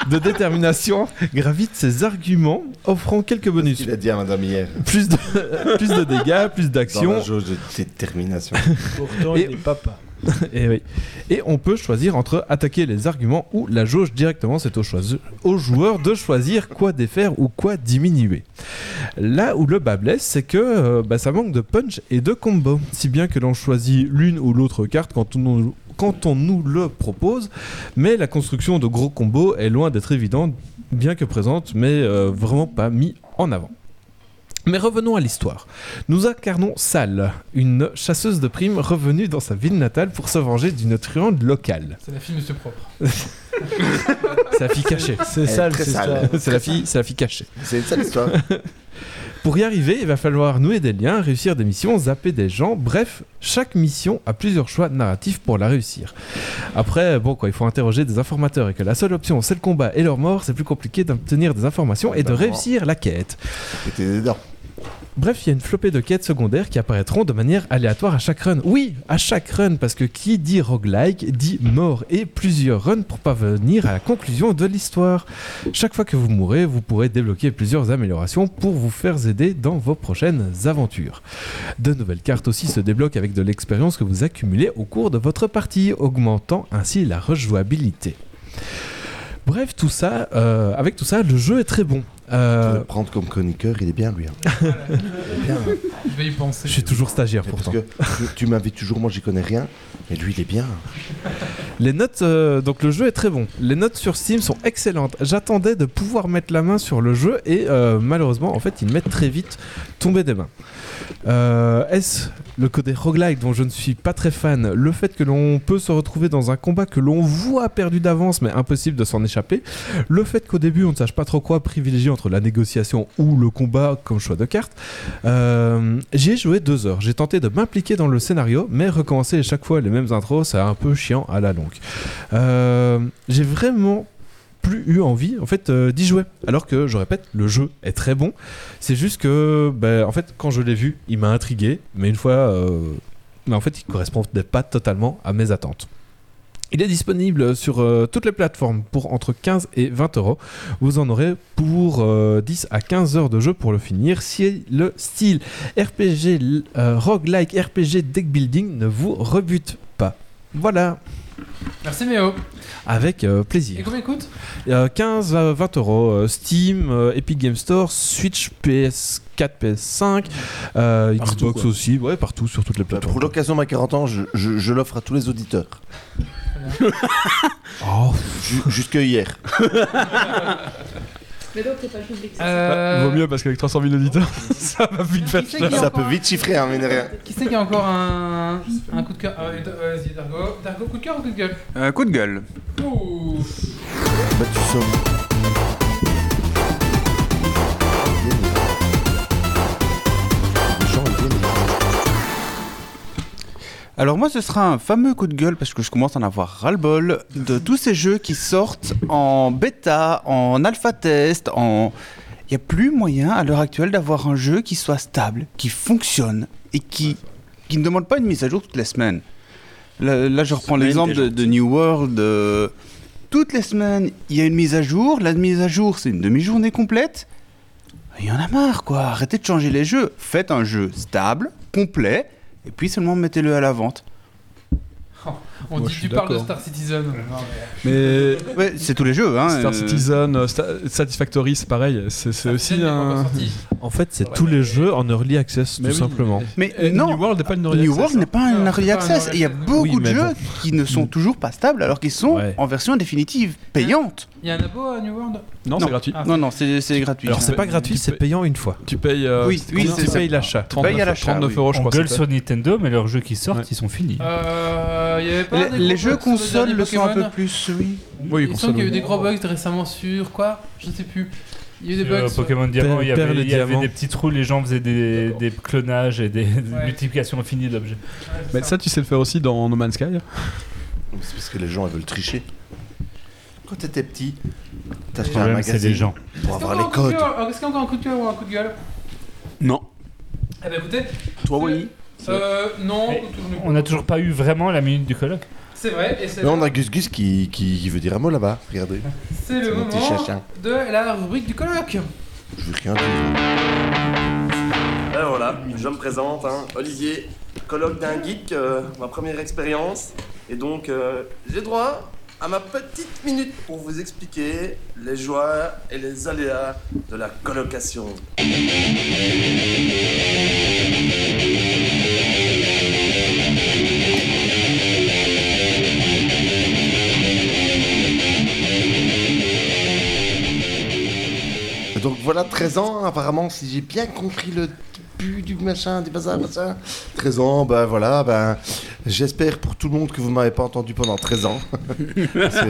O: de détermination gravitent ses arguments, offrant quelques bonus.
B: Il a dit à madame hier.
O: Plus de, plus de dégâts, plus
B: Dans
O: d'action.
B: la jauge de détermination.
P: Pourtant, il est papa.
O: Et, Eh oui. Et on peut choisir entre attaquer les arguments ou la jauge directement. C'est au, choisi- au joueur de choisir quoi défaire ou quoi diminuer. Là où le bas blesse, c'est que euh, bah, ça manque de punch et de combo. Si bien que l'on choisit l'une ou l'autre carte quand on, quand on nous le propose, mais la construction de gros combos est loin d'être évidente, bien que présente, mais euh, vraiment pas mis en avant. Mais revenons à l'histoire. Nous incarnons Sal, une chasseuse de primes revenue dans sa ville natale pour se venger d'une truande locale.
A: C'est la fille de ce propre.
O: C'est la fille cachée.
A: C'est Elle est sale,
O: c'est
A: très c'est sale. ça.
O: la fille, c'est la fille cachée.
B: C'est une sale histoire.
O: Pour y arriver, il va falloir nouer des liens, réussir des missions, zapper des gens. Bref, chaque mission a plusieurs choix narratifs pour la réussir. Après, bon quoi, il faut interroger des informateurs et que la seule option, c'est le combat et leur mort. C'est plus compliqué d'obtenir des informations et de
B: D'accord.
O: réussir la quête.
B: T'es dedans.
O: Bref, il y a une flopée de quêtes secondaires qui apparaîtront de manière aléatoire à chaque run. Oui, à chaque run, parce que qui dit roguelike dit mort et plusieurs runs pour parvenir à la conclusion de l'histoire. Chaque fois que vous mourrez, vous pourrez débloquer plusieurs améliorations pour vous faire aider dans vos prochaines aventures. De nouvelles cartes aussi se débloquent avec de l'expérience que vous accumulez au cours de votre partie, augmentant ainsi la rejouabilité. Bref, tout ça, euh, avec tout ça, le jeu est très bon.
B: Tu vas le prendre comme chroniqueur, il est bien lui. hein. Il est bien, hein.
A: Il va y penser.
O: Je suis toujours stagiaire
B: Mais
O: pourtant.
B: parce que tu, tu m'invites toujours, moi j'y connais rien, mais lui il est bien.
O: Les notes, euh, donc le jeu est très bon. Les notes sur Steam sont excellentes. J'attendais de pouvoir mettre la main sur le jeu et euh, malheureusement, en fait, ils mettent très vite tomber des mains. Euh, Est-ce le côté roguelike dont je ne suis pas très fan Le fait que l'on peut se retrouver dans un combat que l'on voit perdu d'avance mais impossible de s'en échapper Le fait qu'au début on ne sache pas trop quoi privilégier entre la négociation ou le combat comme choix de carte Euh, J'y ai joué deux heures. J'ai tenté de m'impliquer dans le scénario mais recommencer chaque fois les mêmes intros c'est un peu chiant à la longue. Euh, J'ai vraiment plus eu envie en fait euh, d'y jouer alors que je répète le jeu est très bon c'est juste que ben, en fait quand je l'ai vu il m'a intrigué mais une fois euh, ben, en fait il correspondait pas totalement à mes attentes il est disponible sur euh, toutes les plateformes pour entre 15 et 20 euros. Vous en aurez pour euh, 10 à 15 heures de jeu pour le finir si le style RPG, l- euh, roguelike, RPG deck building ne vous rebute pas. Voilà,
A: Merci Méo.
O: avec euh,
A: Et
O: plaisir.
A: combien il coûte
O: Euh, 15 à 20 euros. euh, Steam, euh, Epic Game Store, Switch, PS4, PS5, euh, Xbox
B: quoi.
O: aussi, ouais, partout sur toutes les
B: Bah, pour
O: plateformes.
B: l'occasion, ma 40 ans, je, je- je l'offre à tous les auditeurs.
O: Oh.
B: Ju- Jusque hier.
C: Mais donc, c'est pas le public.
A: Euh,
P: Vaut mieux parce qu'avec 300 000 auditeurs, ça va vite faire
A: c'est qui Ça encore peut vite
B: chiffrer, hein, mais de rien.
A: Qui c'est qui a encore un, un coup de cœur Ah, euh, Vas-y, Dargo. Dargo, coup de cœur ou coup de gueule
K: Euh, coup de gueule.
A: Ouh.
B: Bah, tu sommes.
K: Alors moi ce sera un fameux coup de gueule parce que je commence à en avoir ras-le-bol de tous ces jeux qui sortent en bêta, en alpha test, en... Il n'y a plus moyen à l'heure actuelle d'avoir un jeu qui soit stable, qui fonctionne et qui, qui ne demande pas une mise à jour toutes les semaines. Là, là, je reprends l'exemple de, de New World. euh, toutes les semaines, il y a une mise à jour. La mise à jour, c'est une demi-journée complète. Il y en a marre, quoi. Arrêtez de changer les jeux. Faites un jeu stable, complet, et puis seulement mettez-le à la vente.
A: Oh, On
E: Moi, je
A: dit
E: suis
A: tu parles de
E: d'accord.
A: Star Citizen. Non,
P: Mais
K: Ouais, c'est tous les jeux, hein.
P: Star
K: euh.
P: Citizen, euh, Sta- Satisfactory, c'est pareil. C'est c'est aussi un.
O: En fait, c'est tous les jeux en early access,
P: Mais
O: tout
P: oui.
O: simplement.
K: Mais
P: Et
K: non,
P: New World n'est pas une early
K: New
P: access,
K: World
P: hein.
K: n'est pas un early access. Il y a beaucoup
P: Oui,
K: de
P: mais
K: jeux
P: bon. Mm.
K: qui ne sont toujours pas stables alors qu'ils sont en version définitive, payante.
A: Il y a un abo à New World
P: Non, c'est gratuit.
K: Non, non, c'est c'est gratuit.
O: Alors, Ah. c'est pas gratuit, c'est payant une fois.
P: Tu payes. euh,
K: Oui, oui,
P: combien
K: c'est
P: tu
K: ça.
P: payes l'achat.
K: Tu
A: Bah,
K: payes à
P: 39,
K: l'achat,
P: 39
K: oui.
P: euros, je
F: On
P: crois.
F: gueule
P: c'était.
F: sur Nintendo, mais leurs jeux qui sortent, ils sont finis.
A: Euh, il y avait pas
K: Les,
A: des
K: les jeux
A: gros bugs sur le
K: consoles
A: dernier
K: le sont un peu
A: Pokémon
K: plus, oui.
A: il me semble qu'il y a eu des gros bugs récemment sur quoi Je sais plus. Il y a eu des
F: Sur,
A: bugs.
F: euh,
A: sur-
F: Pokémon Diamant, il y
O: Perle
F: avait,
O: et
F: il y avait
O: Diamant.
F: des petits trous, les gens faisaient des, des clonages et des
A: Ouais.
F: multiplications infinies d'objets.
P: Mais ça, tu sais le faire aussi dans No Man's Sky. hein.
B: C'est parce que les gens ils veulent tricher. Quand t'étais petit, t'achetais un
F: problème, c'est
B: magazine
F: les gens.
B: pour
A: Est-ce
B: avoir
A: qu'il y
B: les
A: a encore un coup
B: codes.
A: de gueule Alors, Est-ce qu'il y a encore un coup de cœur ou un coup de gueule
K: Non.
A: Eh ben écoutez.
K: Toi, oui.
A: Euh, non.
F: On n'a toujours pas eu vraiment la minute du colloque.
A: C'est vrai. Et c'est
B: Là, on a Gus Gus qui, qui, qui veut dire un mot là-bas. Regardez.
A: c'est le
B: mon
A: moment
B: petit chacun.
A: de la rubrique du colloque.
B: Je veux rien dire.
K: Ben voilà, je me présente, hein, Olivier, colloque d'un geek, euh, ma première expérience.
Q: Et donc, euh, j'ai droit à ma petite minute pour vous expliquer les joies et les aléas de la colocation.
B: Donc voilà, 13 ans, hein, apparemment, si j'ai bien compris le début du machin, du bazar, bazar. 13 ans, ben voilà, ben j'espère pour tout le monde que vous m'avez pas entendu pendant 13 ans. Parce que-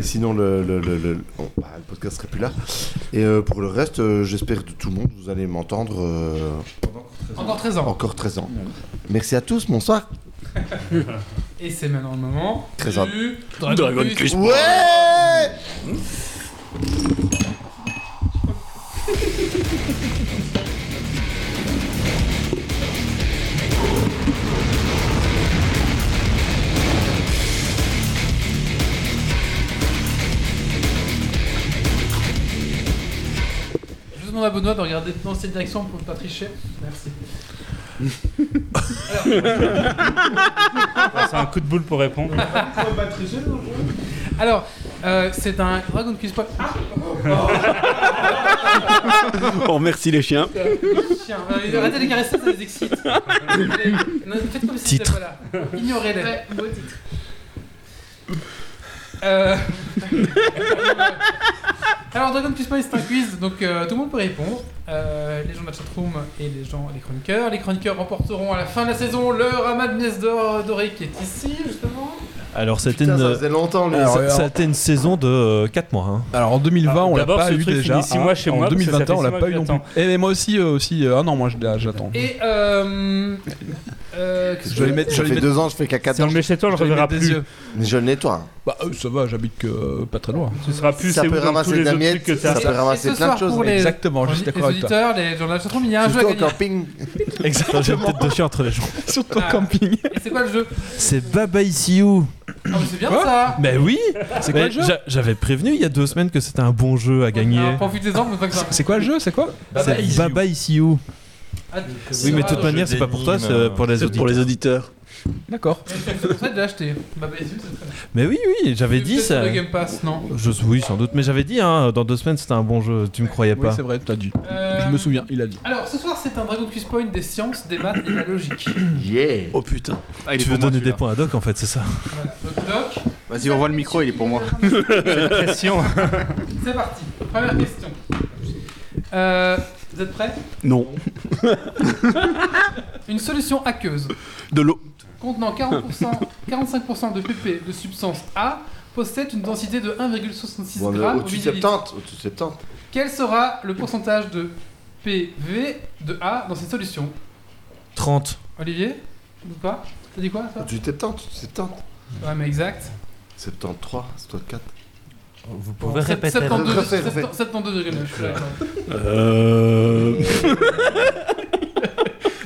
B: sinon, le, le, le, le- bon, bah, le podcast serait plus là. Et euh, pour le reste, euh, j'espère de tout le monde, vous allez m'entendre. euh,
A: Encore 13 ans.
B: Encore 13 ans. Merci à tous, bonsoir.
A: Et c'est maintenant le moment.
B: 13 ans.
A: du
B: Dragon Quest.
A: Ouais. Mmh. Je demande à Benoît de regarder dans cette direction pour ne pas tricher. Merci.
F: C'est un coup de boule pour répondre.
A: Alors, euh, c'est un Dragon Quest. Point- Ah
R: On remercie les chiens.
A: Tiens, euh, arrêtez de les caresser, ça les excite. Allez, non, faites comme si
R: Titre.
A: c'était pas là. Ignorez-les.
R: Ouais,
A: beau titre. Euh... Alors, Dragon Quest Point, c'est un quiz, donc euh, tout le monde peut répondre. Euh, les gens de la chatroom et les gens, les chroniqueurs. Les chroniqueurs remporteront à la fin de la saison le Ramat de Mies d'Or doré qui est ici, justement.
O: Alors, c'était
B: Putain,
O: une.
B: ça faisait longtemps, lui.
O: Alors,
B: Ça-
O: ça a été une saison de 4 mois. hein. Alors, en 2020, on l'a
P: D'abord,
O: pas
P: ce
O: eu
P: truc
O: déjà.
P: finit six
O: hein.
P: mois chez
O: en
P: moi, parce que ça fait
O: 2021, on l'a
P: six mois
O: pas
P: que
O: eu non plus. Et moi aussi, euh, aussi. euh, Ah non, moi je- j'attends.
A: Et euh. euh, qu'est-ce que-
B: ça fait deux ans, je fais caca.
A: dedans.
B: Je vais mettre des yeux. Mais je le nettoie. hein.
O: Bah, euh, ça va, j'habite que euh, pas très loin.
F: Tu seras plus
B: Ça
F: c'est où
B: peut
F: dans tous
B: ramasser
F: les
B: de la
F: autres
B: miette,
F: trucs que
B: ça
F: t'as.
B: peut ramasser
A: Et ce plein de soir, choses. pour les-
O: Exactement, je suis
A: les
O: d'accord avec toi.
A: auditeurs, les gens de la chatroom, il y a un jeu à
O: Surtout au
A: gagner.
O: camping. Exactement. J'ai peut-être deux chiens entre les gens.
A: Surtout camping. Et c'est quoi le jeu
O: C'est Baba Is You.
A: Ah, mais c'est bien ça
O: Ben oui
A: C'est quoi
O: Mais
A: le jeu
O: j'a- J'avais prévenu il y a deux semaines que c'était un bon jeu à gagner.
A: Alors, Profitez-en, mais pas que ça.
O: C'est quoi le jeu C'est quoi
A: Baba
O: C'est
A: Is You.
O: Baba Is You.
A: Ah,
O: Oui, mais de
A: ah,
O: toute manière, c'est pas pour toi,
A: euh,
O: c'est pour les
R: C'est pour les
O: auditeurs. D'accord.
A: C'est pour ça de l'acheter. Bah, bah, c'est très bien.
O: Mais oui, oui, j'avais
A: C'est
O: dit
A: peut-être
O: ça.
A: sur le Game Pass, non
O: Je, Oui, sans doute, mais j'avais dit, hein, dans deux semaines, c'était un bon jeu. Tu me croyais
A: Oui,
O: pas
A: c'est vrai,
O: t'as dit.
A: Euh, Je me souviens,
O: il a dit.
A: Alors, ce soir, c'est un Dragon Quiz Point des sciences, des maths et de la logique.
B: Yeah
R: Oh putain.
O: tu veux donner des points à Doc en fait, c'est ça
A: Doc,
R: Vas-y, on voit le micro, il est pour moi.
A: Pression. c'est parti. Première question. Euh, vous êtes prêts
R: Non.
A: Une solution aqueuse
R: De l'eau.
A: contenant 40%, 45% de pp de substance A possède une densité de 1,66
B: Ouais, mais
A: grammes
B: au-dessus de
A: millilitre.
B: 70, au-dessus de 70.
A: Quel sera le pourcentage de PV de A dans cette solution
O: 30.
A: Olivier Ou pas T'as dit quoi toi
B: Tu t'étends, tu t'étends.
A: Ouais, mais exact.
B: 73, c'est toi 4.
R: Vous
A: pouvez Sept- répéter. 72, 72,9, je suis d'accord.
R: Euh...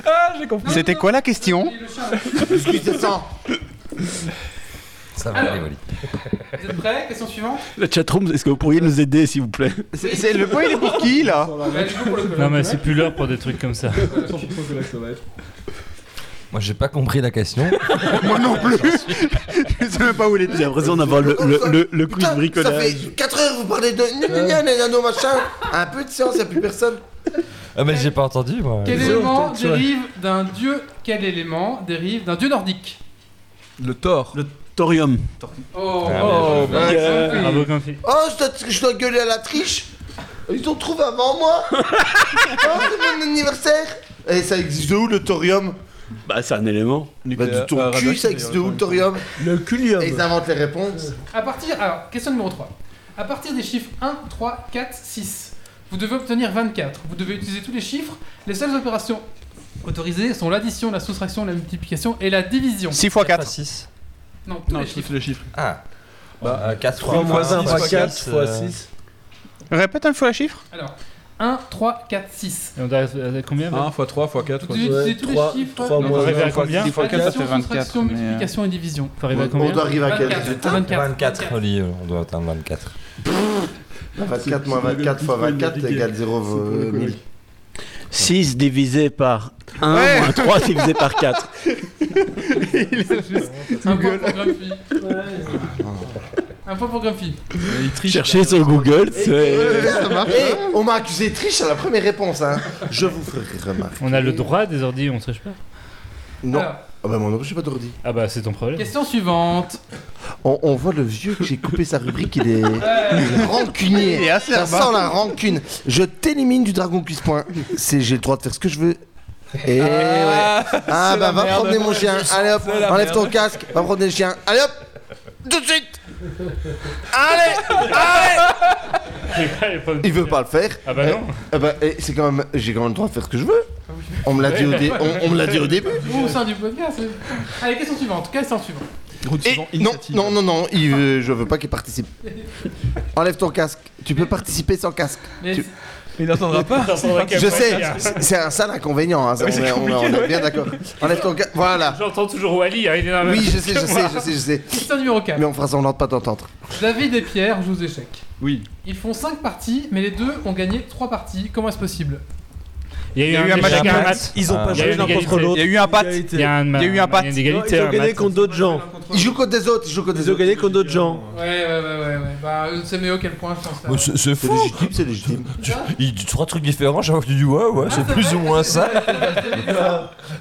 A: Ah, j'ai compris.
R: C'était quoi la question
G: Ça
A: va Alors. aller, Oli. Vous êtes prêts Question suivante
R: La chatroom, est-ce que vous pourriez nous aider, s'il vous plaît
K: C'est le point, il est pour qui là
A: Ouais, du coup, pour le colloque.
F: Non, mais c'est plus l'heure pour des trucs comme ça.
G: Moi, j'ai pas compris la question.
K: Moi non plus Je sais même pas où il était.
R: J'ai l'impression d'avoir le, le, le, le quiz
B: Ça
R: bricolage.
B: fait 4 heures, vous parlez de gna gna nano machin. Un peu de science, y'a plus personne.
G: Ah, mais j'ai pas entendu, moi.
A: Quel élément dérive d'un dieu Quel élément dérive d'un dieu nordique
O: Le Thor.
R: Le thorium.
A: Oh,
R: Ah,
A: oh,
R: bien
A: bah,
R: joué.
A: bien
R: Ouais.
A: joué.
R: Bravo, Grumpy.
B: Oh, je dois, je dois gueuler à la triche. Ils ont trouvé avant moi. oh, c'est mon anniversaire. Et ça existe de où le thorium
R: Bah, c'est un élément.
B: Bah, de ton cul, ça existe de où le thorium
R: Le culium.
B: Et ils inventent les réponses.
A: À partir, alors, question numéro 3. À partir des chiffres 1, 3, 4, 6, vous devez obtenir 24. Vous devez utiliser tous les chiffres. Les seules opérations autorisées sont l'addition, la soustraction, la multiplication et la division.
K: 6 x 4.
G: 6.
A: Non, tous les chiffres.
G: le chiffre. Ah. Bah, 4
P: 3 x 1 x 4 x 6.
K: Répète une fois le chiffre.
A: Alors, 1, 3, 4, 6.
F: Et on arrive à combien
O: 1 x 3 x 4
A: Vous devez utiliser tous les chiffres.
F: On doit arriver à combien
A: Addition, soustraction, multiplication et division.
F: euh, Faut arriver à combien
A: résultat 24.
G: 24, Oli, euh, on doit atteendre 24.
B: 24 moins 24 fois 24 égale 0 euh, 1000.
R: 6 divisé par 1 moins 3 divisé par 4.
A: Un point pour Grumpy. Un point pour Grumpy.
R: Euh, Cherchez sur Google, c'est.
B: Eh, on m'a accusé de triche à la première réponse. Hein. Je vous ferai remarquer.
F: On a le droit des ordi, on triche pas.
B: Non.
A: Alors.
B: Ah bah, mon ordi, j'ai pas d'ordi.
F: Ah bah, c'est ton problème.
A: Question suivante.
B: On, on voit le vieux que j'ai coupé sa rubrique, il est rancunier.
K: Il est assez
B: Ça
K: herbin.
B: sent la rancune. Je t'élimine du Dragon Cuisse Point. C'est j'ai le droit de faire ce que je veux. Et ouais. Ah
K: Ah, c'est
B: bah
K: la
B: va
K: merde.
B: promener mon chien. Allez hop,
K: C'est la
B: enlève
K: merde.
B: ton casque. Va promener le chien. Allez hop, tout de suite.
M: Allez
B: Il veut pas le faire.
F: Ah bah non.
B: Eh bah, eh, c'est quand même, j'ai quand même le droit de faire ce que je veux.
K: Ah
B: On me l'a dit au, dé- on, on me l'a dit au début.
A: Ou au sein du podcast. c'est- Allez, question suivante. Question suivante.
B: Et non, non, non, non, il veut- je veux pas qu'il participe. Enlève ton casque. Tu peux participer sans casque.
A: Mais
B: Tu-
O: Il n'entendra pas.
B: Je sais, c'est- c'est un sale inconvénient. hein, ça,
F: Oui,
B: on,
F: c'est
B: est, on est- on est
F: compliqué,
B: bien
F: ouais.
B: d'accord. Enlève ton casque. Voilà.
F: J'entends toujours Wally, hein, il est dans la
B: Oui,
F: même
B: je sais,
F: que
B: je sais,
F: moi.
B: je sais, je sais.
A: Question numéro 4.
B: Mais on fera semblant de pas t'entendre.
A: David et Pierre jouent aux échecs.
O: Oui.
A: Ils font 5 parties, mais les deux ont gagné 3 parties. Comment est-ce possible
F: Il y a eu,
A: Il y a eu
F: un,
A: un match
F: échec,
A: à
F: un
A: quatre.
F: match.
A: Ils ont pas
F: Il y a
A: joué
F: eu
A: l'un
F: une
A: contre
F: égalité.
A: l'autre.
F: Il y a eu un pat. Il y a eu un
A: Il y a eu un
F: pat.
A: pat.
F: Il y a une égalité.
P: Ils
F: un
P: ont gagné
F: match.
P: contre d'autres gens.
A: contre.
I: Ils jouent contre des autres, ils jouent contre des autres. Ils ont gagné contre d'autres gens.
A: Ouais, ouais, ouais, ouais. ouais. Bah, je ne sais mieux à quel point je pense.
G: Bah, c'est- C'est fou.
B: C'est légitime.
G: Il dit trois trucs différents, chaque fois que tu dis ouais, ouais, c'est plus ou moins ça.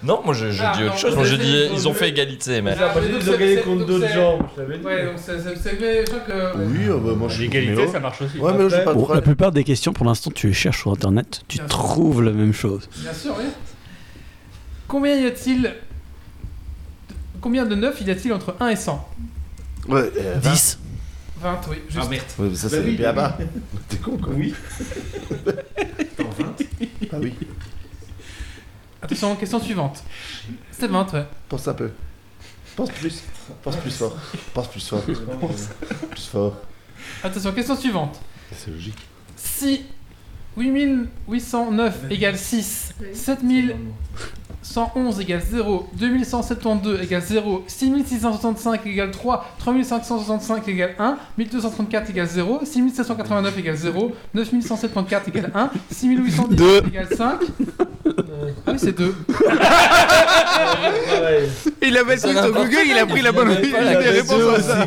G: non, moi je, je
A: Ah,
G: dis
A: non,
G: autre chose. Moi je
A: c'est-
G: dis
R: euh,
A: c'est-
G: ils ont fait égalité, mais.
A: Ah, mais
P: dit,
A: donc,
P: ils ont
A: c'est-
P: gagné
A: c'est-
P: contre
A: donc,
P: d'autres
A: c'est-
P: gens, je l'avais dit.
A: Ouais, donc c'est- c'est c'est- mais je crois que.
B: Oui, euh, bah, moi je suis
F: L'égalité,
B: contre Méo.
F: ça marche aussi.
B: Ouais, mais j'ai pas de
R: Bon, la
B: problème.
R: plupart des questions, pour l'instant, tu les cherches sur Internet, tu
A: Bien sûr.
R: trouves la même chose.
A: Bien sûr, oui. Combien y a-t-il. Combien de 9 y a-t-il entre 1 et 100
B: Ouais, euh,
R: 10.
A: 20, oui. Juste.
B: Ah, merde. Ouais, mais ça,
R: Bah
B: c'est les BABA. T'es con, quoi.
A: Oui.
B: Ah oui.
A: Attention, question suivante. C'était 20, ouais.
B: Pense un peu. Pense plus. Pense plus fort. Pense plus fort. plus fort.
A: Attention, question suivante.
B: C'est logique.
A: Si 8809 égale 6, 7111 égale 0, 2172 égale 0, 6665 égale 3, 3565 égale 1, 1234 égale 0, 6789 égale 0, 9174 égale 1, 6810 égale 5. Ah oui, c'est 2.
K: Il avait le truc sur Google, il a pris la bonne réponse à ça.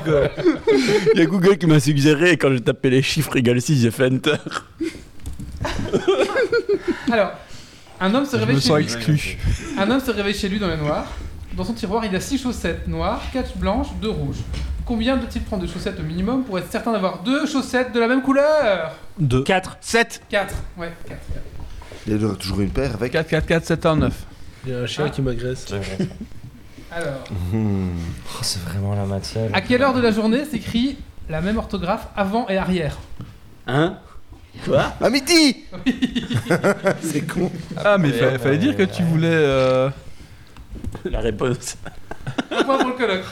R: Il y a Google qui m'a suggéré, et quand j'ai tapé les chiffres égal 6, j'ai fait Enter.
A: Alors, un homme se
R: Je
A: réveille
R: me
A: chez
R: sens
A: lui.
R: exclu.
A: Un homme se réveille chez lui dans le noir. Dans son tiroir, il a 6 chaussettes noires, 4 blanches, 2 rouges. Combien doit-il prendre de chaussettes au minimum pour être certain d'avoir deux chaussettes de la même couleur
O: 2,
R: 4, 7.
A: 4, ouais, 4.
B: Il y a toujours une paire avec.
I: 4, 4, 4, 7, 1, 9.
P: Il y a un chien qui m'agresse.
A: Alors,
B: Hmm.
G: Oh, c'est vraiment la matière.
A: à quelle heure de la journée s'écrit la même orthographe avant et arrière
R: Hein Quoi
G: Ah,
B: À midi
I: C'est con. Ah, mais fallait, fallait dire que tu voulais. euh,
R: La réponse.
A: Un point pour le colloque.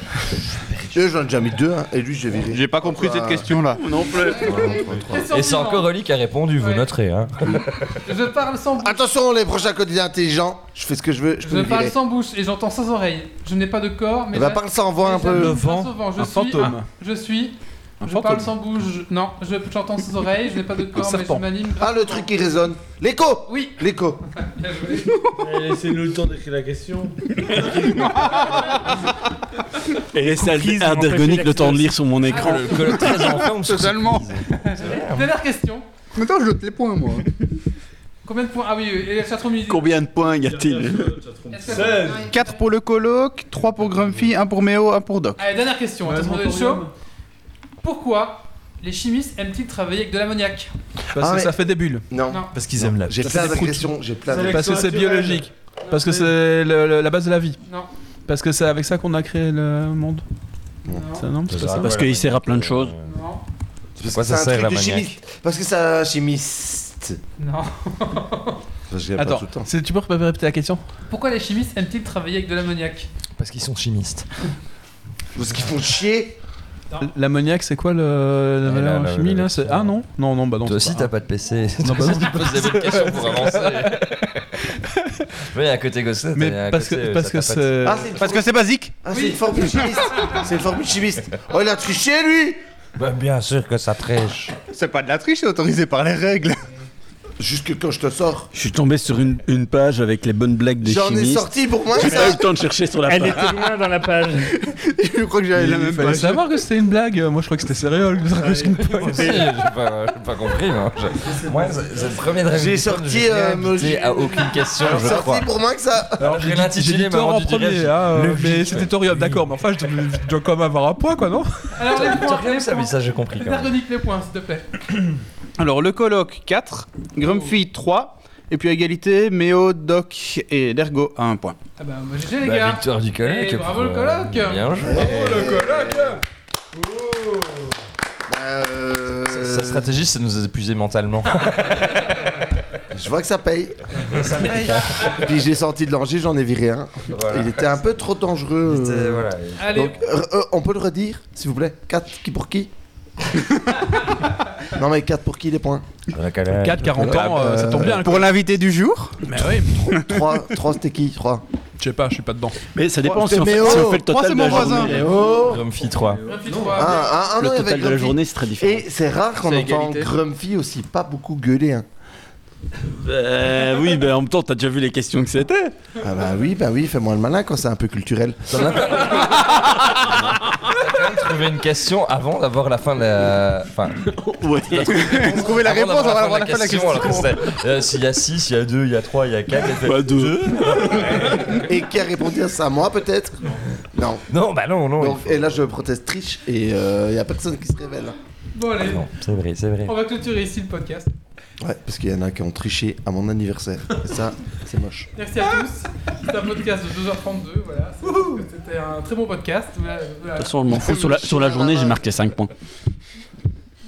B: Eux, j'en ai déjà mis deux, hein, et lui, j'ai viré.
K: J'ai pas compris cette question-là.
R: Non plus.
G: Et c'est encore Oli qui a répondu, vous
A: Ouais.
G: noterez. Hein.
A: Je parle sans bouche.
B: Attention, les prochains candidats intelligents, je fais ce que je veux, je peux
A: Je
B: me virer.
A: parle sans bouche et j'entends sans oreille. Je n'ai pas de corps, mais.
B: Eh ben,
A: j'a-
B: parle sans voix
A: mais
B: un peu.
A: j'attends
B: Le vent,
A: grâce au vent. Je
B: un
A: suis
B: fantôme.
A: je suis.
B: Un
A: je
B: fantôme.
A: parle sans bouche. je- Non, je- j'entends sans oreille. Je n'ai pas de corps, mais je m'anime.
B: Ah, le truc qui résonne. L'écho
A: Oui.
B: L'écho.
A: Bien joué.
P: Laissez-nous le temps d'écrire la question.
R: Et laissez
P: Cookies,
R: à Dergonic le temps de
P: m'empêcher
R: lire sur mon écran.
G: Ah, Le
P: Euh,
G: colloque très en forme, sur-
R: Totalement.
A: Dernière question.
K: Maintenant, je note les points, moi.
A: Combien de points Ah oui, oui, et la chatroom il dit-
R: Combien de points y a-t-il
K: 4 pour le coloc, 3 pour Grumpy, 1 pour Méo, 1 pour Doc.
A: Allez, dernière question.
K: Ouais,
A: attention,
K: bon,
A: vous êtes chaud. Pourquoi les chimistes aiment-ils travailler avec de l'ammoniac
P: Parce
B: Ah
P: que
B: ouais.
P: ça fait des bulles.
B: Non.
G: Parce qu'ils aiment la
B: J'ai
P: Ça
B: plein
P: fait des
B: d'agressions,
P: proutes.
B: j'ai plein
P: Parce que c'est
B: d'agressions.
P: biologique. Parce que c'est le- le- la base de la vie.
A: Non.
P: Parce que c'est avec ça qu'on a créé le monde. Ça, non, c'est pas ça.
R: Parce qu'il sert à euh, plein de choses.
G: C'est
B: Parce que c'est un truc de chimiste. Parce que c'est un chimiste.
A: Non.
P: Attends,
B: tout le temps.
P: c'est- tu peux répéter la question
A: Pourquoi les chimistes aiment-ils travailler avec de l'ammoniac
G: Parce qu'ils sont chimistes.
B: Parce qu'ils font chier.
P: L'ammoniac, c'est quoi le, la
G: Ah,
P: valeur
G: là,
P: en
G: là,
P: chimie
G: là,
P: là c'est- Ah non Non, non, bah non.
G: Toi
P: c'est
G: aussi, t'as pas de PC.
P: Non, bah non,
G: tu poses des bonnes questions pour avancer. Mais à côté gosselin,
P: Mais
G: t'as- à
P: parce que-
G: côté, euh,
P: parce
G: ça
P: que
G: tape à
P: c'est-
G: dessus.
B: Ah, c'est-
K: Parce que c'est basique.
B: Ah, c'est une formule chimiste. C'est une formule chimiste. Oh, il a triché, lui
G: Bah, bien sûr que ça triche.
K: C'est pas de la triche, c'est autorisé par les règles.
B: Jusque quand je te sors.
R: Je suis tombé sur une, une page avec les bonnes blagues des
B: J'en ai
R: chimistes.
B: sorti pour moi,
R: J'ai
B: ça.
R: pas eu le temps de chercher sur la
F: Elle
R: page.
F: était loin dans la page.
K: Je crois que j'avais la
P: Il
K: même
P: fallait
K: page.
P: savoir que c'était une blague. Moi, je crois que c'était sérieux. le Dragon Ball.
G: Si, J'ai hein. pas, j'ai pas compris, moi. Je- Moi, c'est c'est le premier Dragon
B: J'ai
G: Ball,
B: sorti,
G: j'ai rien
B: euh,
G: habité
B: Moji.
G: à aucune question, je
B: sorti
G: crois.
B: pour moi que ça.
P: Alors,
G: J'ai
P: j'ai dit, j'ai dit
G: l'intitulé m'a
P: Thor en
G: rendu du
P: premier,
G: rêve.
P: hein, euh,
G: Logique,
P: mais c'était Thorium, d'accord, mais enfin, je, dois- je dois quand même avoir un point, quoi, non
A: Alors, les points, les
G: ça,
A: points.
G: mais ça, j'ai compris quand même.
A: Verdonique, les points, s'il te plaît. Euh,
K: Alors, le coloc, 4. Grumpy, 3. Et puis à égalité, Méo, Doc et Dergo à 1 point.
A: Ah bah, moi, GG, les
G: Bah,
A: gars.
G: victoire du colloque.
A: Et bravo le
G: pour, euh,
A: colloque.
G: Bien joué.
K: Euh,
G: Sa- Sa stratégie, c'est de nous épuiser mentalement.
B: Je vois que ça paye. Ça paye. Puis j'ai sorti de l'orgie, j'en ai viré un.
G: Voilà.
B: Il était un peu trop dangereux.
G: Il était-
B: euh.
G: voilà.
A: Allez.
B: Donc, euh, euh, on peut le redire, s'il vous plaît 4 qui pour qui Non, mais 4 pour qui les points
P: 4, 40
G: Ah,
R: Ah,
P: ans,
R: bah,
P: euh, ça tombe bien. le
K: Pour
P: colloque.
K: l'invité du jour,
P: Mais oui,
B: 3, 3 c'était qui 3
P: je sais pas, je suis pas dedans.
R: Mais ça dépend
B: Oh,
R: si on,
B: mais
R: fait,
B: oh,
R: si on fait le total
K: moi, c'est
R: de la
K: mon voisin.
R: journée.
G: Grumpy 3.
B: Ah, ah, ah,
R: Le
B: non, il y avait
R: total de la
B: Grumpy.
R: journée, c'est très différent.
B: Et c'est rare qu'on
R: C'est
B: entende
R: égalité.
B: Grumpy aussi pas beaucoup gueuler. hein.
R: Euh, oui, mais en même temps, t'as déjà vu les questions que c'était.
B: Ah bah oui, bah oui, fais-moi le malin quand c'est un peu culturel.
G: trouver une question avant d'avoir la fin de la. Enfin.
R: Ouais.
G: Trouver
R: la réponse avant la fin de la question.
G: alors que c'était, euh, S'il y a 6, il y a 2, il y a 3, il y a 4, il
R: Bah,
G: y a 2.
B: Et qui a répondu à ça Moi peut-être Non.
G: Non, bah non, non.
B: et là je proteste triche et il n'y a personne qui se révèle.
A: Bon, allez,
G: C'est vrai, c'est vrai.
A: on va clôturer ici le podcast.
B: Ouais, parce qu'il y en a qui ont triché à mon anniversaire. Et ça, c'est moche.
A: Merci à tous. C'était un podcast de 2h32. Voilà. C'était un très bon podcast. Voilà,
D: De
A: voilà.
D: toute façon, je m'en fous. Sur la, sur la journée, j'ai marqué 5 points.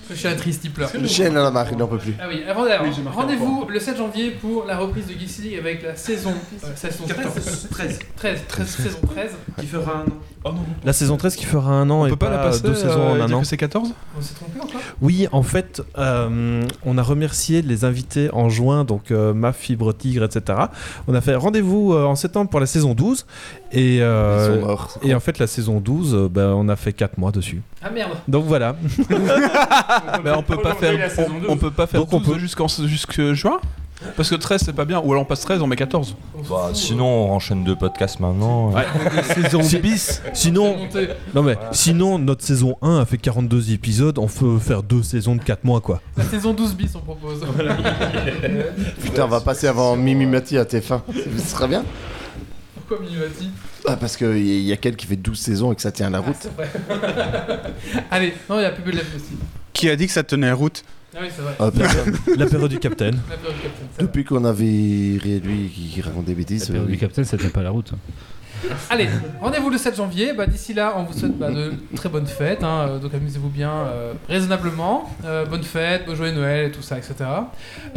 A: Le chien triste, il pleure.
B: Le chien à la marre, il n'en peut plus.
A: Ah oui, avant d'avoir- rendez-vous le 7 janvier pour la reprise de Geeks League avec la saison, euh, saison 13, 13, 13, 13, saison 13.
E: Qui fera un an. Oh non.
O: La saison 13 qui fera un an
E: On
O: et
E: peut pas la passer,
O: deux saisons
E: euh, et
O: en un
E: dire
O: an.
E: que c'est 14
A: On s'est trompé encore
O: Oui, en fait, euh, on a remercié les invités en juin, donc euh, MAF, Fibre Tigre, etc. On a fait rendez-vous euh, en septembre pour la saison 12. Et, euh,
B: Ils sont morts,
O: et en fait, la saison 12, euh, ben, on a fait 4 mois dessus.
A: Ah merde.
O: Donc voilà.
E: Mais on peut pas faire, on, on peut pas faire
O: Donc on
E: 12 jusqu'en jusque juin Parce que 13 c'est pas bien, ou alors on passe 13, on met 14.
G: Bah, sinon, on enchaîne deux podcasts maintenant.
E: Ouais.
O: Saison bis. Sinon, non mais sinon notre saison 1 a fait 42 épisodes, on peut faire deux saisons de 4 mois quoi.
A: La saison 12 bis, on propose.
B: Putain, on va passer avant
A: euh,
B: Mimimati à TF1. Ce sera bien.
A: Pourquoi Minimati
B: Ah, parce qu'il y y a quelqu'un qui fait 12 saisons et que ça tient
A: Ah,
B: la route.
A: Allez, non, il y a plus de l'œuf aussi.
N: Qui a dit que ça tenait la route
A: Ah oui, c'est vrai.
B: Ah, personne.
O: L'apéro du Capitaine.
A: L'apéro du Capitaine, ça
B: Depuis qu'on avait réduit qui, qui raconte des bêtises. euh,
F: L'apéro du
B: Capitaine, ça tient pas la route.
A: Allez, rendez-vous le 7 janvier. Bah, D'ici là, on vous souhaite bah, de très bonnes fêtes. hein. Euh, Donc amusez-vous bien euh, raisonnablement. Euh, bonne fête, bon joyeux Noël et tout ça, etc.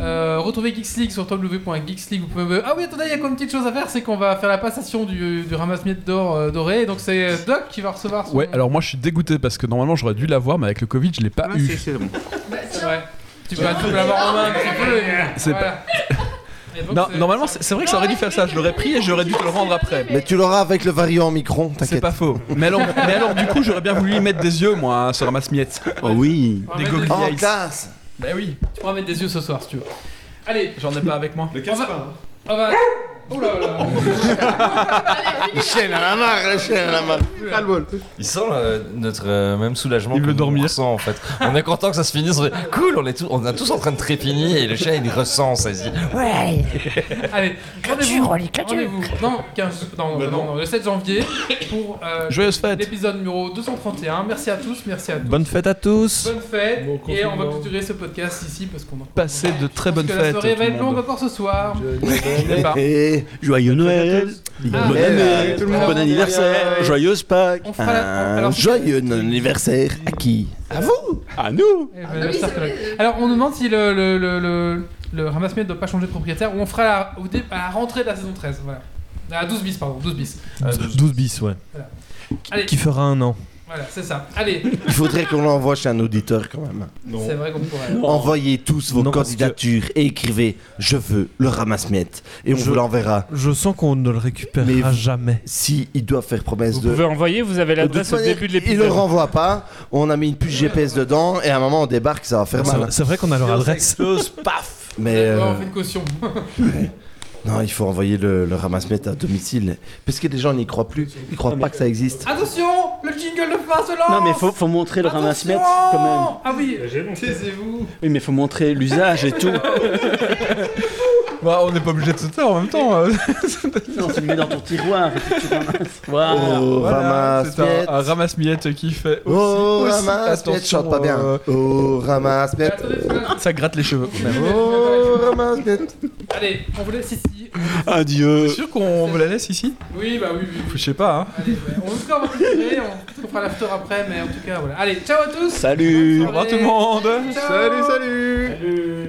A: Euh, retrouvez Geeks League sur www.geeksleague. Vous pouvez... Ah oui, attendez, il y a quand même une petite chose à faire c'est qu'on va faire la passation du, du ramasse-miettes d'or euh, doré. Donc c'est euh, Doc qui va recevoir son.
E: Ouais, alors moi je suis dégoûté parce que normalement j'aurais dû l'avoir, mais avec le Covid je l'ai pas eu.
A: C'est vrai. Bah, Tu peux, tu peux l'avoir en main un petit peu. et-
E: C'est
A: voilà. Et donc,
E: Non,
A: c'est-
E: normalement c'est c'est vrai que j'aurais dû faire ça, je l'aurais pris et j'aurais dû te le rendre après.
B: Mais tu l'auras avec le variant Omicron, t'inquiète.
E: C'est pas faux. Mais alors, mais alors du coup j'aurais bien voulu y mettre des yeux moi hein, sur la masse miette.
R: Oh oui.
A: On va
E: Des
A: mettre
E: goggles
A: yeux.
E: eyes. Bah oui.
A: Tu pourras mettre des yeux ce soir si tu veux. Allez,
E: j'en ai pas avec moi.
A: on va. On va... Oh là là.
B: Le chien à la marre, le chien à la marre. Pas le bol.
G: Il sent euh, notre euh, même soulagement. Il veut dormir. Ressent, en fait. On est content que ça se finisse. on est- Cool, on est, tous, on est tous en train de trépigner et le chat il ressent, ça se dit. Ouais
A: Allez, rendez-vous. Rendez-vous. Non, 15, non, non, non, non, le 7 janvier pour euh,
O: Joyeuse fête.
A: l'épisode numéro 231. Merci à tous, merci à tous.
O: Bonne fête à tous.
A: Bonne fête. et on va
O: confinement.
A: clôturer ce podcast ici parce qu'on en
E: Passez de très bonnes
A: Parce que la
E: fêtes.
A: soirée
E: tout
A: va
E: le
A: être longue
E: monde.
A: encore ce soir.
E: sais pas.
R: Joyeux Noël,
A: Ah,
R: bonne
A: ouais,
R: année,
A: ouais, tout le monde.
R: bon anniversaire,
A: Ouais.
R: joyeuse Pâques,
A: On fera la- on- alors-
B: Joyeux anniversaire à qui
A: À vous
R: à nous.
A: Eh ben, j'espère que- Alors, on nous demande si le, le, le, le, le ramasse-miettes ne doit pas changer de propriétaire ou on fera la, au dé- à la rentrée de la saison 13. Voilà. À 12 bis, pardon, 12 bis.
O: 12 bis, ouais.
A: Voilà. Allez.
O: Qui fera un an.
A: Voilà, c'est ça. Allez,
B: Il faudrait qu'on l'envoie chez un auditeur quand même.
A: c'est vrai qu'on pourrait.
B: Envoyez tous vos candidatures et écrivez Je veux le ramasse-miettes et on
O: Je-
B: vous l'enverra.
O: Je sens qu'on ne le récupérera
B: Mais vous-
O: jamais.
B: Si ils doivent faire promesse
F: Vous
B: de.
F: pouvez envoyer, vous avez
B: De
F: l'adresse
B: toute
F: au
B: manière,
F: début de
B: Il le
F: l'épisode.
B: renvoie pas, on a mis une puce GPS dedans et à un moment on débarque, ça va faire
O: C'est-
B: mal.
O: C'est vrai qu'on a leur adresse.
B: paf Mais. euh,
A: Ouais, on fait une caution.
B: Non, il faut envoyer le, le ramasse-miettes à domicile. Parce que les gens n'y croient plus, ils croient pas que ça existe.
A: Attention, le jingle de fin se lance
R: Non mais faut, faut montrer le ramasse quand même.
A: Ah oui, taisez-vous
R: Oui mais faut montrer l'usage et tout.
E: Bah, on n'est pas obligé de se taire en même temps. euh.
R: non, tu le mets dans ton tiroir et puis tu ramasses. Voilà.
E: Voilà,
B: ramasse
E: c'est un,
B: miettes.
E: un Oh, ramasse-miettes qui fait aussi,
B: Oh,
E: aussi
B: ramasse-miettes,
E: attention,
B: chante pas bien.
E: euh,
B: Oh, ramasse-miettes.
E: ça gratte les cheveux.
B: Oh, ramasse-miettes.
A: Allez, on vous laisse ici.
E: Adieu. sûr qu'on vous la laisse ici
A: Oui, bah oui, oui. oui.
E: Je sais pas. Hein.
A: Allez, ouais, on se va clôturer, on on fera l'after après, mais en tout cas, voilà. Allez, ciao à tous
R: Salut.
E: Au revoir tout le monde.
A: Ciao.
B: salut
A: Salut